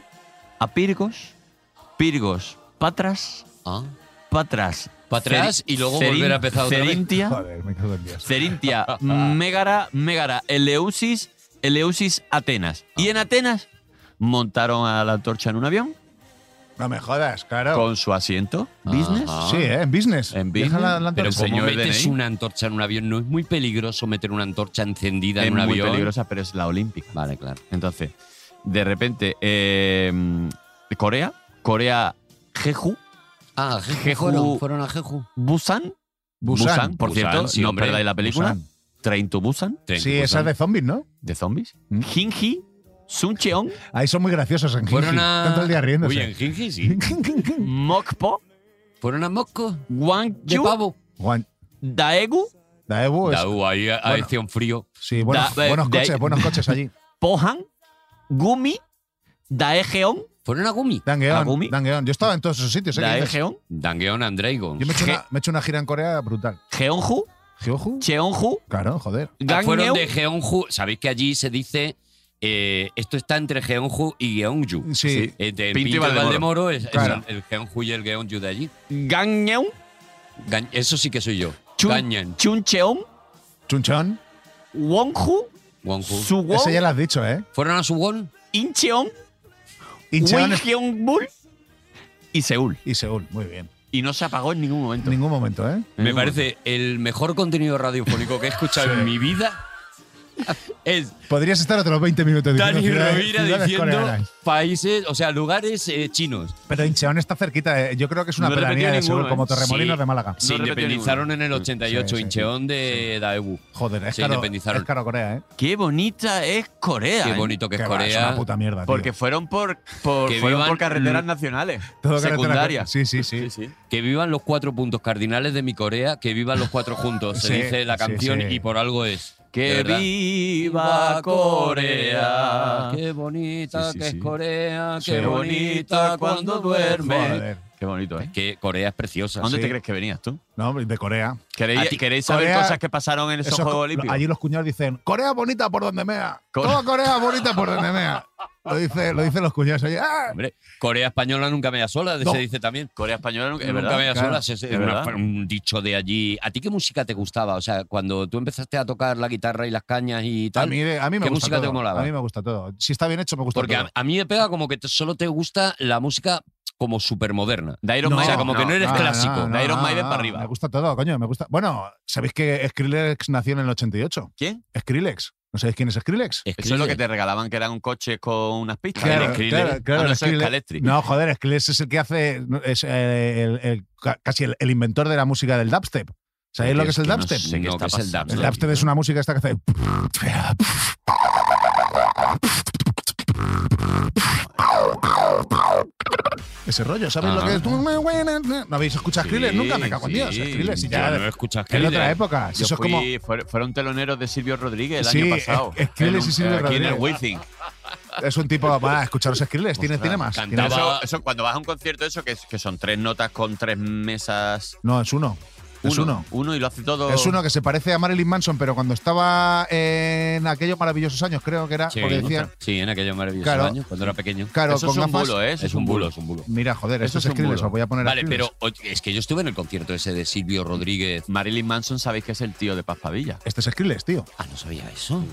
Speaker 2: a Pirgos, Pirgos, Patras,
Speaker 3: Ah,
Speaker 2: Patras.
Speaker 3: Patras
Speaker 2: Ceri-
Speaker 3: y luego
Speaker 2: Cerin-
Speaker 3: volver a empezar otra vez.
Speaker 2: Cerintia,
Speaker 4: Joder, me cago en Dios.
Speaker 2: Cerintia, Megara, Megara, Eleusis, Eleusis, Atenas. Y en Atenas montaron a la antorcha en un avión
Speaker 4: No me jodas, claro.
Speaker 2: con su asiento business.
Speaker 3: Ajá.
Speaker 4: Sí, ¿eh? en business.
Speaker 2: En
Speaker 4: Deja
Speaker 2: business,
Speaker 4: la- la
Speaker 2: pero
Speaker 4: antorcha.
Speaker 2: con-
Speaker 3: ¿Cómo
Speaker 2: Señor
Speaker 3: metes
Speaker 2: DNI.
Speaker 3: una antorcha en un avión? ¿No es muy peligroso meter una antorcha encendida
Speaker 2: es
Speaker 3: en un
Speaker 2: muy
Speaker 3: avión?
Speaker 2: peligrosa, pero es la olímpica.
Speaker 3: Vale, claro.
Speaker 2: Entonces, de repente, eh, Corea, Corea, Jeju,
Speaker 3: Ah, Jeju.
Speaker 2: Jeju-
Speaker 3: Fueron, fueron a Jeju.
Speaker 2: Busan,
Speaker 4: Busan.
Speaker 2: por
Speaker 3: Busan,
Speaker 2: cierto,
Speaker 3: sí,
Speaker 2: no
Speaker 3: hombre.
Speaker 2: perdáis la película.
Speaker 4: Busan.
Speaker 2: Train to Busan,
Speaker 4: Sí,
Speaker 3: pues
Speaker 4: esa es de zombies, ¿no?
Speaker 2: de zombies.
Speaker 4: Mm.
Speaker 2: Jinji, Suncheon,
Speaker 4: Ahí son muy graciosos en
Speaker 3: Fueron
Speaker 4: Gigi.
Speaker 3: a.
Speaker 4: Están todo el día riéndose.
Speaker 3: Uy, en Jinji, sí.
Speaker 2: Mokpo,
Speaker 3: Fueron a Moscú. De
Speaker 2: Gwangju,
Speaker 3: pavo.
Speaker 4: Juan,
Speaker 2: Daegu,
Speaker 4: Daewoo es-
Speaker 3: Daú, ahí a- a
Speaker 4: pues, Bueno.
Speaker 3: acción frío.
Speaker 4: Sí, buenos,
Speaker 2: Da- eh,
Speaker 4: buenos
Speaker 2: de ahí-
Speaker 4: coches, buenos coches allí.
Speaker 2: Pohan, Gumi, Daegeon,
Speaker 3: Fueron a Gumi.
Speaker 2: Kagumi.
Speaker 4: Dangeon, Dangeon. Yo estaba en todos esos sitios. ¿eh? ¿Qué dices?
Speaker 2: Daegeon,
Speaker 3: Dangeon Andreigon.
Speaker 4: Yo me he, hecho una, me he hecho una gira en Corea brutal.
Speaker 2: Jeonju,
Speaker 4: Jeoju.
Speaker 2: Cheonju,
Speaker 4: Claro, joder.
Speaker 3: Ah, Fueron
Speaker 2: Gangneu,
Speaker 3: de Jeonju. Sabéis que allí se dice. eh, esto está entre Jeonju y Gyeongju.
Speaker 4: Sí.
Speaker 3: Eh, de
Speaker 2: Pinto y
Speaker 3: Pinto y
Speaker 2: Valdemoro.
Speaker 3: Valdemoro es, es
Speaker 4: Claro.
Speaker 3: el, el Jeonju y el Gyeongju de allí.
Speaker 2: Gangneu,
Speaker 3: Gan- eso sí que soy yo.
Speaker 2: Chun-
Speaker 3: Ganyan.
Speaker 2: Chuncheon,
Speaker 4: Chunchon.
Speaker 2: Wonju,
Speaker 3: Wonju.
Speaker 4: Ese ya
Speaker 2: Suwon,
Speaker 4: lo has dicho, ¿eh?
Speaker 3: ¿Fueron a Suwon?
Speaker 2: Incheon,
Speaker 4: Incheon es-
Speaker 2: Wilgyeongbul y Seúl.
Speaker 4: y Seúl. Muy bien.
Speaker 2: Y no se apagó en ningún momento.
Speaker 4: En ningún momento, ¿eh?
Speaker 3: Me parece el mejor contenido radiofónico que he escuchado
Speaker 4: Sí.
Speaker 3: en mi vida. Es
Speaker 4: Podrías estar otros 20 minutos diciendo
Speaker 3: Dani
Speaker 4: ciudades-
Speaker 3: Rovira
Speaker 4: ciudades
Speaker 3: diciendo
Speaker 4: coreanas.
Speaker 3: países, o sea, lugares eh, chinos.
Speaker 4: Pero Incheon está cerquita. eh. Yo creo que es una
Speaker 2: No he
Speaker 4: pedanía
Speaker 2: repetido
Speaker 4: de Seúl,
Speaker 2: ninguno,
Speaker 4: como
Speaker 2: ¿eh?
Speaker 4: Torremolinos
Speaker 3: Sí.
Speaker 4: de Málaga.
Speaker 3: Se
Speaker 2: repetió
Speaker 3: independizaron en el
Speaker 2: ninguno.
Speaker 3: 88,
Speaker 4: Sí, sí,
Speaker 3: Incheon de Daewoo.
Speaker 4: Joder, es
Speaker 3: Se
Speaker 4: caro,
Speaker 3: independizaron.
Speaker 4: es caro Corea, ¿eh?
Speaker 2: Qué bonita es Corea.
Speaker 3: Qué
Speaker 2: ¿eh?
Speaker 3: bonito que es
Speaker 4: Que va, es
Speaker 3: Corea.
Speaker 4: una puta mierda, tío.
Speaker 2: Porque fueron por, por,
Speaker 3: Que
Speaker 2: fueron
Speaker 3: vivan
Speaker 2: por carreteras
Speaker 3: l-
Speaker 2: nacionales.
Speaker 4: Todo carretera-
Speaker 2: secundarias.
Speaker 4: Sí, sí, sí.
Speaker 3: Que vivan los cuatro puntos cardinales de mi Corea, que vivan los cuatro juntos, se
Speaker 4: Sí,
Speaker 3: dice la
Speaker 4: sí,
Speaker 3: canción
Speaker 4: sí.
Speaker 3: y por algo es. De
Speaker 2: Que
Speaker 3: verdad.
Speaker 2: viva Corea.
Speaker 3: Qué bonita
Speaker 2: Sí, sí,
Speaker 3: que
Speaker 2: sí.
Speaker 3: es Corea,
Speaker 4: Sí.
Speaker 3: qué bonita cuando duerme.
Speaker 4: Joder.
Speaker 2: Qué bonito, ¿eh?
Speaker 3: Es que Corea es preciosa.
Speaker 2: ¿A dónde
Speaker 4: sí.
Speaker 2: te crees que venías tú?
Speaker 4: No, de Corea.
Speaker 2: ¿Queréis,
Speaker 3: A ti-
Speaker 2: queréis saber
Speaker 4: Corea-
Speaker 2: cosas que pasaron en esos
Speaker 4: Eso es co-
Speaker 2: Juegos Olímpicos?
Speaker 4: Allí los cuñados dicen, Corea bonita por donde mea.
Speaker 2: Cor-
Speaker 4: Toda Corea bonita por donde mea. Lo, dice, lo dicen los cuñados allí. ¡Ah!
Speaker 3: Hombre, Corea española nunca me da sola,
Speaker 4: No.
Speaker 3: se dice también.
Speaker 2: Corea española, nunca- es
Speaker 3: nunca
Speaker 2: verdad.
Speaker 3: me da
Speaker 4: claro,
Speaker 3: sola, es,
Speaker 2: es
Speaker 3: una-
Speaker 2: verdad.
Speaker 3: un dicho de allí. ¿A ti qué música te gustaba? O sea, cuando tú empezaste a tocar la guitarra y las cañas y
Speaker 4: A
Speaker 3: tal.
Speaker 4: mí, a mí me
Speaker 3: ¿Qué
Speaker 4: gusta
Speaker 3: música te
Speaker 4: todo.
Speaker 3: molaba?
Speaker 4: A mí me gusta todo. Si está bien hecho, me gusta
Speaker 3: Porque
Speaker 4: todo.
Speaker 3: a, a mí me pega como que te- solo te gusta la música como supermoderna.
Speaker 2: De Iron
Speaker 4: No,
Speaker 3: o sea,
Speaker 2: Maiden,
Speaker 3: como que no eres
Speaker 4: no,
Speaker 3: clásico.
Speaker 4: no,
Speaker 2: de Iron
Speaker 4: no,
Speaker 2: Maiden
Speaker 4: no,
Speaker 2: para arriba.
Speaker 4: Me gusta todo, coño, me gusta. Bueno, ¿sabéis que Skrillex nació en el 88?
Speaker 2: ¿Quién?
Speaker 4: Skrillex. ¿No sabéis quién es Skrillex?
Speaker 2: Eso es lo que te regalaban, que eran coches con unas pistas.
Speaker 4: Claro,
Speaker 2: Era Skrillex.
Speaker 4: claro, claro,
Speaker 2: Ah, no, eso es
Speaker 4: Skrillex.
Speaker 2: Caletri.
Speaker 4: No, joder, Skrillex es el que hace. Es eh, el, el- ca- casi el, el inventor de la música del dubstep. ¿Sabéis lo que es el
Speaker 2: que no
Speaker 4: dubstep?
Speaker 2: sé qué
Speaker 3: No,
Speaker 2: está
Speaker 3: que es el
Speaker 2: pasando.
Speaker 4: El
Speaker 3: dubstep.
Speaker 4: dubstep es una música esta que hace. Ese rollo, ¿sabéis lo
Speaker 3: Ajá.
Speaker 4: que es? ¿No habéis escuchado Skrillex?
Speaker 2: Sí,
Speaker 4: Nunca me cago en Dios.
Speaker 2: sí.
Speaker 4: Skrillex, y
Speaker 3: Yo
Speaker 4: ya.
Speaker 3: no escuchas
Speaker 4: en otra
Speaker 3: Skrillex.
Speaker 4: época. Si
Speaker 2: Yo
Speaker 4: eso es
Speaker 2: fui-
Speaker 4: como.
Speaker 2: fuer- fueron teloneros de Silvio Rodríguez el
Speaker 4: Sí,
Speaker 2: año pasado.
Speaker 4: es- es que él
Speaker 2: En
Speaker 4: es
Speaker 2: un- eh,
Speaker 4: Silvio
Speaker 2: aquí en el
Speaker 4: Rodríguez.
Speaker 2: Wizzing.
Speaker 4: es un tipo. Va, escucharos Skrillex, tiene, tiene más. tiene-
Speaker 3: cantaba-
Speaker 2: Eso, eso, cuando vas a un concierto, eso que, es- que son tres notas con tres mesas.
Speaker 4: No, es uno.
Speaker 2: Uno,
Speaker 4: Es uno.
Speaker 2: uno y lo hace todo.
Speaker 4: Es uno que se parece a Marilyn Manson, pero cuando estaba en aquellos maravillosos años, creo que era,
Speaker 3: Sí,
Speaker 4: porque decían,
Speaker 3: sí, en aquellos maravillosos
Speaker 4: Claro.
Speaker 3: años, cuando era pequeño.
Speaker 4: claro,
Speaker 2: eso
Speaker 4: con
Speaker 2: es un
Speaker 4: gafas-
Speaker 2: bulo, ¿eh? Eso
Speaker 3: es un bulo, es un bulo.
Speaker 4: Mira, joder,
Speaker 2: Eso
Speaker 4: esto
Speaker 2: es
Speaker 4: es
Speaker 2: un
Speaker 4: Skrillex,
Speaker 2: bulo.
Speaker 4: os voy a poner a
Speaker 3: Vale,
Speaker 4: Skrillex.
Speaker 3: pero oye, es que yo estuve en el concierto ese de Silvio Rodríguez.
Speaker 2: Marilyn Manson, sabéis que es el tío de Paz Pavilla.
Speaker 4: Este es Skrillex, tío.
Speaker 3: Ah, no sabía eso.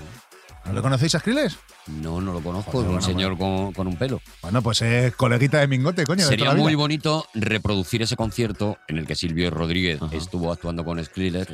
Speaker 4: ¿No le conocéis a Skrillex?
Speaker 3: No, no lo conozco.
Speaker 4: Joder,
Speaker 3: un
Speaker 4: Pues bueno,
Speaker 3: señor con, con un pelo.
Speaker 4: Bueno, pues es coleguita de Mingote, coño. de
Speaker 3: Sería
Speaker 4: toda la
Speaker 3: muy
Speaker 4: vida.
Speaker 3: bonito reproducir ese concierto en el que Silvio Rodríguez
Speaker 2: Ajá.
Speaker 3: estuvo actuando con Skrillex.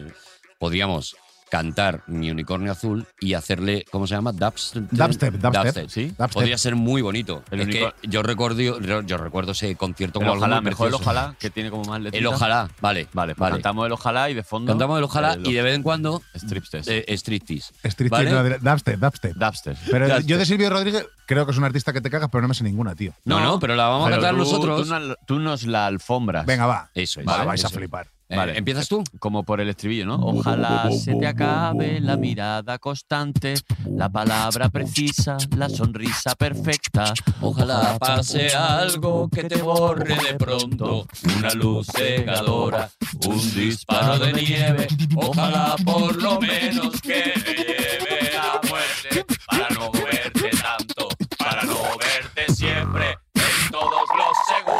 Speaker 3: Podríamos cantar Mi Unicornio Azul y hacerle, ¿cómo se llama? Dubs-
Speaker 4: Dubstep, dubstep.
Speaker 2: Sí.
Speaker 4: Dubstep.
Speaker 3: Podría ser muy bonito.
Speaker 2: El
Speaker 3: Es que
Speaker 2: único-
Speaker 3: yo recuerdo, yo recuerdo ese concierto
Speaker 2: El
Speaker 3: como algo
Speaker 2: ojalá,
Speaker 3: muy
Speaker 2: mejor el
Speaker 3: precioso.
Speaker 2: ojalá, que tiene como más letras.
Speaker 3: El ojalá, vale.
Speaker 2: Vale, pues
Speaker 3: vale.
Speaker 2: cantamos el ojalá y de fondo. eh,
Speaker 3: Cantamos el ojalá y de vez en cuando
Speaker 2: Stripsters.
Speaker 3: eh, striptease.
Speaker 4: Street
Speaker 3: ¿vale?
Speaker 4: Team, no, de- dubstep, dubstep.
Speaker 2: Dubsters.
Speaker 4: Pero
Speaker 3: dubstep.
Speaker 4: yo de Silvio Rodríguez creo que es un artista que te cagas, pero no me sé ninguna, tío.
Speaker 3: No, no, pero la vamos a
Speaker 2: Pero
Speaker 3: cantar
Speaker 2: tú-
Speaker 3: nosotros.
Speaker 2: Tú, no- tú nos la alfombras.
Speaker 4: Venga, va.
Speaker 3: Eso es.
Speaker 4: Va,
Speaker 3: ¿vale?
Speaker 4: vais a
Speaker 3: Eso es.
Speaker 4: flipar.
Speaker 3: Eh,
Speaker 2: Vale.
Speaker 3: ¿Empiezas tú?
Speaker 2: Como por el estribillo, ¿no? Ojalá se te acabe la mirada constante, la palabra precisa, la sonrisa perfecta.
Speaker 3: Ojalá pase algo que te borre de pronto, una luz cegadora, un disparo de nieve. Ojalá por lo menos que me lleve a muerte, para no verte tanto, para no verte siempre, en todos los segundos.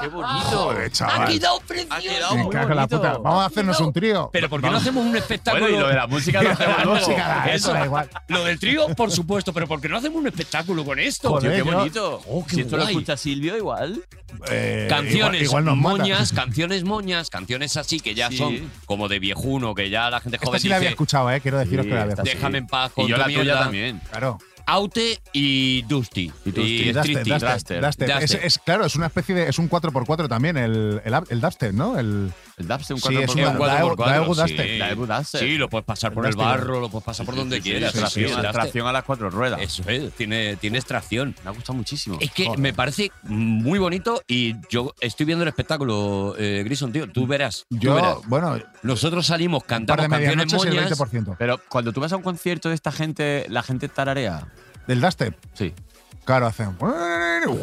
Speaker 2: ¡Qué bonito!
Speaker 4: Joder, chaval.
Speaker 3: quedado precioso.
Speaker 4: Me
Speaker 2: muy
Speaker 4: cago en la
Speaker 2: bonito.
Speaker 4: puta. Vamos a hacernos un trío.
Speaker 3: Pero ¿por qué no hacemos un espectáculo?
Speaker 2: Bueno, y lo de la música lo hacemos luego.
Speaker 4: Música, da, eso
Speaker 3: Eso.
Speaker 4: da igual.
Speaker 3: Lo del trío, por supuesto, pero ¿por qué no hacemos un espectáculo con esto?
Speaker 4: Joder,
Speaker 2: Tío, qué
Speaker 4: yo-
Speaker 2: bonito.
Speaker 3: Oh, qué
Speaker 2: si esto
Speaker 3: guay.
Speaker 2: lo escucha Silvio, igual.
Speaker 4: Eh,
Speaker 3: Canciones
Speaker 4: igual, igual nos mata.
Speaker 3: moñas, canciones moñas, canciones así que ya
Speaker 2: Sí.
Speaker 3: son como de viejuno, que ya la gente joven
Speaker 4: Esta sí
Speaker 3: dice,
Speaker 4: la había escuchado, eh. Quiero deciros
Speaker 2: Sí,
Speaker 4: que la había
Speaker 2: esta
Speaker 4: escuchado.
Speaker 3: déjame en paz con
Speaker 2: Y yo
Speaker 3: tu
Speaker 2: la
Speaker 3: mierda".
Speaker 2: tuya también.
Speaker 4: Claro.
Speaker 3: Aute y Dusty.
Speaker 2: Y Dusty,
Speaker 4: Y Dubstep,
Speaker 3: Tristy.
Speaker 2: Dubstep.
Speaker 4: Dubstep, Dubstep. Es,
Speaker 3: Dubstep.
Speaker 4: es- claro, es una especie de. Es un 4x4 también, el, el, el Dubstep, ¿no? El,
Speaker 2: El Dubstep, un
Speaker 4: Sí, es
Speaker 2: 4x4.
Speaker 4: una-
Speaker 3: cuatro
Speaker 4: Daegu-
Speaker 3: por cuatro,
Speaker 4: Daegu
Speaker 3: sí.
Speaker 4: Duster.
Speaker 2: Daegu Duster.
Speaker 3: Sí, lo puedes pasar por el
Speaker 4: Duster.
Speaker 3: barro, lo puedes pasar por donde quieras.
Speaker 4: sí, sí,
Speaker 2: tracción,
Speaker 4: sí,
Speaker 3: el Duster.
Speaker 2: tracción a las cuatro ruedas.
Speaker 3: Eso Eh. es, tiene, tiene extracción.
Speaker 2: Me ha gustado muchísimo.
Speaker 3: Es que
Speaker 4: Joder.
Speaker 3: me parece muy bonito y yo estoy viendo el espectáculo, eh, Grison, tío. Tú verás. tú verás.
Speaker 4: yo, bueno,
Speaker 3: Nosotros salimos,
Speaker 4: un par
Speaker 3: cantamos
Speaker 4: de
Speaker 3: canciones
Speaker 4: medianoches y el
Speaker 3: moñas.
Speaker 4: 20%.
Speaker 2: Pero cuando tú vas a un concierto de esta gente, la gente tararea.
Speaker 4: Del Dubstep,
Speaker 2: Sí.
Speaker 4: claro, hacen.
Speaker 2: Claro,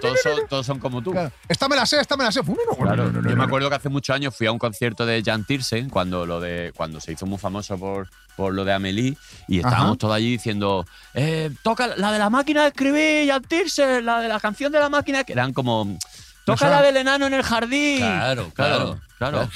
Speaker 2: todos, son, todos son como tú.
Speaker 4: Claro. Esta me la sé, esta me la sé.
Speaker 2: Claro, yo me acuerdo que hace muchos años fui a un concierto de Jan Tiersen cuando lo de cuando se hizo muy famoso por, por lo de Amelie y estábamos
Speaker 4: Ajá.
Speaker 2: todos allí diciendo eh, toca la de la máquina de escribir Jan Tiersen, la de la canción de la máquina que eran como toca
Speaker 4: suena.
Speaker 2: la del enano en el jardín.
Speaker 3: Claro, claro.
Speaker 2: claro.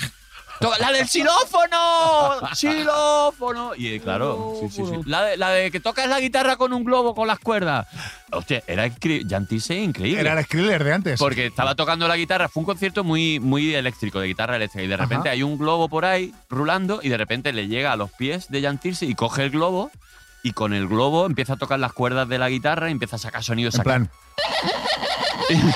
Speaker 2: Toca la del xilófono, xilófono y eh, claro, sí, sí, sí. La, de, la de que tocas la guitarra con un globo con las cuerdas. Hostia, era incre- Jan Tiersen increíble.
Speaker 4: Era el Skriller de antes.
Speaker 2: Porque estaba tocando la guitarra, fue un concierto muy, muy eléctrico, de guitarra eléctrica, y de repente
Speaker 4: Ajá.
Speaker 2: hay un globo por ahí rulando y de repente le llega a los pies de Jan Tirsi y coge el globo y con el globo empieza a tocar las cuerdas de la guitarra y empieza a sacar sonidos.
Speaker 4: en
Speaker 2: saca-
Speaker 4: plan,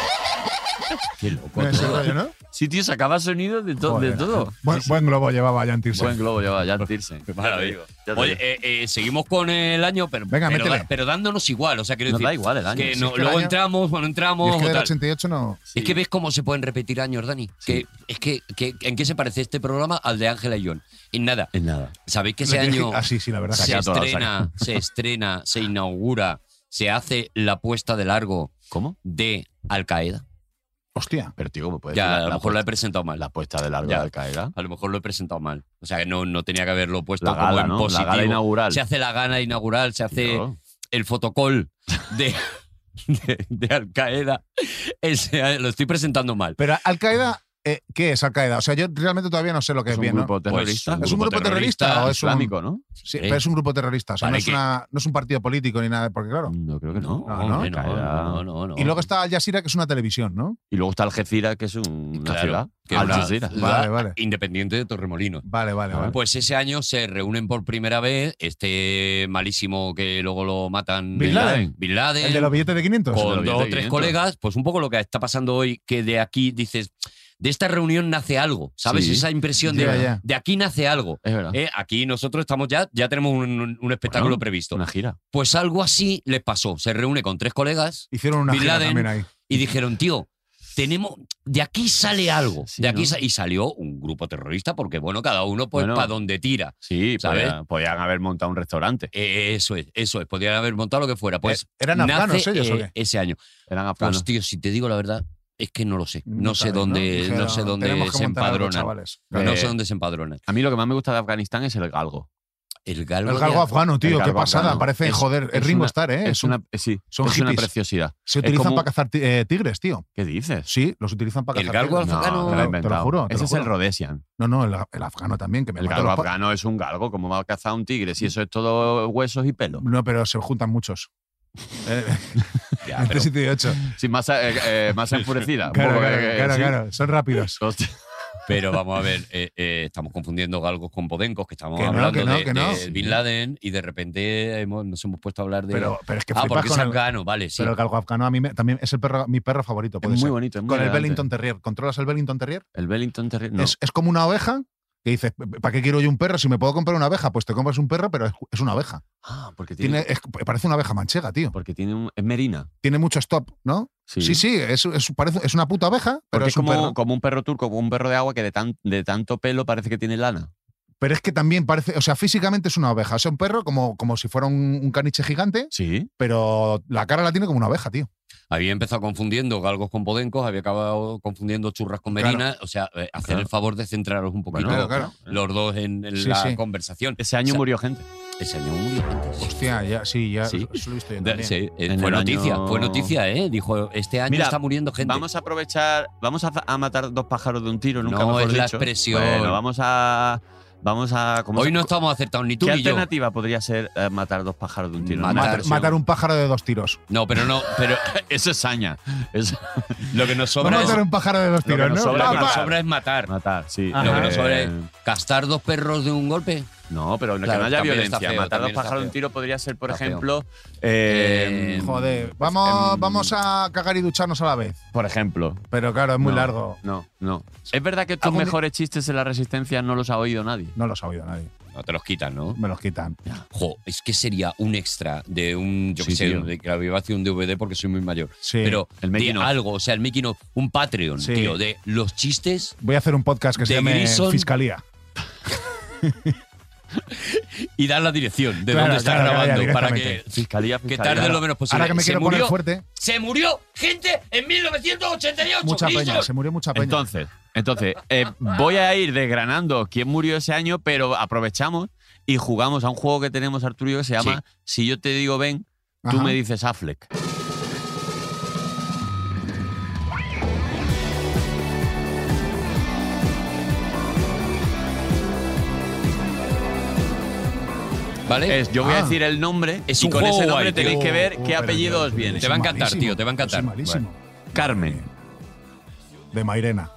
Speaker 3: Qué loco.
Speaker 4: ese rollo, ¿no?
Speaker 2: Sí, tío, sacaba sonidos de, to- de
Speaker 4: Joder.
Speaker 2: todo.
Speaker 4: Buen, buen globo llevaba Jan Tirsen.
Speaker 2: Buen globo lleva Jan Tirsi.
Speaker 3: Maravilla.
Speaker 2: Ya te
Speaker 3: Oye,
Speaker 2: digo.
Speaker 3: eh, eh, seguimos con el año, pero,
Speaker 4: Venga,
Speaker 3: pero,
Speaker 4: métele.
Speaker 3: da- pero dándonos igual. O sea, quiero
Speaker 2: Nos
Speaker 3: decir.
Speaker 2: da igual el año,
Speaker 3: Que
Speaker 2: sí,
Speaker 3: no-
Speaker 4: es que el
Speaker 3: luego
Speaker 4: año-
Speaker 3: entramos, bueno,
Speaker 4: Y
Speaker 3: entramos.
Speaker 4: es que
Speaker 3: o
Speaker 4: del
Speaker 3: tal.
Speaker 4: 88 no.
Speaker 3: Es que ves cómo se pueden repetir años, Dani. Que, es que, que- ¿En qué se parece este programa al de Ángela y John? En nada.
Speaker 2: en nada.
Speaker 3: Sabéis que ese
Speaker 4: Le dije-
Speaker 3: año
Speaker 4: Ah, sí, sí, la verdad.
Speaker 3: se
Speaker 2: saca todo,
Speaker 3: estrena, se estrena, se inaugura, se hace la puesta de largo
Speaker 2: ¿Cómo?
Speaker 3: de Al Qaeda.
Speaker 4: Hostia.
Speaker 2: Pero tío, ¿cómo puedes
Speaker 3: Ya,
Speaker 2: decir
Speaker 3: a lo mejor la he
Speaker 2: Pues puesta,
Speaker 3: presentado mal.
Speaker 2: la puesta de largo
Speaker 3: Ya.
Speaker 2: de Al Qaeda?
Speaker 3: A lo mejor lo he presentado mal. O sea, que no, no tenía que haberlo puesto
Speaker 2: La
Speaker 3: como
Speaker 2: gala,
Speaker 3: en
Speaker 2: ¿no? La
Speaker 3: positivo.
Speaker 2: gala inaugural.
Speaker 3: Se hace la gana inaugural, se hace
Speaker 2: Tío,
Speaker 3: el fotocol de, de, de Al Qaeda. Ese año- lo estoy presentando mal.
Speaker 4: Pero Al Qaeda, eh, ¿qué es Al Qaeda? O sea, yo realmente todavía no sé lo que es,
Speaker 2: es un
Speaker 4: bien. ¿no?
Speaker 2: grupo
Speaker 3: pues,
Speaker 2: terrorista.
Speaker 4: ¿Es un grupo terrorista o es un-
Speaker 2: islámico, ¿no?
Speaker 4: Sí, pero es un grupo terrorista. O sea,
Speaker 3: Vale,
Speaker 4: no, es
Speaker 3: que-
Speaker 4: una- no es un partido político ni nada, porque claro.
Speaker 2: No, creo que no.
Speaker 4: No, Ah,
Speaker 2: Al
Speaker 4: no,
Speaker 3: hombre, no,
Speaker 2: Qaeda.
Speaker 3: no, no, no.
Speaker 4: Y luego está Al Jazeera, que es una televisión, ¿no?
Speaker 2: Y luego está Algeciras, que es un- una
Speaker 3: Claro,
Speaker 2: ciudad.
Speaker 3: que es
Speaker 2: Al
Speaker 3: una
Speaker 2: Jazeera.
Speaker 3: ciudad
Speaker 4: Vale, vale.
Speaker 3: Independiente de Torremolino.
Speaker 4: Vale, vale, vale.
Speaker 3: Pues ese año se reúnen por primera vez este malísimo que luego lo matan.
Speaker 4: Bin Laden.
Speaker 3: Bin Laden.
Speaker 4: El de los billetes de 500.
Speaker 2: Con-
Speaker 3: con
Speaker 2: los
Speaker 3: dos o
Speaker 2: 700.
Speaker 3: tres colegas, pues un poco lo que está pasando hoy, que de aquí dices, de esta reunión nace algo, ¿sabes?
Speaker 2: Sí.
Speaker 3: Esa impresión de,
Speaker 4: Ya, ya. Ah.
Speaker 3: de aquí nace algo.
Speaker 2: Es verdad.
Speaker 3: Eh, aquí nosotros estamos ya, ya tenemos un, un- un espectáculo
Speaker 2: Bueno,
Speaker 3: previsto.
Speaker 2: Una gira.
Speaker 3: Pues algo así les pasó. Se reúne con tres colegas
Speaker 4: Hicieron una
Speaker 3: Bin
Speaker 4: gira
Speaker 3: Laden.
Speaker 4: también ahí.
Speaker 3: y dijeron, tío, tenemos, de aquí sale algo.
Speaker 2: Sí,
Speaker 3: de aquí
Speaker 2: ¿no?
Speaker 3: sa- y salió un grupo terrorista porque, bueno, cada uno pues
Speaker 2: Bueno.
Speaker 3: para donde tira.
Speaker 2: Sí,
Speaker 3: ¿Sabes?
Speaker 2: podían, podían haber montado un restaurante.
Speaker 3: Eh, eso es, eso es. Podrían haber montado lo que fuera. Pues
Speaker 4: Eh, ¿eran
Speaker 3: nace, eh,
Speaker 4: afganos ellos o qué?
Speaker 3: Ese año.
Speaker 2: Eran
Speaker 3: Pues,
Speaker 2: afganos.
Speaker 3: tío, si te digo la verdad, es que no lo sé. No,
Speaker 4: Nunca
Speaker 3: sé
Speaker 4: ven,
Speaker 3: dónde, no, sé
Speaker 4: Dijeron, "Tenemos
Speaker 3: dónde
Speaker 4: que
Speaker 3: se
Speaker 4: montar algo,
Speaker 3: empadronan.
Speaker 4: chavales.
Speaker 3: No
Speaker 2: Eh,
Speaker 3: sé dónde se empadronan.
Speaker 2: A mí lo que más me gusta de Afganistán es el galgo.
Speaker 3: El galgo.
Speaker 4: El
Speaker 3: de
Speaker 4: galgo
Speaker 3: Af-
Speaker 4: afgano,
Speaker 2: El
Speaker 4: tío, qué
Speaker 2: galgo
Speaker 4: pasada.
Speaker 2: afgano.
Speaker 4: Parece,
Speaker 2: Es-
Speaker 4: joder,
Speaker 2: es
Speaker 4: es Ringo
Speaker 2: una-
Speaker 4: Star, ¿eh?
Speaker 2: es
Speaker 4: un-
Speaker 2: una, eh, sí,
Speaker 4: son
Speaker 2: es una
Speaker 4: hippies.
Speaker 2: preciosidad.
Speaker 4: se utilizan
Speaker 2: como-
Speaker 4: para cazar ti- eh, tigres, tío.
Speaker 2: ¿Qué dices?
Speaker 4: Sí, los utilizan para
Speaker 3: El
Speaker 4: cazar
Speaker 3: galgo
Speaker 4: tigres.
Speaker 3: afgano-
Speaker 2: te
Speaker 4: No,
Speaker 2: lo he
Speaker 4: te
Speaker 2: inventado.
Speaker 4: lo juro. te
Speaker 2: Ese
Speaker 4: lo
Speaker 2: es el
Speaker 4: juro.
Speaker 2: Rhodesian.
Speaker 4: No, no, el, el afgano también, que me
Speaker 2: El
Speaker 4: mata
Speaker 2: galgo
Speaker 4: los pa-
Speaker 2: afgano es un galgo. ¿Cómo va a cazar un tigre si eso es todo huesos y pelo?
Speaker 4: No, pero se juntan muchos. Eh,
Speaker 3: Ya,
Speaker 4: Entre
Speaker 3: pero-
Speaker 4: 7 y 8.
Speaker 2: Sí, más, eh, eh, más enfurecida. Un
Speaker 4: Claro,
Speaker 2: poco,
Speaker 4: claro,
Speaker 2: eh,
Speaker 4: claro,
Speaker 2: sí.
Speaker 4: claro, Son rápidos.
Speaker 2: Hostia.
Speaker 3: Pero vamos a ver, eh, eh, estamos confundiendo galgos con podencos, que estamos
Speaker 4: Que no,
Speaker 3: hablando
Speaker 4: que no,
Speaker 3: de,
Speaker 4: que no.
Speaker 3: de Bin Laden y de repente hemos- nos hemos puesto a hablar de.
Speaker 4: Pero, pero es que
Speaker 3: ah,
Speaker 4: flipas
Speaker 3: porque es
Speaker 4: con el,
Speaker 3: afgano, vale, sí.
Speaker 4: Pero el galgo afgano a mí me- también es el perro, mi perro favorito.
Speaker 2: Es
Speaker 4: Puede
Speaker 2: muy
Speaker 4: ser.
Speaker 2: bonito. es muy
Speaker 4: Con el
Speaker 2: elegante.
Speaker 4: Bellington Terrier. ¿Controlas el Bellington Terrier?
Speaker 2: El Bellington Terrier. No.
Speaker 4: Es, es como una oveja que dices, ¿para qué quiero yo un perro? Si me puedo comprar una abeja, pues te compras un perro, pero es, es una abeja.
Speaker 2: Ah, porque tiene,
Speaker 4: Tiene, es- parece una abeja manchega, tío.
Speaker 2: porque tiene un. Es merina.
Speaker 4: Tiene mucho stop, ¿no?
Speaker 2: Sí,
Speaker 4: Sí, sí, es, es- parece, es una puta abeja, pero
Speaker 2: Porque
Speaker 4: es
Speaker 2: es
Speaker 4: un
Speaker 2: como
Speaker 4: perro.
Speaker 2: como un perro turco, como un perro de agua que de, tan, de tanto pelo parece que tiene lana.
Speaker 4: Pero es que también parece, o sea, físicamente es una oveja. O sea, un perro como, como si fuera un, un caniche gigante,
Speaker 2: Sí.
Speaker 4: pero la cara la tiene como una abeja, tío.
Speaker 3: Había empezado confundiendo galgos con podencos, había acabado confundiendo churras con merinas. O sea, eh, hacer
Speaker 2: Claro.
Speaker 3: el favor de centraros un poquito
Speaker 2: Bueno,
Speaker 4: claro.
Speaker 3: los dos en, en
Speaker 4: Sí,
Speaker 3: la
Speaker 4: sí.
Speaker 3: conversación.
Speaker 2: Ese
Speaker 3: O
Speaker 2: año
Speaker 3: sea,
Speaker 2: murió gente.
Speaker 3: Ese año murió gente, sí.
Speaker 4: Hostia, ya, sí, ya
Speaker 3: Sí.
Speaker 4: eso lo he visto yo
Speaker 3: De-
Speaker 4: también.
Speaker 3: sí, eh,
Speaker 2: En
Speaker 3: fue
Speaker 2: el
Speaker 3: noticia,
Speaker 2: año-
Speaker 3: fue noticia, ¿eh? Dijo, este año
Speaker 2: Mira,
Speaker 3: está muriendo gente.
Speaker 2: Vamos a aprovechar, vamos a, a matar dos pájaros de un tiro, nunca
Speaker 3: No,
Speaker 2: mejor
Speaker 3: es la
Speaker 2: dicho.
Speaker 3: expresión.
Speaker 2: Bueno, vamos a vamos a ¿cómo
Speaker 3: Hoy
Speaker 2: se-
Speaker 3: no estamos acertados ni tú
Speaker 2: ¿Qué
Speaker 3: ni yo.
Speaker 2: alternativa podría ser eh, matar dos pájaros de un tiro?
Speaker 3: Matar-
Speaker 2: Una
Speaker 4: Matar,
Speaker 2: expresión.
Speaker 4: matar un pájaro de dos tiros.
Speaker 3: No, pero no, pero
Speaker 2: eso es saña. Eso-
Speaker 3: lo que nos sobra
Speaker 4: Vamos a
Speaker 3: es,
Speaker 4: matar un pájaro de
Speaker 2: Lo
Speaker 4: dos
Speaker 2: que
Speaker 4: tiros,
Speaker 2: nos
Speaker 4: ¿no?
Speaker 2: sobra,
Speaker 4: Va,
Speaker 3: lo que nos
Speaker 4: va.
Speaker 3: sobra es matar.
Speaker 2: matar, sí.
Speaker 4: Ajá.
Speaker 3: Lo que nos
Speaker 2: Eh,
Speaker 3: sobra es castar dos perros de un golpe.
Speaker 2: no, pero no- que
Speaker 3: Claro,
Speaker 2: no haya
Speaker 3: también está
Speaker 2: violencia.
Speaker 3: feo,
Speaker 2: matar dos
Speaker 3: también está
Speaker 2: pájaros de
Speaker 3: feo.
Speaker 2: un tiro podría ser, por
Speaker 3: Está feo.
Speaker 2: ejemplo, eh,
Speaker 3: Eh,
Speaker 4: Joder, vamos,
Speaker 2: em,
Speaker 4: vamos a cagar y ducharnos a la vez.
Speaker 2: por ejemplo.
Speaker 4: Pero claro, es muy
Speaker 2: No,
Speaker 4: largo.
Speaker 2: No, no. Es verdad que tus
Speaker 4: Algún día-
Speaker 2: mejores chistes en la resistencia no los ha oído nadie.
Speaker 4: No los ha oído nadie.
Speaker 3: No te los quitan, ¿no?
Speaker 4: Me los quitan.
Speaker 3: Jo, es que sería un extra de un, yo qué
Speaker 2: Sí,
Speaker 3: sé,
Speaker 2: tío.
Speaker 3: de que había hecho un DVD porque soy muy mayor.
Speaker 4: Sí.
Speaker 3: Pero
Speaker 2: El
Speaker 3: de
Speaker 2: making of.
Speaker 3: algo, o sea, el making of, un Patreon,
Speaker 4: Sí.
Speaker 3: tío, de los chistes
Speaker 4: Voy a hacer un podcast que se
Speaker 3: De
Speaker 4: llame
Speaker 3: Grison.
Speaker 4: Fiscalía.
Speaker 3: y dar la dirección de
Speaker 4: Claro,
Speaker 3: dónde está
Speaker 4: claro, claro,
Speaker 3: grabando
Speaker 4: ya,
Speaker 3: para que,
Speaker 4: directamente.
Speaker 2: Fiscalía,
Speaker 3: que
Speaker 2: fiscalía.
Speaker 3: tarde lo menos posible.
Speaker 4: Ahora que me
Speaker 3: se
Speaker 4: quiero
Speaker 3: murió,
Speaker 4: poner fuerte,
Speaker 3: se murió gente en 1988.
Speaker 4: mucha
Speaker 3: Grison.
Speaker 4: peña. Se murió mucha peña.
Speaker 2: Entonces, entonces eh, voy a ir desgranando quién murió ese año, pero aprovechamos y jugamos a un juego que tenemos, Arturo, y yo, que se llama Si yo te digo Ben, tú
Speaker 4: Ajá.
Speaker 2: me dices Affleck.
Speaker 3: ¿Vale?
Speaker 2: Es, yo voy a
Speaker 4: Ah.
Speaker 2: decir el nombre
Speaker 3: Es
Speaker 2: y
Speaker 3: un
Speaker 2: con ese
Speaker 3: juego
Speaker 2: nombre
Speaker 3: guay, tío.
Speaker 2: tenéis que ver
Speaker 4: Oh,
Speaker 2: qué
Speaker 4: pero
Speaker 2: apellido
Speaker 4: yo-
Speaker 2: os viene.
Speaker 4: yo
Speaker 3: Te
Speaker 4: soy
Speaker 3: va a encantar,
Speaker 4: malísimo.
Speaker 3: tío, te va a
Speaker 4: Yo soy
Speaker 3: encantar.
Speaker 4: malísimo.
Speaker 2: Carmen.
Speaker 4: De Mairena.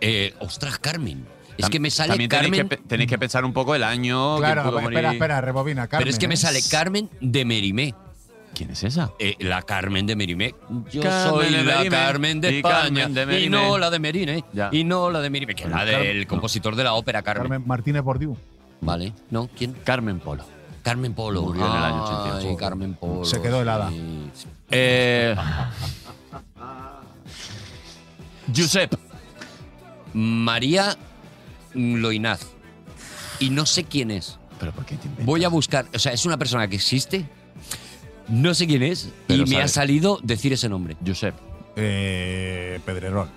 Speaker 3: Eh, ostras, Carmen. Es
Speaker 2: Tam-
Speaker 3: que me sale
Speaker 2: También tenéis,
Speaker 3: Carmen.
Speaker 2: Que, pe- tenéis que pensar un poco el año. quién
Speaker 4: Claro,
Speaker 2: pudo
Speaker 4: espera,
Speaker 2: morir.
Speaker 4: espera, rebobina, Carmen.
Speaker 3: pero es que me
Speaker 4: ¿eh?
Speaker 3: sale Carmen de Merimé.
Speaker 2: ¿Quién es esa?
Speaker 3: Eh, la Carmen de Merimé. Yo
Speaker 2: Carmen
Speaker 3: soy la
Speaker 2: de Merimé.
Speaker 3: Carmen de
Speaker 2: Y
Speaker 3: España.
Speaker 2: Carmen de
Speaker 3: y
Speaker 2: Merimé.
Speaker 3: no la de Merine.
Speaker 2: Ya.
Speaker 3: Y no la de Merimé, que es la
Speaker 2: Carmen,
Speaker 3: del
Speaker 2: no.
Speaker 3: compositor de la ópera, Carmen.
Speaker 4: Carmen Martínez Bordiú.
Speaker 3: Vale. ¿No? ¿Quién?
Speaker 2: Carmen Polo.
Speaker 3: Carmen Polo.
Speaker 2: Murió en el año 88.
Speaker 3: Ay, Carmen Polo.
Speaker 4: Se quedó helada.
Speaker 3: sí.
Speaker 2: Eh, Josep.
Speaker 3: María Loinaz. Y no sé quién es.
Speaker 2: ¿Pero por qué te inventas?
Speaker 3: Voy a buscar. O sea, es una persona que existe. No sé quién es.
Speaker 2: Pero
Speaker 3: y me ha
Speaker 2: sabes.
Speaker 3: salido decir ese nombre.
Speaker 2: Josep.
Speaker 4: Eh, Pedrerol.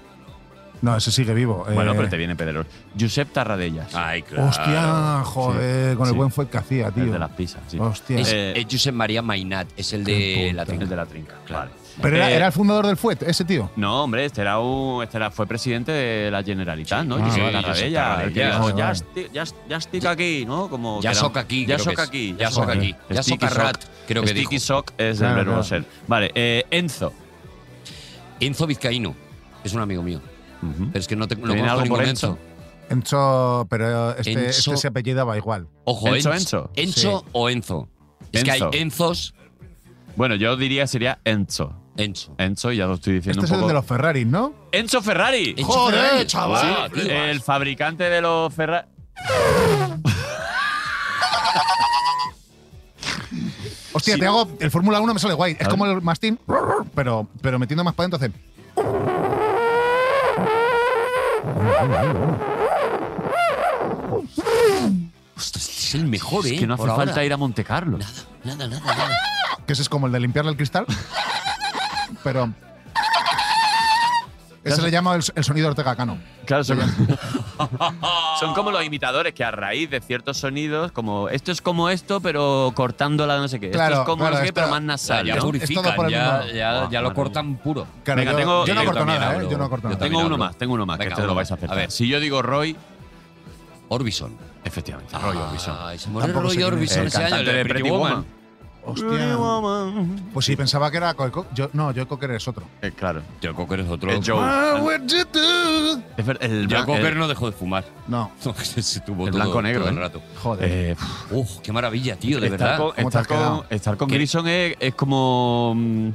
Speaker 4: No, ese sigue vivo. eh,
Speaker 2: Bueno, pero te viene Pedrerol. Josep Tarradellas.
Speaker 3: Ay,
Speaker 4: Hostia, joder, con el
Speaker 2: sí.
Speaker 4: buen fuet que hacía, tío.
Speaker 2: El de las pizzas, sí.
Speaker 4: Hostia.
Speaker 3: Es,
Speaker 2: Eh,
Speaker 3: es Josep María Mainat, es el
Speaker 4: qué
Speaker 3: de
Speaker 4: puta.
Speaker 3: la
Speaker 2: El
Speaker 3: trinca.
Speaker 2: de la trinca, vale.
Speaker 4: pero era,
Speaker 2: eh,
Speaker 4: era el fundador del fuet, ese tío.
Speaker 2: No, hombre, este era, un, este era- fue presidente de la Generalitat, ¿no?
Speaker 4: Ah,
Speaker 2: Josep
Speaker 4: vale,
Speaker 3: Josep
Speaker 2: Tarradella.
Speaker 3: Tarradellas.
Speaker 2: el que dijo,
Speaker 4: Vale,
Speaker 2: ya,
Speaker 4: vale.
Speaker 2: esti- ya, es- ya estic aquí, ¿no? Como que
Speaker 3: Ya
Speaker 2: era-
Speaker 3: soc aquí.
Speaker 2: Ya
Speaker 3: creo
Speaker 2: soc
Speaker 3: que es.
Speaker 2: aquí.
Speaker 3: Ya soc aquí. Ya soc
Speaker 2: Sticky
Speaker 3: arrat,
Speaker 2: sock.
Speaker 3: creo que dijo.
Speaker 2: Sticky sock es
Speaker 4: Claro,
Speaker 2: el verbo
Speaker 4: claro.
Speaker 2: ser. Vale, eh, Enzo.
Speaker 3: Enzo Vizcaíno. Es un amigo mío. Pero es que no, te, no
Speaker 2: ¿Te viene
Speaker 3: conozco
Speaker 2: algo por
Speaker 3: ningún
Speaker 2: Enzo?
Speaker 3: Enzo.
Speaker 4: Encho, pero este,
Speaker 3: Encho-
Speaker 4: este se apellidaba igual.
Speaker 3: Ojo,
Speaker 2: ¿Enzo,
Speaker 3: Enzo.
Speaker 2: Enzo?
Speaker 3: Enzo o Enzo. Es que hay
Speaker 2: Enzo.
Speaker 3: Enzos.
Speaker 2: Bueno, yo diría sería Enzo.
Speaker 3: Enzo.
Speaker 2: Enzo, ya lo estoy diciendo
Speaker 4: Este es
Speaker 2: un
Speaker 4: el
Speaker 2: poco.
Speaker 4: de los Ferraris, ¿no?
Speaker 2: ¡Enzo Ferrari! Ah,
Speaker 3: Enzo
Speaker 4: Joder,
Speaker 3: Ferrari.
Speaker 4: chaval.
Speaker 3: Sí, tío.
Speaker 2: El fabricante de los Ferrari.
Speaker 4: Hostia, te hago. El Fórmula 1 me sale guay. Es como el Mastín, pero, pero metiendo más para adentro hace.
Speaker 3: Ostras, este es el mejor, ¿eh?
Speaker 2: Es que no hace
Speaker 3: Por ahora.
Speaker 2: falta ir a Monte Carlo.
Speaker 3: Nada, nada, nada, nada.
Speaker 4: Que ese es como el de limpiarle el cristal. Pero. Ese le llama el, el sonido Ortega Cano.
Speaker 2: Claro, son, son como los imitadores que a raíz de ciertos sonidos, como esto es como esto, pero cortándola no sé qué. esto
Speaker 4: Claro,
Speaker 2: es como
Speaker 4: claro,
Speaker 2: no sé qué,
Speaker 4: esto-
Speaker 2: pero más nasal.
Speaker 3: ya
Speaker 2: ¿no?
Speaker 4: puri-
Speaker 3: purifican,
Speaker 4: todo por el
Speaker 3: ya,
Speaker 4: mismo-
Speaker 3: ya, ya lo
Speaker 2: Guau,
Speaker 3: cortan puro.
Speaker 4: Claro,
Speaker 2: Ah, Venga,
Speaker 4: yo,
Speaker 2: tengo-
Speaker 4: yo no
Speaker 2: yo
Speaker 4: corto
Speaker 3: también
Speaker 4: nada,
Speaker 3: hablo.
Speaker 4: ¿eh? Yo no corto
Speaker 3: Yo
Speaker 4: nada.
Speaker 2: Tengo uno
Speaker 3: hablo.
Speaker 2: más, tengo uno más,
Speaker 3: Venga,
Speaker 2: que este
Speaker 3: uno
Speaker 2: lo vais a
Speaker 3: más.
Speaker 2: hacer.
Speaker 3: A ver.
Speaker 2: Si yo digo Roy,
Speaker 3: Orbison.
Speaker 2: efectivamente,
Speaker 3: Ah,
Speaker 2: Roy Orbison.
Speaker 3: Se muere
Speaker 4: Tampoco
Speaker 3: Roy
Speaker 4: sé quién es.
Speaker 3: Orbison
Speaker 2: El
Speaker 3: ese año,
Speaker 2: cantante
Speaker 3: el de Pretty Woman.
Speaker 4: Hostia. Pues sí, pensaba que era Coeco. Yo, no, Joe Cocker es otro.
Speaker 2: Eh, claro.
Speaker 3: Joe Cocker es otro.
Speaker 2: El Joe.
Speaker 4: Ah, what you do?
Speaker 2: Es ver- el
Speaker 3: Joe
Speaker 2: blan-
Speaker 3: Cocker
Speaker 2: el-
Speaker 3: no dejó de fumar.
Speaker 4: No,
Speaker 3: Se tuvo
Speaker 2: El
Speaker 3: todo-
Speaker 2: blanco-negro,
Speaker 3: todo el
Speaker 2: ¿eh?
Speaker 3: rato.
Speaker 4: joder.
Speaker 2: eh,
Speaker 3: Uf, qué maravilla, tío, de
Speaker 2: estar
Speaker 3: verdad.
Speaker 2: con,
Speaker 4: ¿Cómo te
Speaker 2: estar
Speaker 4: has
Speaker 2: con-
Speaker 4: quedado?
Speaker 2: estar con
Speaker 3: ¿Qué?
Speaker 2: Grison es, es como. mm,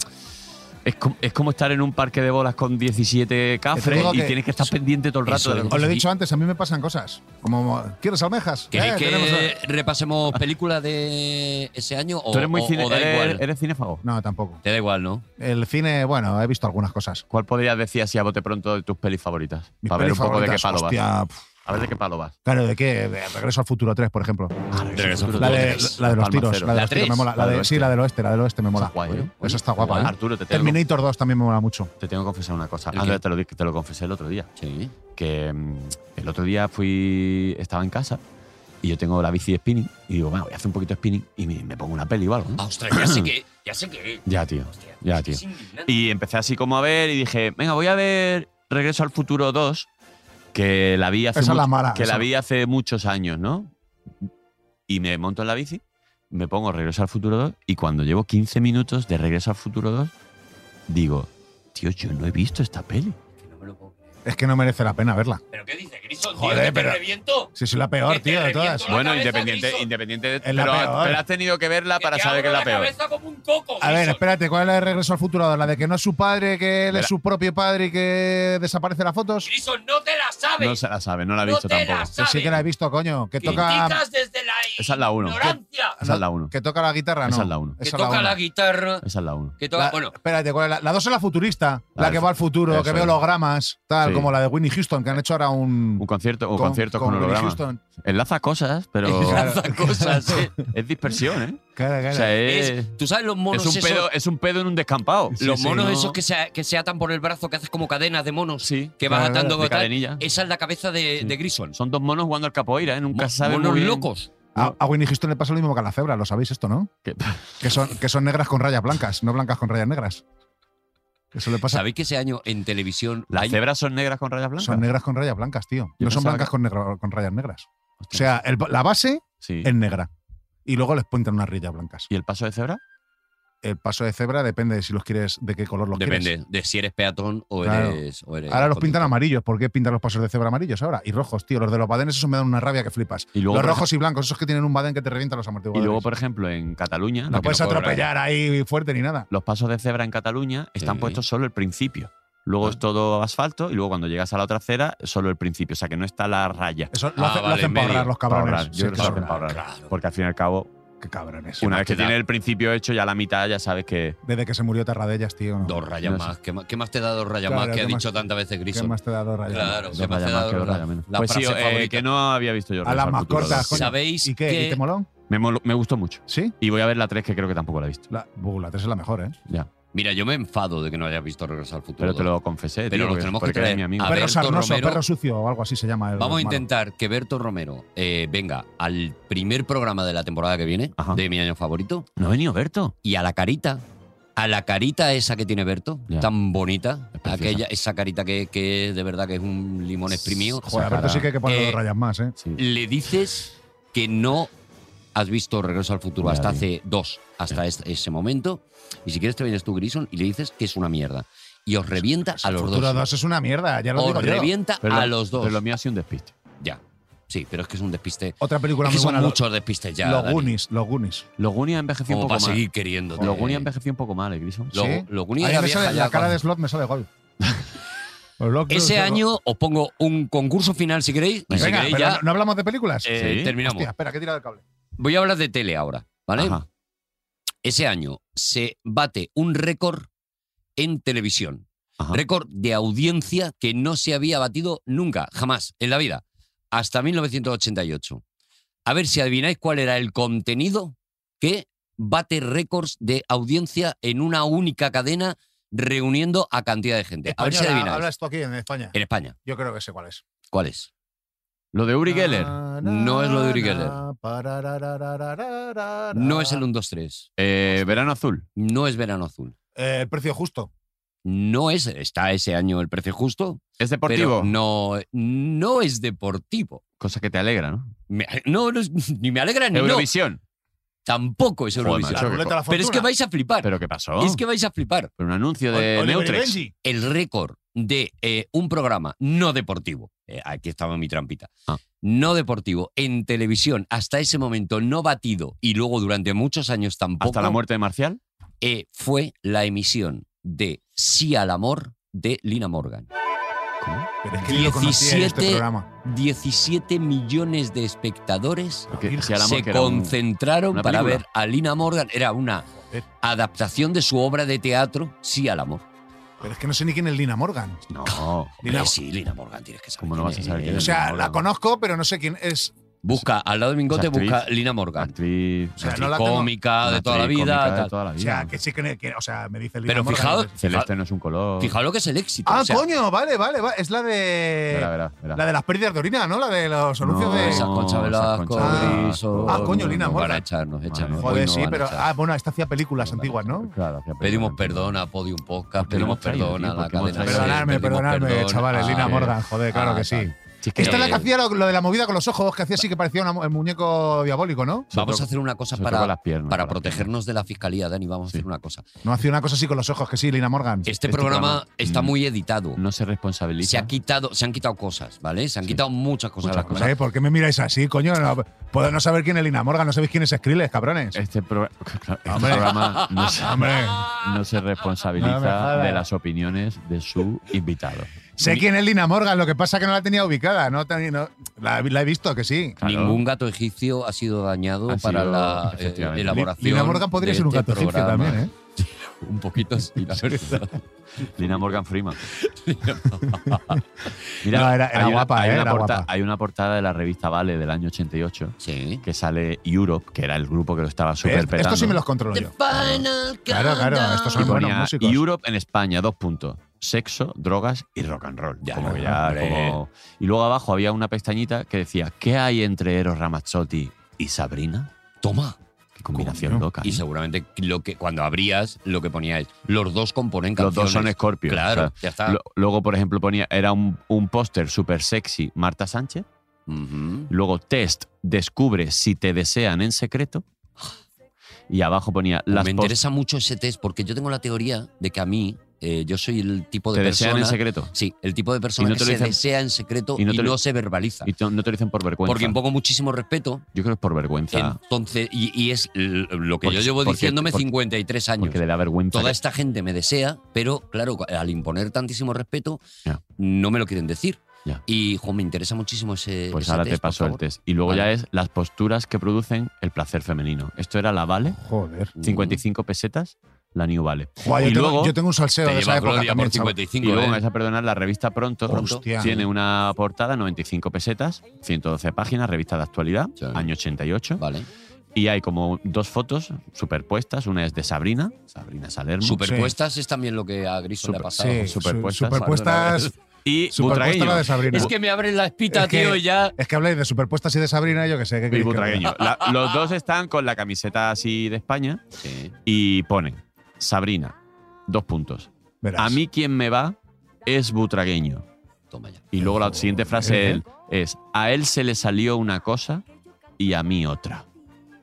Speaker 2: Es com- es como estar en un parque de bolas con 17 cafres
Speaker 4: digo
Speaker 2: y
Speaker 4: que-
Speaker 2: tienes que estar pendiente todo el
Speaker 3: eso
Speaker 2: rato. de-
Speaker 3: es.
Speaker 4: Os lo he
Speaker 3: y-
Speaker 4: dicho antes, a mí me pasan cosas. Como, ¿quieres almejas?
Speaker 3: ¿Queréis
Speaker 4: Eh,
Speaker 3: que
Speaker 4: tenemos-
Speaker 3: repasemos películas de ese año o,
Speaker 2: Tú eres muy
Speaker 3: o- o
Speaker 2: cine,
Speaker 3: da
Speaker 2: eres,
Speaker 3: igual?
Speaker 2: eres cinéfago.
Speaker 4: No, tampoco.
Speaker 3: Te da igual, ¿no?
Speaker 4: El cine, bueno, he visto algunas cosas.
Speaker 2: ¿Cuál podrías decir así a bote pronto de tus pelis favoritas?
Speaker 4: Mis
Speaker 2: Para ver un
Speaker 4: pelis
Speaker 2: poco de qué
Speaker 4: favoritas,
Speaker 2: palo vas.
Speaker 4: hostia, pf,
Speaker 2: A ver de qué palo vas.
Speaker 4: Claro, ¿de qué? De Regreso al Futuro 3, por ejemplo.
Speaker 3: Regreso al
Speaker 4: La
Speaker 3: Futuro
Speaker 4: de,
Speaker 3: 3.
Speaker 4: la de los
Speaker 2: Palma
Speaker 4: tiros.
Speaker 2: Cero.
Speaker 4: La de
Speaker 3: ¿La
Speaker 4: los tiros me
Speaker 3: tres?
Speaker 4: mola. La
Speaker 2: La del
Speaker 4: de- sí,
Speaker 2: oeste.
Speaker 4: la del oeste, la del oeste me mola.
Speaker 2: Está guay, ¿eh?
Speaker 4: Eso está guapa. ¿eh?
Speaker 2: Arturo, te tengo,
Speaker 4: Terminator 2 también me mola mucho.
Speaker 2: te tengo que confesar una cosa.
Speaker 3: ¿El
Speaker 2: Ah,
Speaker 3: qué?
Speaker 2: ya te lo, di- te lo confesé el otro día.
Speaker 3: Sí.
Speaker 2: Que mm, el otro día fui. Estaba en casa y yo tengo la bici de spinning. Y digo, bueno, voy a hacer un poquito de spinning y me, me pongo una peli o algo. ¿no?
Speaker 3: Ah, ostras, ya sé que. Ya sé que.
Speaker 2: Ya, tío.
Speaker 3: Hostia,
Speaker 2: Ya,
Speaker 3: es que
Speaker 2: tío.
Speaker 3: es indignante.
Speaker 2: Y empecé así como a ver y dije, venga, voy a ver Regreso al Futuro 2, que la vi hace,
Speaker 4: Esa es la
Speaker 2: mucho-
Speaker 4: mala,
Speaker 2: que
Speaker 4: esa.
Speaker 2: la vi hace muchos años, ¿no? Y me monto en la bici, me pongo Regreso al Futuro 2 y cuando llevo 15 minutos de Regreso al Futuro 2, digo, tío, yo no he visto esta peli.
Speaker 3: Que no me lo puedo creer.
Speaker 4: Es que no merece la pena verla.
Speaker 3: ¿Pero qué dice, Grison?
Speaker 4: Joder,
Speaker 3: tío, que
Speaker 4: pero-
Speaker 3: te reviento.
Speaker 4: Sí, sí, la peor,
Speaker 3: Que te
Speaker 4: tío, de
Speaker 3: reviento
Speaker 4: todas.
Speaker 3: la
Speaker 2: Bueno,
Speaker 3: cabeza,
Speaker 2: independiente,
Speaker 3: Griso.
Speaker 2: independiente de,
Speaker 4: Es la
Speaker 2: pero,
Speaker 4: peor.
Speaker 2: pero has tenido que verla
Speaker 3: Que
Speaker 2: para
Speaker 3: te
Speaker 2: saber que es
Speaker 3: abro
Speaker 2: la peor.
Speaker 3: cabeza como un coco,
Speaker 4: A ver,
Speaker 3: Grison.
Speaker 4: espérate, ¿cuál es la de Regreso al Futuro? La de que no es su padre, que él es su propio padre y que desaparece las fotos.
Speaker 3: Grison, no te la sabes.
Speaker 2: No se la sabe, no la he
Speaker 3: No
Speaker 2: visto
Speaker 3: te la
Speaker 2: tampoco.
Speaker 4: Que sí que la he visto, coño. Que toca,
Speaker 3: Criticas desde la
Speaker 2: Esa es la uno.
Speaker 3: ignorancia.
Speaker 2: Esa es la 1.
Speaker 4: que toca la guitarra, ¿no?
Speaker 2: Esa es la uno.
Speaker 3: Que
Speaker 4: Esa es la
Speaker 3: toca
Speaker 4: uno.
Speaker 3: la guitarra.
Speaker 2: Esa es la 1.
Speaker 3: Que toca.
Speaker 4: La-
Speaker 3: bueno,
Speaker 4: Espérate, ¿cuál es la, la dos es la futurista,
Speaker 2: La
Speaker 4: la,
Speaker 2: de
Speaker 4: que va al futuro,
Speaker 2: eso
Speaker 4: que veo
Speaker 2: es.
Speaker 4: hologramas, tal,
Speaker 2: Sí.
Speaker 4: como la de Winnie Houston, que han hecho ahora un,
Speaker 2: Un concierto, un
Speaker 4: con-
Speaker 2: concierto con,
Speaker 4: con Whitney
Speaker 2: holograma.
Speaker 4: Houston.
Speaker 2: Enlaza cosas, pero
Speaker 4: Claro.
Speaker 3: lanza cosas. ¿eh?
Speaker 2: es dispersión, ¿eh?
Speaker 4: Claro,
Speaker 2: O
Speaker 4: claro.
Speaker 2: sea, es,
Speaker 3: Es- Tú sabes los monos
Speaker 2: es un
Speaker 3: esos.
Speaker 2: pedo, es un pedo en un descampado.
Speaker 3: los monos
Speaker 2: ¿no?
Speaker 3: esos que se, que se atan por el brazo, que haces como cadenas de monos,
Speaker 2: Sí,
Speaker 3: que vas
Speaker 4: claro,
Speaker 3: atando Eh,
Speaker 2: de
Speaker 3: tal.
Speaker 2: cadenilla.
Speaker 3: Esa es la cabeza de,
Speaker 2: Sí.
Speaker 3: de Grison.
Speaker 2: Son dos monos jugando al capoeira, ¿eh? Nunca
Speaker 3: Mo-
Speaker 2: se sabe
Speaker 3: monos
Speaker 2: muy bien
Speaker 3: locos.
Speaker 4: a, a Winnie Houston le pasa lo mismo que a la cebra, lo sabéis esto, ¿no?
Speaker 2: qué-
Speaker 4: Que son, que son negras con rayas blancas, no blancas con rayas negras. Eso le pasa.
Speaker 3: ¿Sabéis que ese año en televisión
Speaker 2: ¿Las
Speaker 3: hay-
Speaker 2: cebras son negras con rayas blancas?
Speaker 4: Son negras con rayas blancas, tío.
Speaker 2: Yo
Speaker 4: No son
Speaker 2: pensaba
Speaker 4: blancas
Speaker 2: que-
Speaker 4: con, negro- con rayas negras. O
Speaker 2: Hostia.
Speaker 4: sea, el- la base
Speaker 2: Sí.
Speaker 4: es negra. Y luego les pintan unas rayas blancas.
Speaker 2: ¿Y el paso de cebra?
Speaker 4: El paso de cebra depende de si los quieres, de qué color los quieres.
Speaker 3: Depende de si eres peatón o
Speaker 4: Claro.
Speaker 3: eres. o eres
Speaker 4: Ahora los
Speaker 3: conductor.
Speaker 4: pintan amarillos. ¿Por qué pintan los pasos de cebra amarillos ahora? Y rojos, tío. Los de los badenes, esos me dan una rabia que flipas.
Speaker 2: Y luego,
Speaker 4: los
Speaker 2: por
Speaker 4: rojos y blancos, esos que tienen un baden que te revientan los
Speaker 2: ej- y
Speaker 4: amortiguadores.
Speaker 2: luego, por ejemplo, en Cataluña,
Speaker 4: no
Speaker 2: la que
Speaker 4: puedes
Speaker 2: no cobra-
Speaker 4: atropellar ahí fuerte ni nada.
Speaker 2: los pasos de cebra en Cataluña están
Speaker 3: Sí.
Speaker 2: puestos solo el principio. Luego
Speaker 3: Ah.
Speaker 2: es todo asfalto y luego cuando llegas a la otra acera, solo el principio. O sea que no está la raya.
Speaker 4: Eso lo,
Speaker 3: Ah,
Speaker 4: hace- lo
Speaker 3: vale,
Speaker 4: hacen
Speaker 3: medio,
Speaker 4: para ahorrar los
Speaker 2: para
Speaker 4: cabrones.
Speaker 2: ahorrar. Yo
Speaker 4: Sí,
Speaker 2: creo que lo hacen
Speaker 4: cabrón.
Speaker 2: para ahorrar.
Speaker 3: Claro.
Speaker 2: Porque al fin y al cabo,
Speaker 4: Qué cabrones.
Speaker 2: una vez que
Speaker 3: te da?
Speaker 2: tienes el principio hecho, ya la mitad ya sabes que.
Speaker 4: Desde que se murió Tarradellas, tío. ¿no?
Speaker 3: Dos rayas
Speaker 2: No sé.
Speaker 3: más. ¿Qué, más. qué más te da dos rayas
Speaker 4: Claro,
Speaker 3: más que ha
Speaker 4: ¿qué más-
Speaker 3: dicho tantas veces
Speaker 4: ¿Qué
Speaker 3: Grison?
Speaker 4: más te da dos rayas?
Speaker 3: Claro,
Speaker 2: Dos
Speaker 3: ¿qué más
Speaker 2: rayas
Speaker 3: te
Speaker 2: más
Speaker 3: da
Speaker 2: que
Speaker 3: dos
Speaker 2: dos rayas
Speaker 3: rayas?
Speaker 2: menos.
Speaker 3: La
Speaker 2: Pues sí,
Speaker 3: frase
Speaker 2: eh,
Speaker 3: favorita.
Speaker 2: que no había visto yo.
Speaker 4: A las
Speaker 2: Regreso al
Speaker 4: más
Speaker 2: futuro
Speaker 4: cortas,
Speaker 2: dos.
Speaker 4: coño.
Speaker 3: ¿Sabéis
Speaker 4: ¿Y qué?
Speaker 3: que-
Speaker 4: ¿Y te moló?
Speaker 2: Me, molo- me gustó mucho.
Speaker 4: ¿Sí?
Speaker 2: Y voy a ver la 3, que creo que tampoco la he visto.
Speaker 4: La, uh, la 3 es la mejor, ¿eh?
Speaker 2: Ya.
Speaker 3: Mira, yo me enfado de que no hayas visto Regresar al Futuro.
Speaker 2: Pero te
Speaker 3: dos.
Speaker 2: lo confesé,
Speaker 3: Pero
Speaker 2: tío,
Speaker 3: lo
Speaker 2: porque-
Speaker 3: tenemos que
Speaker 2: porque eres
Speaker 3: traer.
Speaker 2: mi amigo.
Speaker 3: A
Speaker 4: Perro
Speaker 3: Berto
Speaker 4: sarnoso,
Speaker 3: Romero-
Speaker 4: perro sucio o algo así se llama. el
Speaker 3: Vamos a
Speaker 4: malo.
Speaker 3: intentar que Berto Romero eh, venga al primer programa de la temporada que viene,
Speaker 2: Ajá.
Speaker 3: de mi año favorito,
Speaker 2: No ha venido Berto.
Speaker 3: y a la carita, a la carita esa que tiene Berto,
Speaker 2: Ya.
Speaker 3: tan bonita,
Speaker 2: Es preciosa.
Speaker 3: aquella, esa carita que, que de verdad que es un limón exprimido,
Speaker 4: Joder, a Berto sí que hay que poner
Speaker 3: Eh,
Speaker 4: dos rayas más, ¿eh?
Speaker 2: Sí.
Speaker 3: le dices que no has visto Regreso al Futuro
Speaker 2: Ya,
Speaker 3: hasta
Speaker 2: tío.
Speaker 3: hace dos, hasta es- ese momento, y si quieres te vienes tú, Grison, y le dices que es una mierda. Y os revienta a los
Speaker 4: Futuro
Speaker 3: dos.
Speaker 4: 2 es una mierda, ya lo
Speaker 3: Os
Speaker 4: digo yo.
Speaker 3: revienta
Speaker 2: Pero
Speaker 3: a
Speaker 2: lo-
Speaker 3: los dos.
Speaker 2: Pero lo mío ha sido un despiste.
Speaker 3: Ya. Sí, pero es que es un despiste.
Speaker 4: Otra película
Speaker 3: Es que
Speaker 4: muy
Speaker 3: son
Speaker 4: buena. lo-
Speaker 3: muchos despistes ya.
Speaker 4: los
Speaker 3: Dani,
Speaker 4: Goonies, los Goonies.
Speaker 7: Los Goonies ha envejecido
Speaker 3: Como
Speaker 7: un
Speaker 3: para
Speaker 7: poco mal.
Speaker 3: seguir queriendo.
Speaker 7: Los Goonies ha envejecido un poco mal, ¿eh, Griso?
Speaker 3: Lo-
Speaker 4: Sí.
Speaker 3: lo Goonies
Speaker 4: Ahí
Speaker 3: era
Speaker 4: me
Speaker 3: vieja
Speaker 4: sale-
Speaker 3: ya
Speaker 4: la cara
Speaker 3: cuando-
Speaker 4: de Slot me sale gol. Los Lock-
Speaker 3: Ese
Speaker 4: los-
Speaker 3: año os pongo un concurso final si queréis. Y si
Speaker 4: Venga,
Speaker 3: queréis
Speaker 4: pero
Speaker 3: ya
Speaker 4: no, no hablamos de películas?
Speaker 3: eh,
Speaker 7: Sí.
Speaker 3: terminamos.
Speaker 4: Hostia, espera, que he tirado el cable.
Speaker 3: Voy a hablar de tele ahora, ¿vale?
Speaker 7: Ajá.
Speaker 3: Ese año se bate un récord en televisión.
Speaker 7: Ajá.
Speaker 3: Récord de audiencia que no se había batido nunca, jamás, en la vida. Hasta 1988. A ver si adivináis cuál era el contenido que bate récords de audiencia en una única cadena reuniendo a cantidad de gente. A ver si
Speaker 4: Española,
Speaker 3: adivináis.
Speaker 4: Hablas tú aquí en España.
Speaker 3: En España,
Speaker 4: Yo creo que sé cuál es.
Speaker 3: ¿cuál es?
Speaker 7: Lo de Uri Geller.
Speaker 3: No es lo de Uri Geller. No es el 1, 2, 3.
Speaker 7: Eh, verano azul.
Speaker 3: No es Verano Azul.
Speaker 4: Eh, el precio justo.
Speaker 3: No es, está ese año el precio justo,
Speaker 7: Es deportivo.
Speaker 3: pero no, no es deportivo.
Speaker 7: Cosa que te alegra, ¿no?
Speaker 3: Me- no, no es- ni me alegra ni no.
Speaker 7: Eurovisión.
Speaker 3: Tampoco es
Speaker 7: Joder,
Speaker 4: La
Speaker 3: Eurovisión.
Speaker 7: macho. Claro que
Speaker 4: ruleta de la
Speaker 3: pero es que
Speaker 4: fortuna.
Speaker 3: vais a flipar.
Speaker 7: ¿Pero qué pasó?
Speaker 3: Es que vais a flipar.
Speaker 7: Pero un anuncio
Speaker 4: Ol-
Speaker 7: de
Speaker 4: Oliver y
Speaker 7: Neutrex.
Speaker 4: Benji.
Speaker 3: El récord de eh, un programa no deportivo, eh, aquí estaba mi trampita,
Speaker 7: Ah.
Speaker 3: no deportivo, en televisión, hasta ese momento no batido y luego durante muchos años tampoco.
Speaker 7: Hasta la muerte de Marcial.
Speaker 3: eh, fue la emisión de Sí al amor de Lina Morgan.
Speaker 4: Pero es que ni lo conocía en este
Speaker 3: 17
Speaker 4: programa.
Speaker 3: 17 millones de espectadores
Speaker 7: Que, si hablamos
Speaker 3: se
Speaker 7: que era un-
Speaker 3: concentraron
Speaker 7: una
Speaker 3: para
Speaker 7: película. Eh.
Speaker 3: ver a Lina Morgan. Era una
Speaker 4: Joder.
Speaker 3: adaptación de su obra de teatro, Sí al amor.
Speaker 4: Pero es que no sé ni quién es Lina Morgan.
Speaker 7: No.
Speaker 4: Lina-
Speaker 3: Hombre, sí, Lina Morgan, tienes que saber.
Speaker 7: ¿Cómo no
Speaker 3: quién
Speaker 7: vas a saber quién
Speaker 4: O
Speaker 7: es?
Speaker 4: sea,
Speaker 7: Morgan.
Speaker 4: la conozco, pero no sé quién es.
Speaker 3: Busca, al lado de Mingote,
Speaker 7: Es actriz.
Speaker 3: busca Lina Morgan.
Speaker 7: Actriz.
Speaker 4: O sea,
Speaker 3: Actriz
Speaker 4: no la tengo-
Speaker 3: cómica
Speaker 7: una
Speaker 3: de toda la
Speaker 7: actriz
Speaker 3: vida.
Speaker 7: cómica de
Speaker 3: tal.
Speaker 7: toda la
Speaker 4: O
Speaker 7: vida.
Speaker 4: sea, que sí que, que- o sea, me dice Lina
Speaker 3: Pero
Speaker 4: Morgan.
Speaker 3: fijaos-
Speaker 4: entonces-
Speaker 7: Celeste no es un color.
Speaker 3: Fijaos lo que es el éxito.
Speaker 4: Ah,
Speaker 3: o sea,
Speaker 4: coño, vale, vale, vale. Es la
Speaker 7: Verá,
Speaker 4: de.
Speaker 7: verá, verá.
Speaker 4: La de las pérdidas de orina, ¿no? La de los anuncios
Speaker 7: No,
Speaker 4: de.
Speaker 3: Esas Concha
Speaker 7: Ah, esas
Speaker 3: Velasco,
Speaker 4: Concha
Speaker 3: Griso,
Speaker 4: Ah, coño, Lina
Speaker 3: nos Van a
Speaker 4: Morgan.
Speaker 3: echarnos, echarnos.
Speaker 4: Joder,
Speaker 3: hoy no
Speaker 4: sí,
Speaker 3: van a
Speaker 4: pero.
Speaker 3: echar.
Speaker 4: Ah, bueno, esta hacía películas
Speaker 3: No, no,
Speaker 4: antiguas, ¿no?
Speaker 7: Claro, hacía
Speaker 3: Pedimos
Speaker 7: película.
Speaker 3: perdón a Podium Podcast,
Speaker 7: Pero
Speaker 3: pedimos
Speaker 7: hemos traído,
Speaker 3: perdón
Speaker 7: tío,
Speaker 3: a la
Speaker 7: porque hemos
Speaker 3: cadena.
Speaker 7: traído.
Speaker 3: SER,
Speaker 4: Perdonadme,
Speaker 3: pedimos
Speaker 4: perdonadme,
Speaker 3: perdón
Speaker 4: chavales.
Speaker 3: a-
Speaker 4: Lina Morgan, joder, claro
Speaker 3: Ah,
Speaker 4: que sí.
Speaker 3: tal.
Speaker 7: Sí, que-
Speaker 4: Esta es la
Speaker 3: Eh,
Speaker 4: que hacía lo, lo de la movida con los ojos, que hacía así que parecía una mu- el muñeco diabólico, ¿no?
Speaker 3: Vamos a hacer una cosa
Speaker 7: sobre todo con
Speaker 3: para,
Speaker 7: las piernas,
Speaker 3: para
Speaker 7: con las
Speaker 3: protegernos de la fiscalía, Dani. Vamos a hacer una cosa.
Speaker 4: No hacía una cosa así con los ojos, que sí, Lina Morgan.
Speaker 3: Este,
Speaker 7: Este
Speaker 3: programa,
Speaker 7: programa,
Speaker 3: está
Speaker 7: mm,
Speaker 3: muy editado.
Speaker 7: piernas. No se responsabiliza.
Speaker 3: Se, ha quitado, se han quitado cosas, ¿vale? Se han
Speaker 7: Sí.
Speaker 3: quitado muchas cosas.
Speaker 7: Muchas
Speaker 3: de la
Speaker 7: cosas.
Speaker 3: cosa.
Speaker 4: Eh, ¿Por qué me miráis así, coño? No, puedo no saber quién es Lina Morgan, no sabéis quién es Skrillex, cabrones.
Speaker 7: Este, pro- claro, este
Speaker 4: Hombre.
Speaker 7: programa no se,
Speaker 4: Hombre.
Speaker 7: no se
Speaker 4: No me
Speaker 7: responsabiliza
Speaker 4: jodas.
Speaker 7: de las opiniones de su invitado.
Speaker 4: Sé quién es Lina Morgan, lo que pasa que no la tenía ubicada. No, ten- no- la, la he visto, que sí.
Speaker 7: Claro.
Speaker 3: Ningún gato egipcio ha sido dañado
Speaker 7: Ha
Speaker 3: para
Speaker 7: sido-
Speaker 3: la eh,
Speaker 7: efectivamente.
Speaker 3: elaboración.
Speaker 4: Lina Morgan podría
Speaker 3: de
Speaker 4: ser un
Speaker 3: este
Speaker 4: gato egipcio
Speaker 3: programa.
Speaker 4: también, ¿eh?
Speaker 3: Un poquito sí, la verdad.
Speaker 7: Lina Morgan Freeman.
Speaker 4: No, era- era
Speaker 7: hay una-
Speaker 4: guapa,
Speaker 7: hay
Speaker 4: eh,
Speaker 7: una
Speaker 4: era
Speaker 7: porta-
Speaker 4: guapa.
Speaker 7: hay una portada de la revista Vale del año 88
Speaker 3: Sí.
Speaker 7: que sale Europe, que era el grupo que lo estaba
Speaker 4: Pero
Speaker 7: super petando.
Speaker 4: Esto sí me los controlo yo. Claro, claro, estos
Speaker 7: y
Speaker 4: son buenos
Speaker 7: ponía
Speaker 4: músicos.
Speaker 7: Europe en España, dos puntos. Sexo, drogas y rock and roll.
Speaker 3: Ya,
Speaker 7: Como que ya,
Speaker 3: hombre.
Speaker 7: como- Y luego abajo había una pestañita que decía ¿Qué hay entre Eros Ramazzotti y Sabrina?
Speaker 3: Toma.
Speaker 7: Qué combinación
Speaker 4: Coño.
Speaker 7: loca.
Speaker 3: Y
Speaker 7: ¿eh?
Speaker 3: seguramente lo que cuando abrías, lo que ponía es los dos componen
Speaker 7: Los
Speaker 3: canciones.
Speaker 7: dos son Scorpio.
Speaker 3: Claro,
Speaker 7: o sea,
Speaker 3: ya está.
Speaker 7: lo- luego, por ejemplo, ponía era un, un póster súper sexy Marta Sánchez.
Speaker 3: Ujú.
Speaker 7: Luego, test, descubre si te desean en secreto. Y abajo ponía las
Speaker 3: Pues me
Speaker 7: pos-
Speaker 3: interesa mucho ese test porque yo tengo la teoría de que a mí, eh, yo soy el tipo de
Speaker 7: te
Speaker 3: persona.
Speaker 7: desean en secreto.
Speaker 3: Sí, el tipo de persona
Speaker 7: Y no
Speaker 3: que
Speaker 7: te lo
Speaker 3: se
Speaker 7: dicen-
Speaker 3: desea en secreto y
Speaker 7: y
Speaker 3: no,
Speaker 7: no te lo-
Speaker 3: se verbaliza.
Speaker 7: Y to- no te lo dicen por vergüenza.
Speaker 3: Porque impongo muchísimo respeto.
Speaker 7: Yo creo que es por vergüenza.
Speaker 3: Entonces, y, y es l- lo que
Speaker 7: Porque-
Speaker 3: yo llevo
Speaker 7: porque-
Speaker 3: diciéndome
Speaker 7: porque-
Speaker 3: 53 años.
Speaker 7: Porque le da vergüenza.
Speaker 3: Toda
Speaker 7: que-
Speaker 3: esta gente me desea, pero claro, al imponer tantísimo respeto,
Speaker 7: Ya.
Speaker 3: no me lo quieren decir.
Speaker 7: Ya.
Speaker 3: Y jo, me interesa muchísimo ese.
Speaker 7: Pues
Speaker 3: ese
Speaker 7: ahora
Speaker 3: test,
Speaker 7: te paso
Speaker 3: por
Speaker 7: el
Speaker 3: favor.
Speaker 7: test. Y luego
Speaker 3: Vale.
Speaker 7: ya es las posturas que producen el placer femenino. Esto era la Vale,
Speaker 4: Joder.
Speaker 3: Mm.
Speaker 7: 55 pesetas, la New Vale.
Speaker 4: Guau, yo,
Speaker 7: y
Speaker 4: tengo,
Speaker 7: luego,
Speaker 4: yo tengo un salseo
Speaker 3: Te
Speaker 4: de esa
Speaker 3: llevas
Speaker 4: época
Speaker 3: Gloria por
Speaker 4: también, chaval.
Speaker 3: 55.
Speaker 7: y luego
Speaker 3: ¿eh?
Speaker 7: me vais a perdonar, la revista Pronto
Speaker 4: Hostia.
Speaker 7: tiene una portada, 95 pesetas, 112 páginas, revista de actualidad,
Speaker 3: Sí.
Speaker 7: año 88.
Speaker 3: Vale.
Speaker 7: Y hay como dos fotos superpuestas. Una es de Sabrina, Sabrina Salermo.
Speaker 3: Superpuestas es también lo que a Griso le
Speaker 7: Super-
Speaker 3: ha pasado.
Speaker 4: Sí, su-
Speaker 7: Superpuestas,
Speaker 4: superpuestas,
Speaker 7: y
Speaker 4: superpuesta
Speaker 7: Butragueño.
Speaker 4: la de Sabrina.
Speaker 3: Es que me abren la espita,
Speaker 4: Es que-
Speaker 3: tío, y ya.
Speaker 4: Es que habláis de superpuestas y de Sabrina, yo que sé. ¿qué
Speaker 7: Y
Speaker 4: queréis que os diga?
Speaker 7: Butragueño. La- los dos están con la camiseta así de España
Speaker 3: Sí.
Speaker 7: y ponen Sabrina, dos puntos.
Speaker 4: Verás.
Speaker 7: A mí quien me va es Butragueño.
Speaker 3: Toma ya.
Speaker 7: Y luego la siguiente frase él es, a él se le salió una cosa y a mí otra.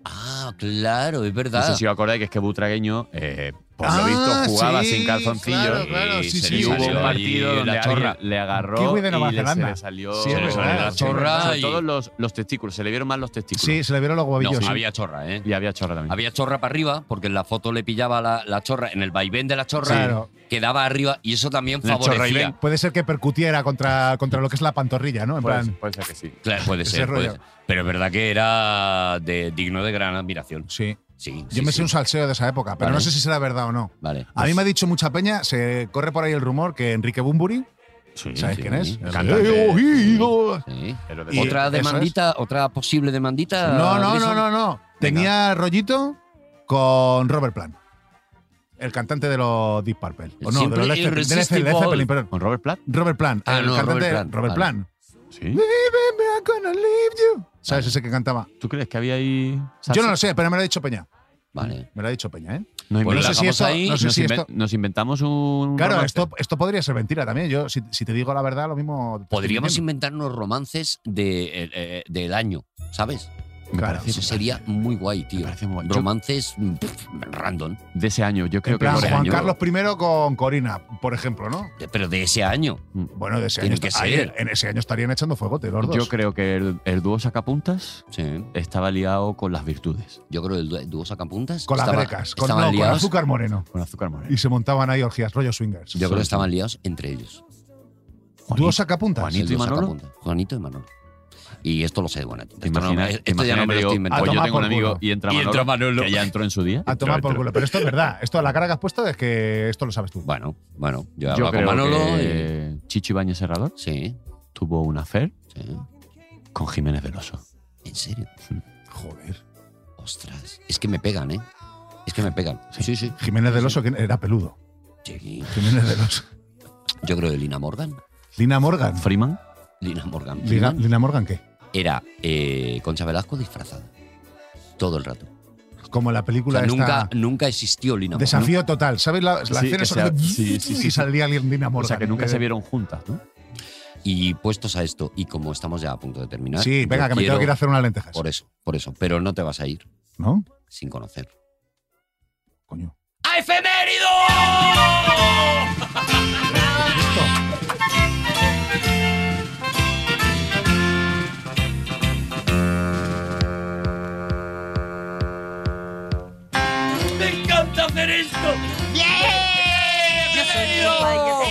Speaker 3: Ah, Ah, claro, es
Speaker 7: No
Speaker 3: verdad.
Speaker 7: sé si os acordáis que es que Butragueño, eh, por
Speaker 4: Ah,
Speaker 7: lo visto, jugaba
Speaker 4: sí,
Speaker 7: sin calzoncillo.
Speaker 4: claro, claro,
Speaker 7: y
Speaker 4: sí,
Speaker 7: se
Speaker 4: sí,
Speaker 7: le
Speaker 4: sí,
Speaker 7: hubo
Speaker 4: sí.
Speaker 7: un partido
Speaker 3: Ahí,
Speaker 7: donde
Speaker 3: la chorra.
Speaker 7: alguien le agarró
Speaker 4: Kiwi
Speaker 7: y
Speaker 4: de Nueva
Speaker 7: le-
Speaker 4: Zelanda.
Speaker 7: se le salió
Speaker 4: Sí,
Speaker 3: es
Speaker 7: sobre
Speaker 3: verdad,
Speaker 7: la
Speaker 3: sí,
Speaker 7: chorra.
Speaker 3: es verdad.
Speaker 7: Sobre todo los, los testículos, se le vieron más los testículos.
Speaker 4: Sí, se le vieron los
Speaker 3: No,
Speaker 4: huevillos. sí.
Speaker 3: había chorra, ¿eh?
Speaker 7: Y había chorra también.
Speaker 3: Había chorra para arriba, porque en la foto le pillaba la, la chorra, en el vaivén de la chorra,
Speaker 4: Claro.
Speaker 3: quedaba arriba y eso también
Speaker 7: En el
Speaker 3: favorecía.
Speaker 7: chorraivén.
Speaker 4: Puede ser que percutiera contra, contra lo que es la pantorrilla, ¿no? En
Speaker 7: Puede,
Speaker 4: plan.
Speaker 7: puede ser que sí.
Speaker 3: Claro, puede
Speaker 4: Ese
Speaker 3: ser, puede
Speaker 4: rollo.
Speaker 3: ser. Pero es verdad que era de, digno de gran admiración.
Speaker 4: Sí.
Speaker 3: Sí.
Speaker 4: Yo
Speaker 3: sí,
Speaker 4: me
Speaker 3: sí.
Speaker 4: sé un Ah, salseo de esa época, pero
Speaker 3: Vale.
Speaker 4: no sé si será verdad o no.
Speaker 3: Vale.
Speaker 4: A mí me ha dicho mucha peña, se corre por ahí el rumor que Enrique Bumburi,
Speaker 7: Sí,
Speaker 4: ¿sabes
Speaker 3: sí,
Speaker 4: quién es?
Speaker 3: sí.
Speaker 4: El
Speaker 7: Cantante.
Speaker 4: He oído.
Speaker 3: Sí.
Speaker 7: pero de-
Speaker 4: Y-
Speaker 3: ¿Otra
Speaker 4: eso es.
Speaker 3: demandita? ¿Otra posible demandita?
Speaker 4: No, no, no,
Speaker 3: Grison?
Speaker 4: no, no. Tenía rollito con Robert Plant, el cantante de los Deep Purple. O no, de
Speaker 3: Siempre
Speaker 4: los Led Zeppelin, de Led
Speaker 3: irresistible.
Speaker 4: Zeppelin, perdón.
Speaker 7: ¿Con Robert Platt?
Speaker 4: Robert Plant,
Speaker 3: Ah,
Speaker 4: el
Speaker 3: no,
Speaker 4: cantante
Speaker 3: Robert Plant,
Speaker 4: Robert
Speaker 3: vale.
Speaker 4: Plant.
Speaker 7: Sí.
Speaker 4: Baby, I'm gonna leave you. ¿Sabes ese que cantaba?
Speaker 7: ¿Tú crees que había ahí.?
Speaker 4: Yo no lo sé, pero me lo ha dicho Peña.
Speaker 3: Vale.
Speaker 4: Me lo ha dicho Peña, ¿eh?
Speaker 7: Nos,
Speaker 3: Pues
Speaker 7: inventamos-
Speaker 3: la
Speaker 4: no sé si
Speaker 3: dejamos
Speaker 4: esto-
Speaker 3: ahí.
Speaker 4: no sé
Speaker 7: nos
Speaker 4: si
Speaker 7: inven-
Speaker 4: esto-
Speaker 7: nos inventamos un.
Speaker 4: Claro,
Speaker 7: romance.
Speaker 4: esto, esto podría ser mentira también. Yo, si, si te digo la verdad, lo mismo. te estoy
Speaker 3: Podríamos
Speaker 4: mintiendo.
Speaker 3: inventarnos romances de, eh, eh, del año, ¿sabes?
Speaker 7: Me
Speaker 4: Claro.
Speaker 7: parece-
Speaker 3: Eso sería muy guay, tío.
Speaker 7: Me parece muy guay. Yo-
Speaker 3: Romances mm, pff, random,
Speaker 7: de ese año. Yo creo
Speaker 4: En plan,
Speaker 7: que no
Speaker 4: Juan
Speaker 7: año.
Speaker 4: Carlos I con Corina, por ejemplo, ¿no?
Speaker 3: de- pero de ese año.
Speaker 4: Bueno, de ese
Speaker 3: Tiene
Speaker 4: año.
Speaker 3: que
Speaker 4: esta- ahí,
Speaker 3: ser.
Speaker 4: en ese año estarían echando fuegote los dos.
Speaker 7: Yo creo que el, el dúo sacapuntas
Speaker 3: Sí.
Speaker 7: estaba liado con las virtudes,
Speaker 3: Yo creo que el dúo- dúo sacapuntas.
Speaker 4: con las
Speaker 3: estaba-
Speaker 4: brecas, con,
Speaker 3: estaban
Speaker 4: no, con
Speaker 3: liados.
Speaker 4: azúcar moreno.
Speaker 7: con azúcar moreno.
Speaker 4: Y se montaban ahí orgías, rollo swingers.
Speaker 3: Yo creo que estaban liados entre ellos.
Speaker 4: ¿Tú
Speaker 7: Juanito,
Speaker 4: os sacapuntas?
Speaker 7: Juanito.
Speaker 3: El dúo
Speaker 7: y Manolo?
Speaker 3: sacapuntas. Juanito y Manolo. Y esto lo sé de buena tinta.
Speaker 7: ¿Te
Speaker 3: Esto, no-
Speaker 7: imaginas?
Speaker 3: esto
Speaker 7: ¿Te
Speaker 3: ya no
Speaker 7: imaginas?
Speaker 3: me lo estoy
Speaker 7: Digo,
Speaker 4: A
Speaker 3: inventando.
Speaker 7: Pues yo
Speaker 4: tomar
Speaker 7: tengo un
Speaker 4: por culo.
Speaker 7: amigo y entra
Speaker 3: Y
Speaker 7: Manolo,
Speaker 3: entra Manolo.
Speaker 7: que ya entró en su día.
Speaker 4: A tomar
Speaker 7: Entró,
Speaker 4: por
Speaker 7: entró.
Speaker 4: culo. Pero esto es verdad. Esto la carga que has puesto es que esto lo sabes tú.
Speaker 3: Bueno, bueno. Yo,
Speaker 7: Yo
Speaker 3: hablaba con
Speaker 7: creo
Speaker 3: Manolo. y-
Speaker 7: que Chicho Ibañez Serrador
Speaker 3: Sí,
Speaker 7: tuvo un affair
Speaker 3: sí.
Speaker 7: con Jiménez Veloso.
Speaker 3: En serio.
Speaker 4: Joder.
Speaker 3: Ostras. Es que me pegan, ¿eh? Es que me pegan. Sí, sí.
Speaker 4: Jiménez del Oso ¿quién era peludo.
Speaker 3: sí.
Speaker 4: Jiménez del Oso.
Speaker 3: Yo creo que Lina Morgan.
Speaker 4: Lina Morgan.
Speaker 7: Freeman,
Speaker 3: Lina Morgan.
Speaker 4: Lina, Lina Morgan, ¿qué?
Speaker 3: Era eh, Concha Velasco disfrazada. Todo el rato.
Speaker 4: Como la
Speaker 3: O sea,
Speaker 4: película esta.
Speaker 3: nunca, nunca existió Lina Morgan.
Speaker 4: Desafío total. ¿Sabéis la, la
Speaker 7: Sí,
Speaker 4: escena
Speaker 7: que
Speaker 4: esa
Speaker 7: sea-
Speaker 4: de-
Speaker 7: sí, sí, sí,
Speaker 4: y
Speaker 7: sí.
Speaker 4: salía alguien Lina Morgan?
Speaker 7: o sea que nunca
Speaker 4: Eh,
Speaker 7: se vieron juntas, ¿no?
Speaker 3: Y puestos a esto, y como estamos ya a punto de terminar.
Speaker 4: Sí,
Speaker 3: yo
Speaker 4: venga, que me tengo
Speaker 3: quiero-
Speaker 4: que ir a hacer unas lentejas.
Speaker 3: Por eso, por eso. Pero no te vas a ir
Speaker 4: ¿No?
Speaker 3: sin conocer.
Speaker 4: Coño.
Speaker 3: ¡A efemérido! ¡Me encanta hacer esto!
Speaker 2: ¡Efemérido!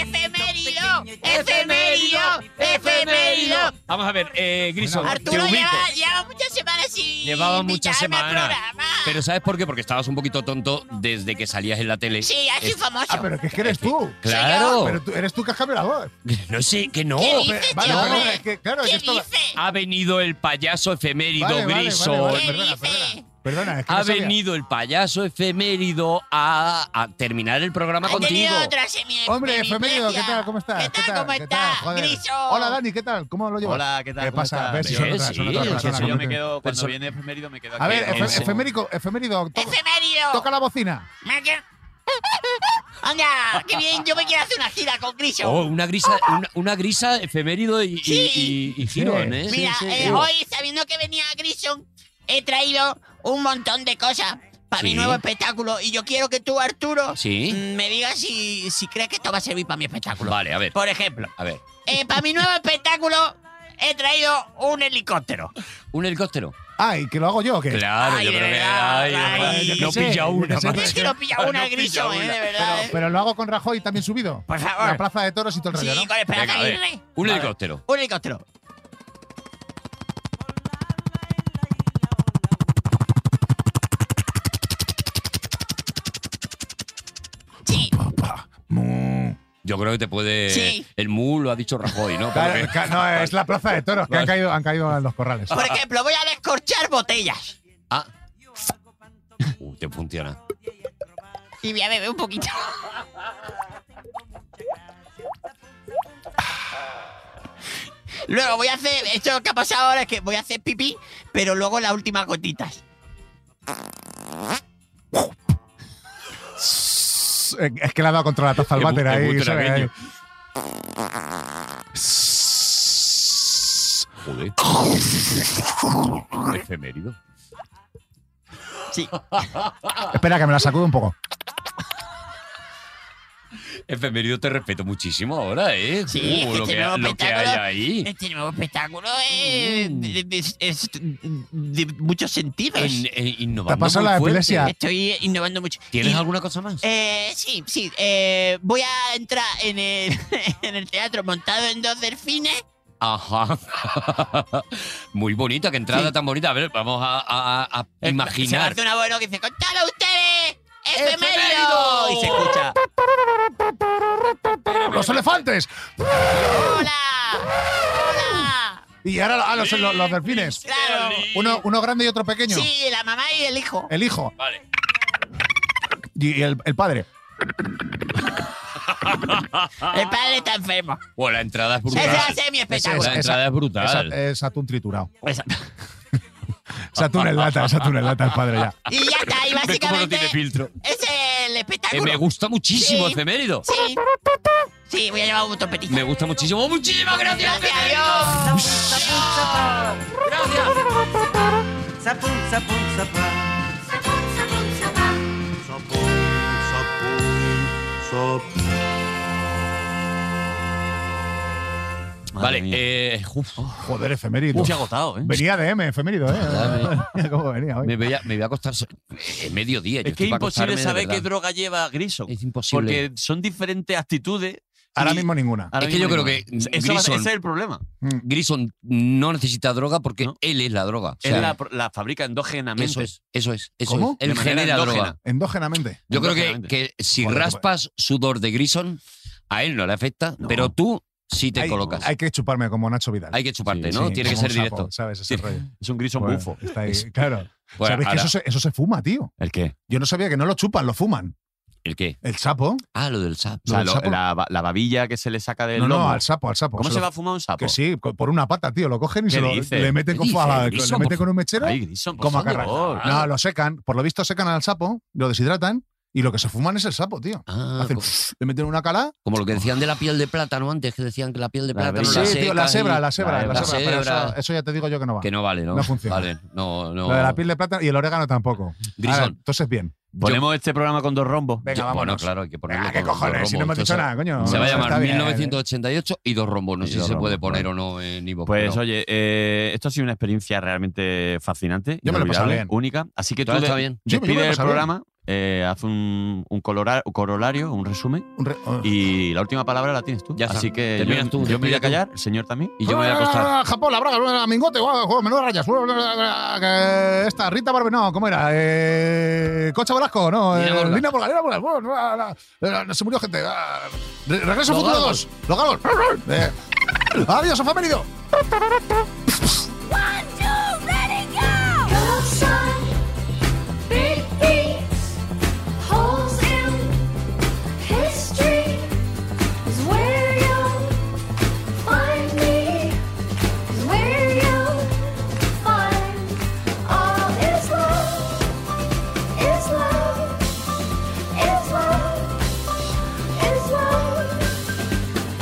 Speaker 2: ¡Efemérido! ¡Efemérido!
Speaker 3: Vamos a ver, eh, Griso, te
Speaker 2: Arturo
Speaker 3: ubico.
Speaker 2: llevaba, llevaba muchas semanas sin
Speaker 3: Llevaba muchas
Speaker 2: invitarme al
Speaker 3: semanas.
Speaker 2: programa.
Speaker 3: Pero ¿sabes por qué? Porque estabas un poquito tonto desde que salías en la tele.
Speaker 2: Sí, así
Speaker 3: Es-
Speaker 2: famoso.
Speaker 4: Ah, pero que es que eres tú.
Speaker 3: Claro.
Speaker 4: Pero tú, eres tú que has cambiado la voz.
Speaker 3: No sé, que no.
Speaker 2: ¿Qué
Speaker 4: Pe-
Speaker 2: dices,
Speaker 4: vale,
Speaker 2: tío?
Speaker 4: perdona, es que, claro,
Speaker 2: ¿Qué
Speaker 4: es que esto-
Speaker 2: dice?
Speaker 3: Ha venido el payaso efemérido,
Speaker 4: Vale, vale,
Speaker 3: Griso.
Speaker 4: vale, vale,
Speaker 2: ¿Qué
Speaker 4: perdona,
Speaker 2: dice?
Speaker 4: perdona. Perdona, es que
Speaker 3: Ha
Speaker 4: no sabía.
Speaker 3: venido el payaso efemérido a, a terminar el programa
Speaker 2: He
Speaker 3: contigo.
Speaker 2: tenido otra semi
Speaker 4: Hombre, efemérido, ¿qué tal? ¿Cómo estás?
Speaker 2: ¿Qué tal? ¿Cómo
Speaker 4: ¿Qué tal?
Speaker 2: estás?
Speaker 4: Joder.
Speaker 2: Griso.
Speaker 4: Hola, Dani, ¿qué tal? ¿Cómo lo llevas?
Speaker 7: ¿qué
Speaker 4: ¿Qué pasa? ¿Ves?
Speaker 3: Sí,
Speaker 4: Son otras,
Speaker 3: sí,
Speaker 4: son otras
Speaker 3: sí,
Speaker 4: personas,
Speaker 3: sí,
Speaker 4: son
Speaker 3: yo me
Speaker 4: otras.
Speaker 3: Perso-
Speaker 7: viene efemérido me quedo
Speaker 4: A ver,
Speaker 7: en
Speaker 4: efe-
Speaker 7: ese-
Speaker 4: efemérico, efemérido. to-
Speaker 2: ¡Efemérido!
Speaker 4: Toca la bocina.
Speaker 2: Me que- ¡Anda! ¡Qué bien! Yo me quiero hacer una gira con Griso.
Speaker 3: Oh, una grisa, una, una grisa efemérido y, y-
Speaker 2: Ah. Sí.
Speaker 3: y- y Girón, ¿eh?
Speaker 2: Mira, eh, hoy, sabiendo que venía Grison, he traído un montón de cosas para
Speaker 3: Sí.
Speaker 2: mi nuevo espectáculo. Y yo quiero que tú, Arturo,
Speaker 3: Sí.
Speaker 2: mm, me digas si, si crees que esto va a servir para mi espectáculo.
Speaker 3: Vale, a ver.
Speaker 2: Por ejemplo,
Speaker 3: A ver,
Speaker 2: eh, para mi nuevo espectáculo he traído un helicóptero.
Speaker 3: un helicóptero.
Speaker 4: Ah, ¿y que lo hago yo o qué?
Speaker 3: Claro,
Speaker 2: Ay,
Speaker 3: yo
Speaker 2: de
Speaker 3: creo que
Speaker 2: verdad,
Speaker 3: ay,
Speaker 2: ay,
Speaker 3: yo
Speaker 4: yo
Speaker 3: no
Speaker 4: qué sé,
Speaker 3: pilla
Speaker 4: yo qué
Speaker 3: una,
Speaker 4: sé,
Speaker 3: macho.
Speaker 2: Es que no pilla
Speaker 3: Ah,
Speaker 2: una,
Speaker 3: no
Speaker 2: Griso,
Speaker 3: pilla
Speaker 2: eh,
Speaker 3: una.
Speaker 2: de verdad. eh.
Speaker 4: Pero lo hago con Rajoy también subido.
Speaker 2: Por favor.
Speaker 4: La plaza de toros y todo el rollo,
Speaker 2: sí,
Speaker 4: ¿no?
Speaker 2: con
Speaker 3: Venga,
Speaker 2: Esperanza
Speaker 3: a ver.
Speaker 2: Aguirre.
Speaker 3: Un
Speaker 2: Vale.
Speaker 3: helicóptero.
Speaker 2: Un helicóptero. Sí.
Speaker 4: Papá. Mu.
Speaker 3: Yo creo que te puede.
Speaker 2: Sí.
Speaker 3: El mu lo ha dicho Rajoy, ¿no?
Speaker 4: Claro,
Speaker 3: Porque-
Speaker 4: es que- no, es la plaza de toros, que han caído, han caído en los corrales.
Speaker 2: Por ejemplo, voy a descorchar botellas.
Speaker 3: Ah. Uh, te funciona.
Speaker 2: Y voy a beber un poquito. Luego voy a hacer. Esto que ha pasado ahora es que voy a hacer pipí, pero luego las últimas gotitas.
Speaker 4: Eh, Es que le ha dado contra la taza al
Speaker 3: Qué bu-
Speaker 4: váter
Speaker 3: qué
Speaker 4: ahí.
Speaker 3: butragueño.
Speaker 4: ¿sabes? Ahí.
Speaker 3: Joder. Efemérido.
Speaker 2: Sí.
Speaker 4: Ah. Espera, que me la sacudo un poco.
Speaker 3: Efemerido, te respeto muchísimo ahora, ¿eh?
Speaker 2: Sí,
Speaker 3: Uh,
Speaker 2: es que
Speaker 3: lo, que,
Speaker 2: tenemos
Speaker 3: lo que
Speaker 2: espectáculo.
Speaker 3: hay ahí.
Speaker 2: Este nuevo espectáculo es de, de- es de muchos sentidos.
Speaker 3: En, en- innovando
Speaker 4: Te pasa
Speaker 3: muy
Speaker 4: la
Speaker 3: fuerte.
Speaker 4: epilepsia.
Speaker 2: Estoy innovando mucho.
Speaker 3: ¿Tienes
Speaker 2: Y-
Speaker 3: alguna cosa más?
Speaker 2: Eh, sí, sí. eh, voy a entrar en el, en el teatro montado en dos delfines.
Speaker 3: Ajá. Muy bonita, qué entrada tan bonita. A ver, vamos a, a- a
Speaker 2: Se
Speaker 3: imaginar.
Speaker 2: hace una voz ¿no? que dice, ¡contalo a ustedes!
Speaker 3: ¡Efemérido!
Speaker 2: ¡Efemérido! Y se escucha,
Speaker 4: ¡Los elefantes!
Speaker 2: ¡hola! ¡Hola!
Speaker 4: Y ahora a los, los, los delfines.
Speaker 2: Claro.
Speaker 4: Uno, uno grande y otro pequeño.
Speaker 2: Sí, la mamá y el hijo.
Speaker 4: El hijo
Speaker 3: Vale.
Speaker 4: y el, el padre.
Speaker 3: Ah.
Speaker 2: El padre está enfermo.
Speaker 3: Bueno, la entrada es brutal.
Speaker 2: Ese va a ser mi espectáculo.
Speaker 3: La entrada es brutal.
Speaker 4: Esa- es atún triturado.
Speaker 2: Esa-
Speaker 4: Es atún en lata, es atún en lata el padre ya.
Speaker 2: Y ya está,
Speaker 3: ¿Ves cómo
Speaker 2: y
Speaker 3: no
Speaker 2: básicamente
Speaker 3: tiene filtro?
Speaker 2: ese es el
Speaker 3: Eh,
Speaker 2: espectáculo.
Speaker 3: me gusta muchísimo,
Speaker 2: Sí.
Speaker 3: efemérido.
Speaker 2: Sí. Sí, voy a llevar un trompetito.
Speaker 3: Me gusta muchísimo. Muchísimas gracias,
Speaker 2: Gracias,
Speaker 3: efemérido.
Speaker 2: adiós.
Speaker 3: Gracias.
Speaker 8: Sapun, sapun, sapa. Sapun, sapun, sapa.
Speaker 7: Madre
Speaker 3: Vale,
Speaker 7: mía.
Speaker 3: eh, uf,
Speaker 4: Joder, efemérido.
Speaker 7: Uf, se ha agotado, ¿eh?
Speaker 4: Venía de M, efemérido, ¿eh? ¿Cómo venía hoy?
Speaker 3: me, voy a, me voy a acostar. so- Es mediodía. yo
Speaker 7: Es que
Speaker 3: estoy
Speaker 7: es
Speaker 3: para
Speaker 7: imposible
Speaker 3: acostarme de
Speaker 7: saber qué
Speaker 3: verdad.
Speaker 7: droga lleva Grison.
Speaker 3: Es imposible.
Speaker 7: Porque son diferentes actitudes.
Speaker 4: Ahora
Speaker 7: y-
Speaker 4: mismo ninguna. Mm.
Speaker 7: ahora
Speaker 3: Es que yo
Speaker 7: mismo
Speaker 3: creo
Speaker 7: ninguna.
Speaker 3: que
Speaker 7: Eso va-
Speaker 3: Grison-
Speaker 7: ese es el problema.
Speaker 3: Grison no necesita droga porque
Speaker 7: No.
Speaker 3: él es la droga. O sea,
Speaker 7: él la, la fabrica endógenamente.
Speaker 3: eso es, eso es, eso
Speaker 4: ¿Cómo?
Speaker 3: es.
Speaker 7: De
Speaker 3: Él
Speaker 7: manera
Speaker 3: genera
Speaker 7: endógena.
Speaker 3: droga.
Speaker 4: Endógenamente.
Speaker 3: Yo creo que,
Speaker 7: Endógenamente.
Speaker 3: que si
Speaker 4: Joder,
Speaker 3: raspas sudor de Grison, a él no le afecta,
Speaker 7: No.
Speaker 3: pero tú sí te
Speaker 4: hay,
Speaker 3: colocas. Hay,
Speaker 4: hay que chuparme como Nacho Vidal.
Speaker 3: que chuparte,
Speaker 7: Sí,
Speaker 3: ¿no?
Speaker 4: Sí,
Speaker 3: Tiene que
Speaker 4: como
Speaker 3: ser
Speaker 4: un sapo,
Speaker 3: directo.
Speaker 4: ¿Sabes? Ese rollo.
Speaker 7: Es un Grison
Speaker 4: Bueno,
Speaker 7: bufo.
Speaker 4: Está ahí, claro.
Speaker 3: Bueno,
Speaker 4: ¿Sabes que
Speaker 3: pues ahora,
Speaker 4: eso se, eso se fuma, tío?
Speaker 7: ¿El qué?
Speaker 4: Yo no sabía que no lo chupan, lo fuman.
Speaker 3: ¿El qué?
Speaker 4: El sapo.
Speaker 3: Ah, lo del sapo.
Speaker 7: O
Speaker 4: ¿Lo
Speaker 7: sea,
Speaker 4: del
Speaker 7: lo-
Speaker 4: sapo?
Speaker 7: la, ba- la babilla que se le saca del
Speaker 4: No,
Speaker 7: lomo.
Speaker 4: no, al sapo, al sapo.
Speaker 7: ¿Cómo se
Speaker 4: lo-
Speaker 7: va a fumar un sapo?
Speaker 4: Que sí, co- por una pata, tío. Lo cogen y
Speaker 7: ¿Qué
Speaker 4: se lo,
Speaker 7: dices?
Speaker 4: le meten
Speaker 3: ¿Qué
Speaker 4: con,
Speaker 3: dices?
Speaker 4: fa-
Speaker 3: Eso,
Speaker 4: le meten
Speaker 3: por-
Speaker 4: con un mechero.
Speaker 7: Ay, Grison, por
Speaker 4: como
Speaker 7: favor.
Speaker 4: acarra.
Speaker 7: Ah,
Speaker 4: No, lo secan. Por lo visto secan al sapo, lo deshidratan y lo que se fuman es el sapo, tío.
Speaker 3: Ah,
Speaker 4: Hacen,
Speaker 3: co-
Speaker 4: le meten una cala.
Speaker 3: como lo que decían de la piel de plátano antes, que decían que la piel de
Speaker 7: La
Speaker 3: plátano
Speaker 7: verdad.
Speaker 3: la
Speaker 4: sí, tío, la
Speaker 3: secas
Speaker 4: cebra,
Speaker 3: y-
Speaker 4: la cebra,
Speaker 7: la
Speaker 4: la cebra. pero
Speaker 3: cebra.
Speaker 4: eso, eso ya te digo yo que no va.
Speaker 3: Que no vale, ¿no?
Speaker 4: No funciona.
Speaker 3: Vale, no, no.
Speaker 4: Lo de la piel de plátano y el orégano tampoco.
Speaker 3: Grisón.
Speaker 4: Ahora, entonces bien.
Speaker 7: Ponemos este programa con dos rombos.
Speaker 4: Venga,
Speaker 3: Yo- Bueno,
Speaker 4: vámonos.
Speaker 3: claro, hay que ponerlo.
Speaker 4: Ah, ¿Qué
Speaker 3: con dos
Speaker 4: cojones? Si no me
Speaker 3: rombos.
Speaker 4: has dicho
Speaker 3: Entonces,
Speaker 4: nada, coño.
Speaker 3: Se va a
Speaker 4: Está
Speaker 3: llamar
Speaker 4: bien.
Speaker 3: 1988 y dos rombos. No
Speaker 7: Y
Speaker 3: sé si
Speaker 7: dos
Speaker 3: se puede
Speaker 7: rombos,
Speaker 3: poner
Speaker 7: vale.
Speaker 3: o no en Ivo.
Speaker 7: Pues oye, eh, esto ha sido una experiencia realmente fascinante,
Speaker 4: Yo me lo he pasado
Speaker 7: inolvidable,
Speaker 4: bien.
Speaker 7: única. Así que tú
Speaker 3: Todo
Speaker 7: de-
Speaker 3: está bien.
Speaker 4: Sí, pues me lo he
Speaker 7: despide el
Speaker 4: pasado
Speaker 7: programa, eh, haz un, un colora- corolario, un resumen,
Speaker 4: Un re- oh.
Speaker 7: y la última palabra la tienes tú.
Speaker 3: Ya está.
Speaker 7: Así que
Speaker 3: Terminas
Speaker 7: yo,
Speaker 3: tú,
Speaker 7: yo me voy
Speaker 3: despide
Speaker 7: a
Speaker 3: tú.
Speaker 7: callar, el señor también.
Speaker 3: Y yo me voy a acostar.
Speaker 4: Ah, Japón, la braga, la mingote, guau, guau, menudo rayas. guau, guau, guau, guau, que Esta, Rita Barbe, no, ¿cómo era? Eh, Cocha Velasco, no. eh,
Speaker 3: Lina Morgan.
Speaker 4: Lina Morgan, Lina Morgan, guau, guau, guau, guau, guau, Se murió gente. ah, Re- Regreso
Speaker 3: Los
Speaker 4: Futuro
Speaker 3: Galgos.
Speaker 4: 2. Los galgos. Eh, Adiós, afamerido.
Speaker 6: One, two, let it go! Go shine, big feet, holes in history is where you'll find me, is where you'll find all is love, is love, is love, is love.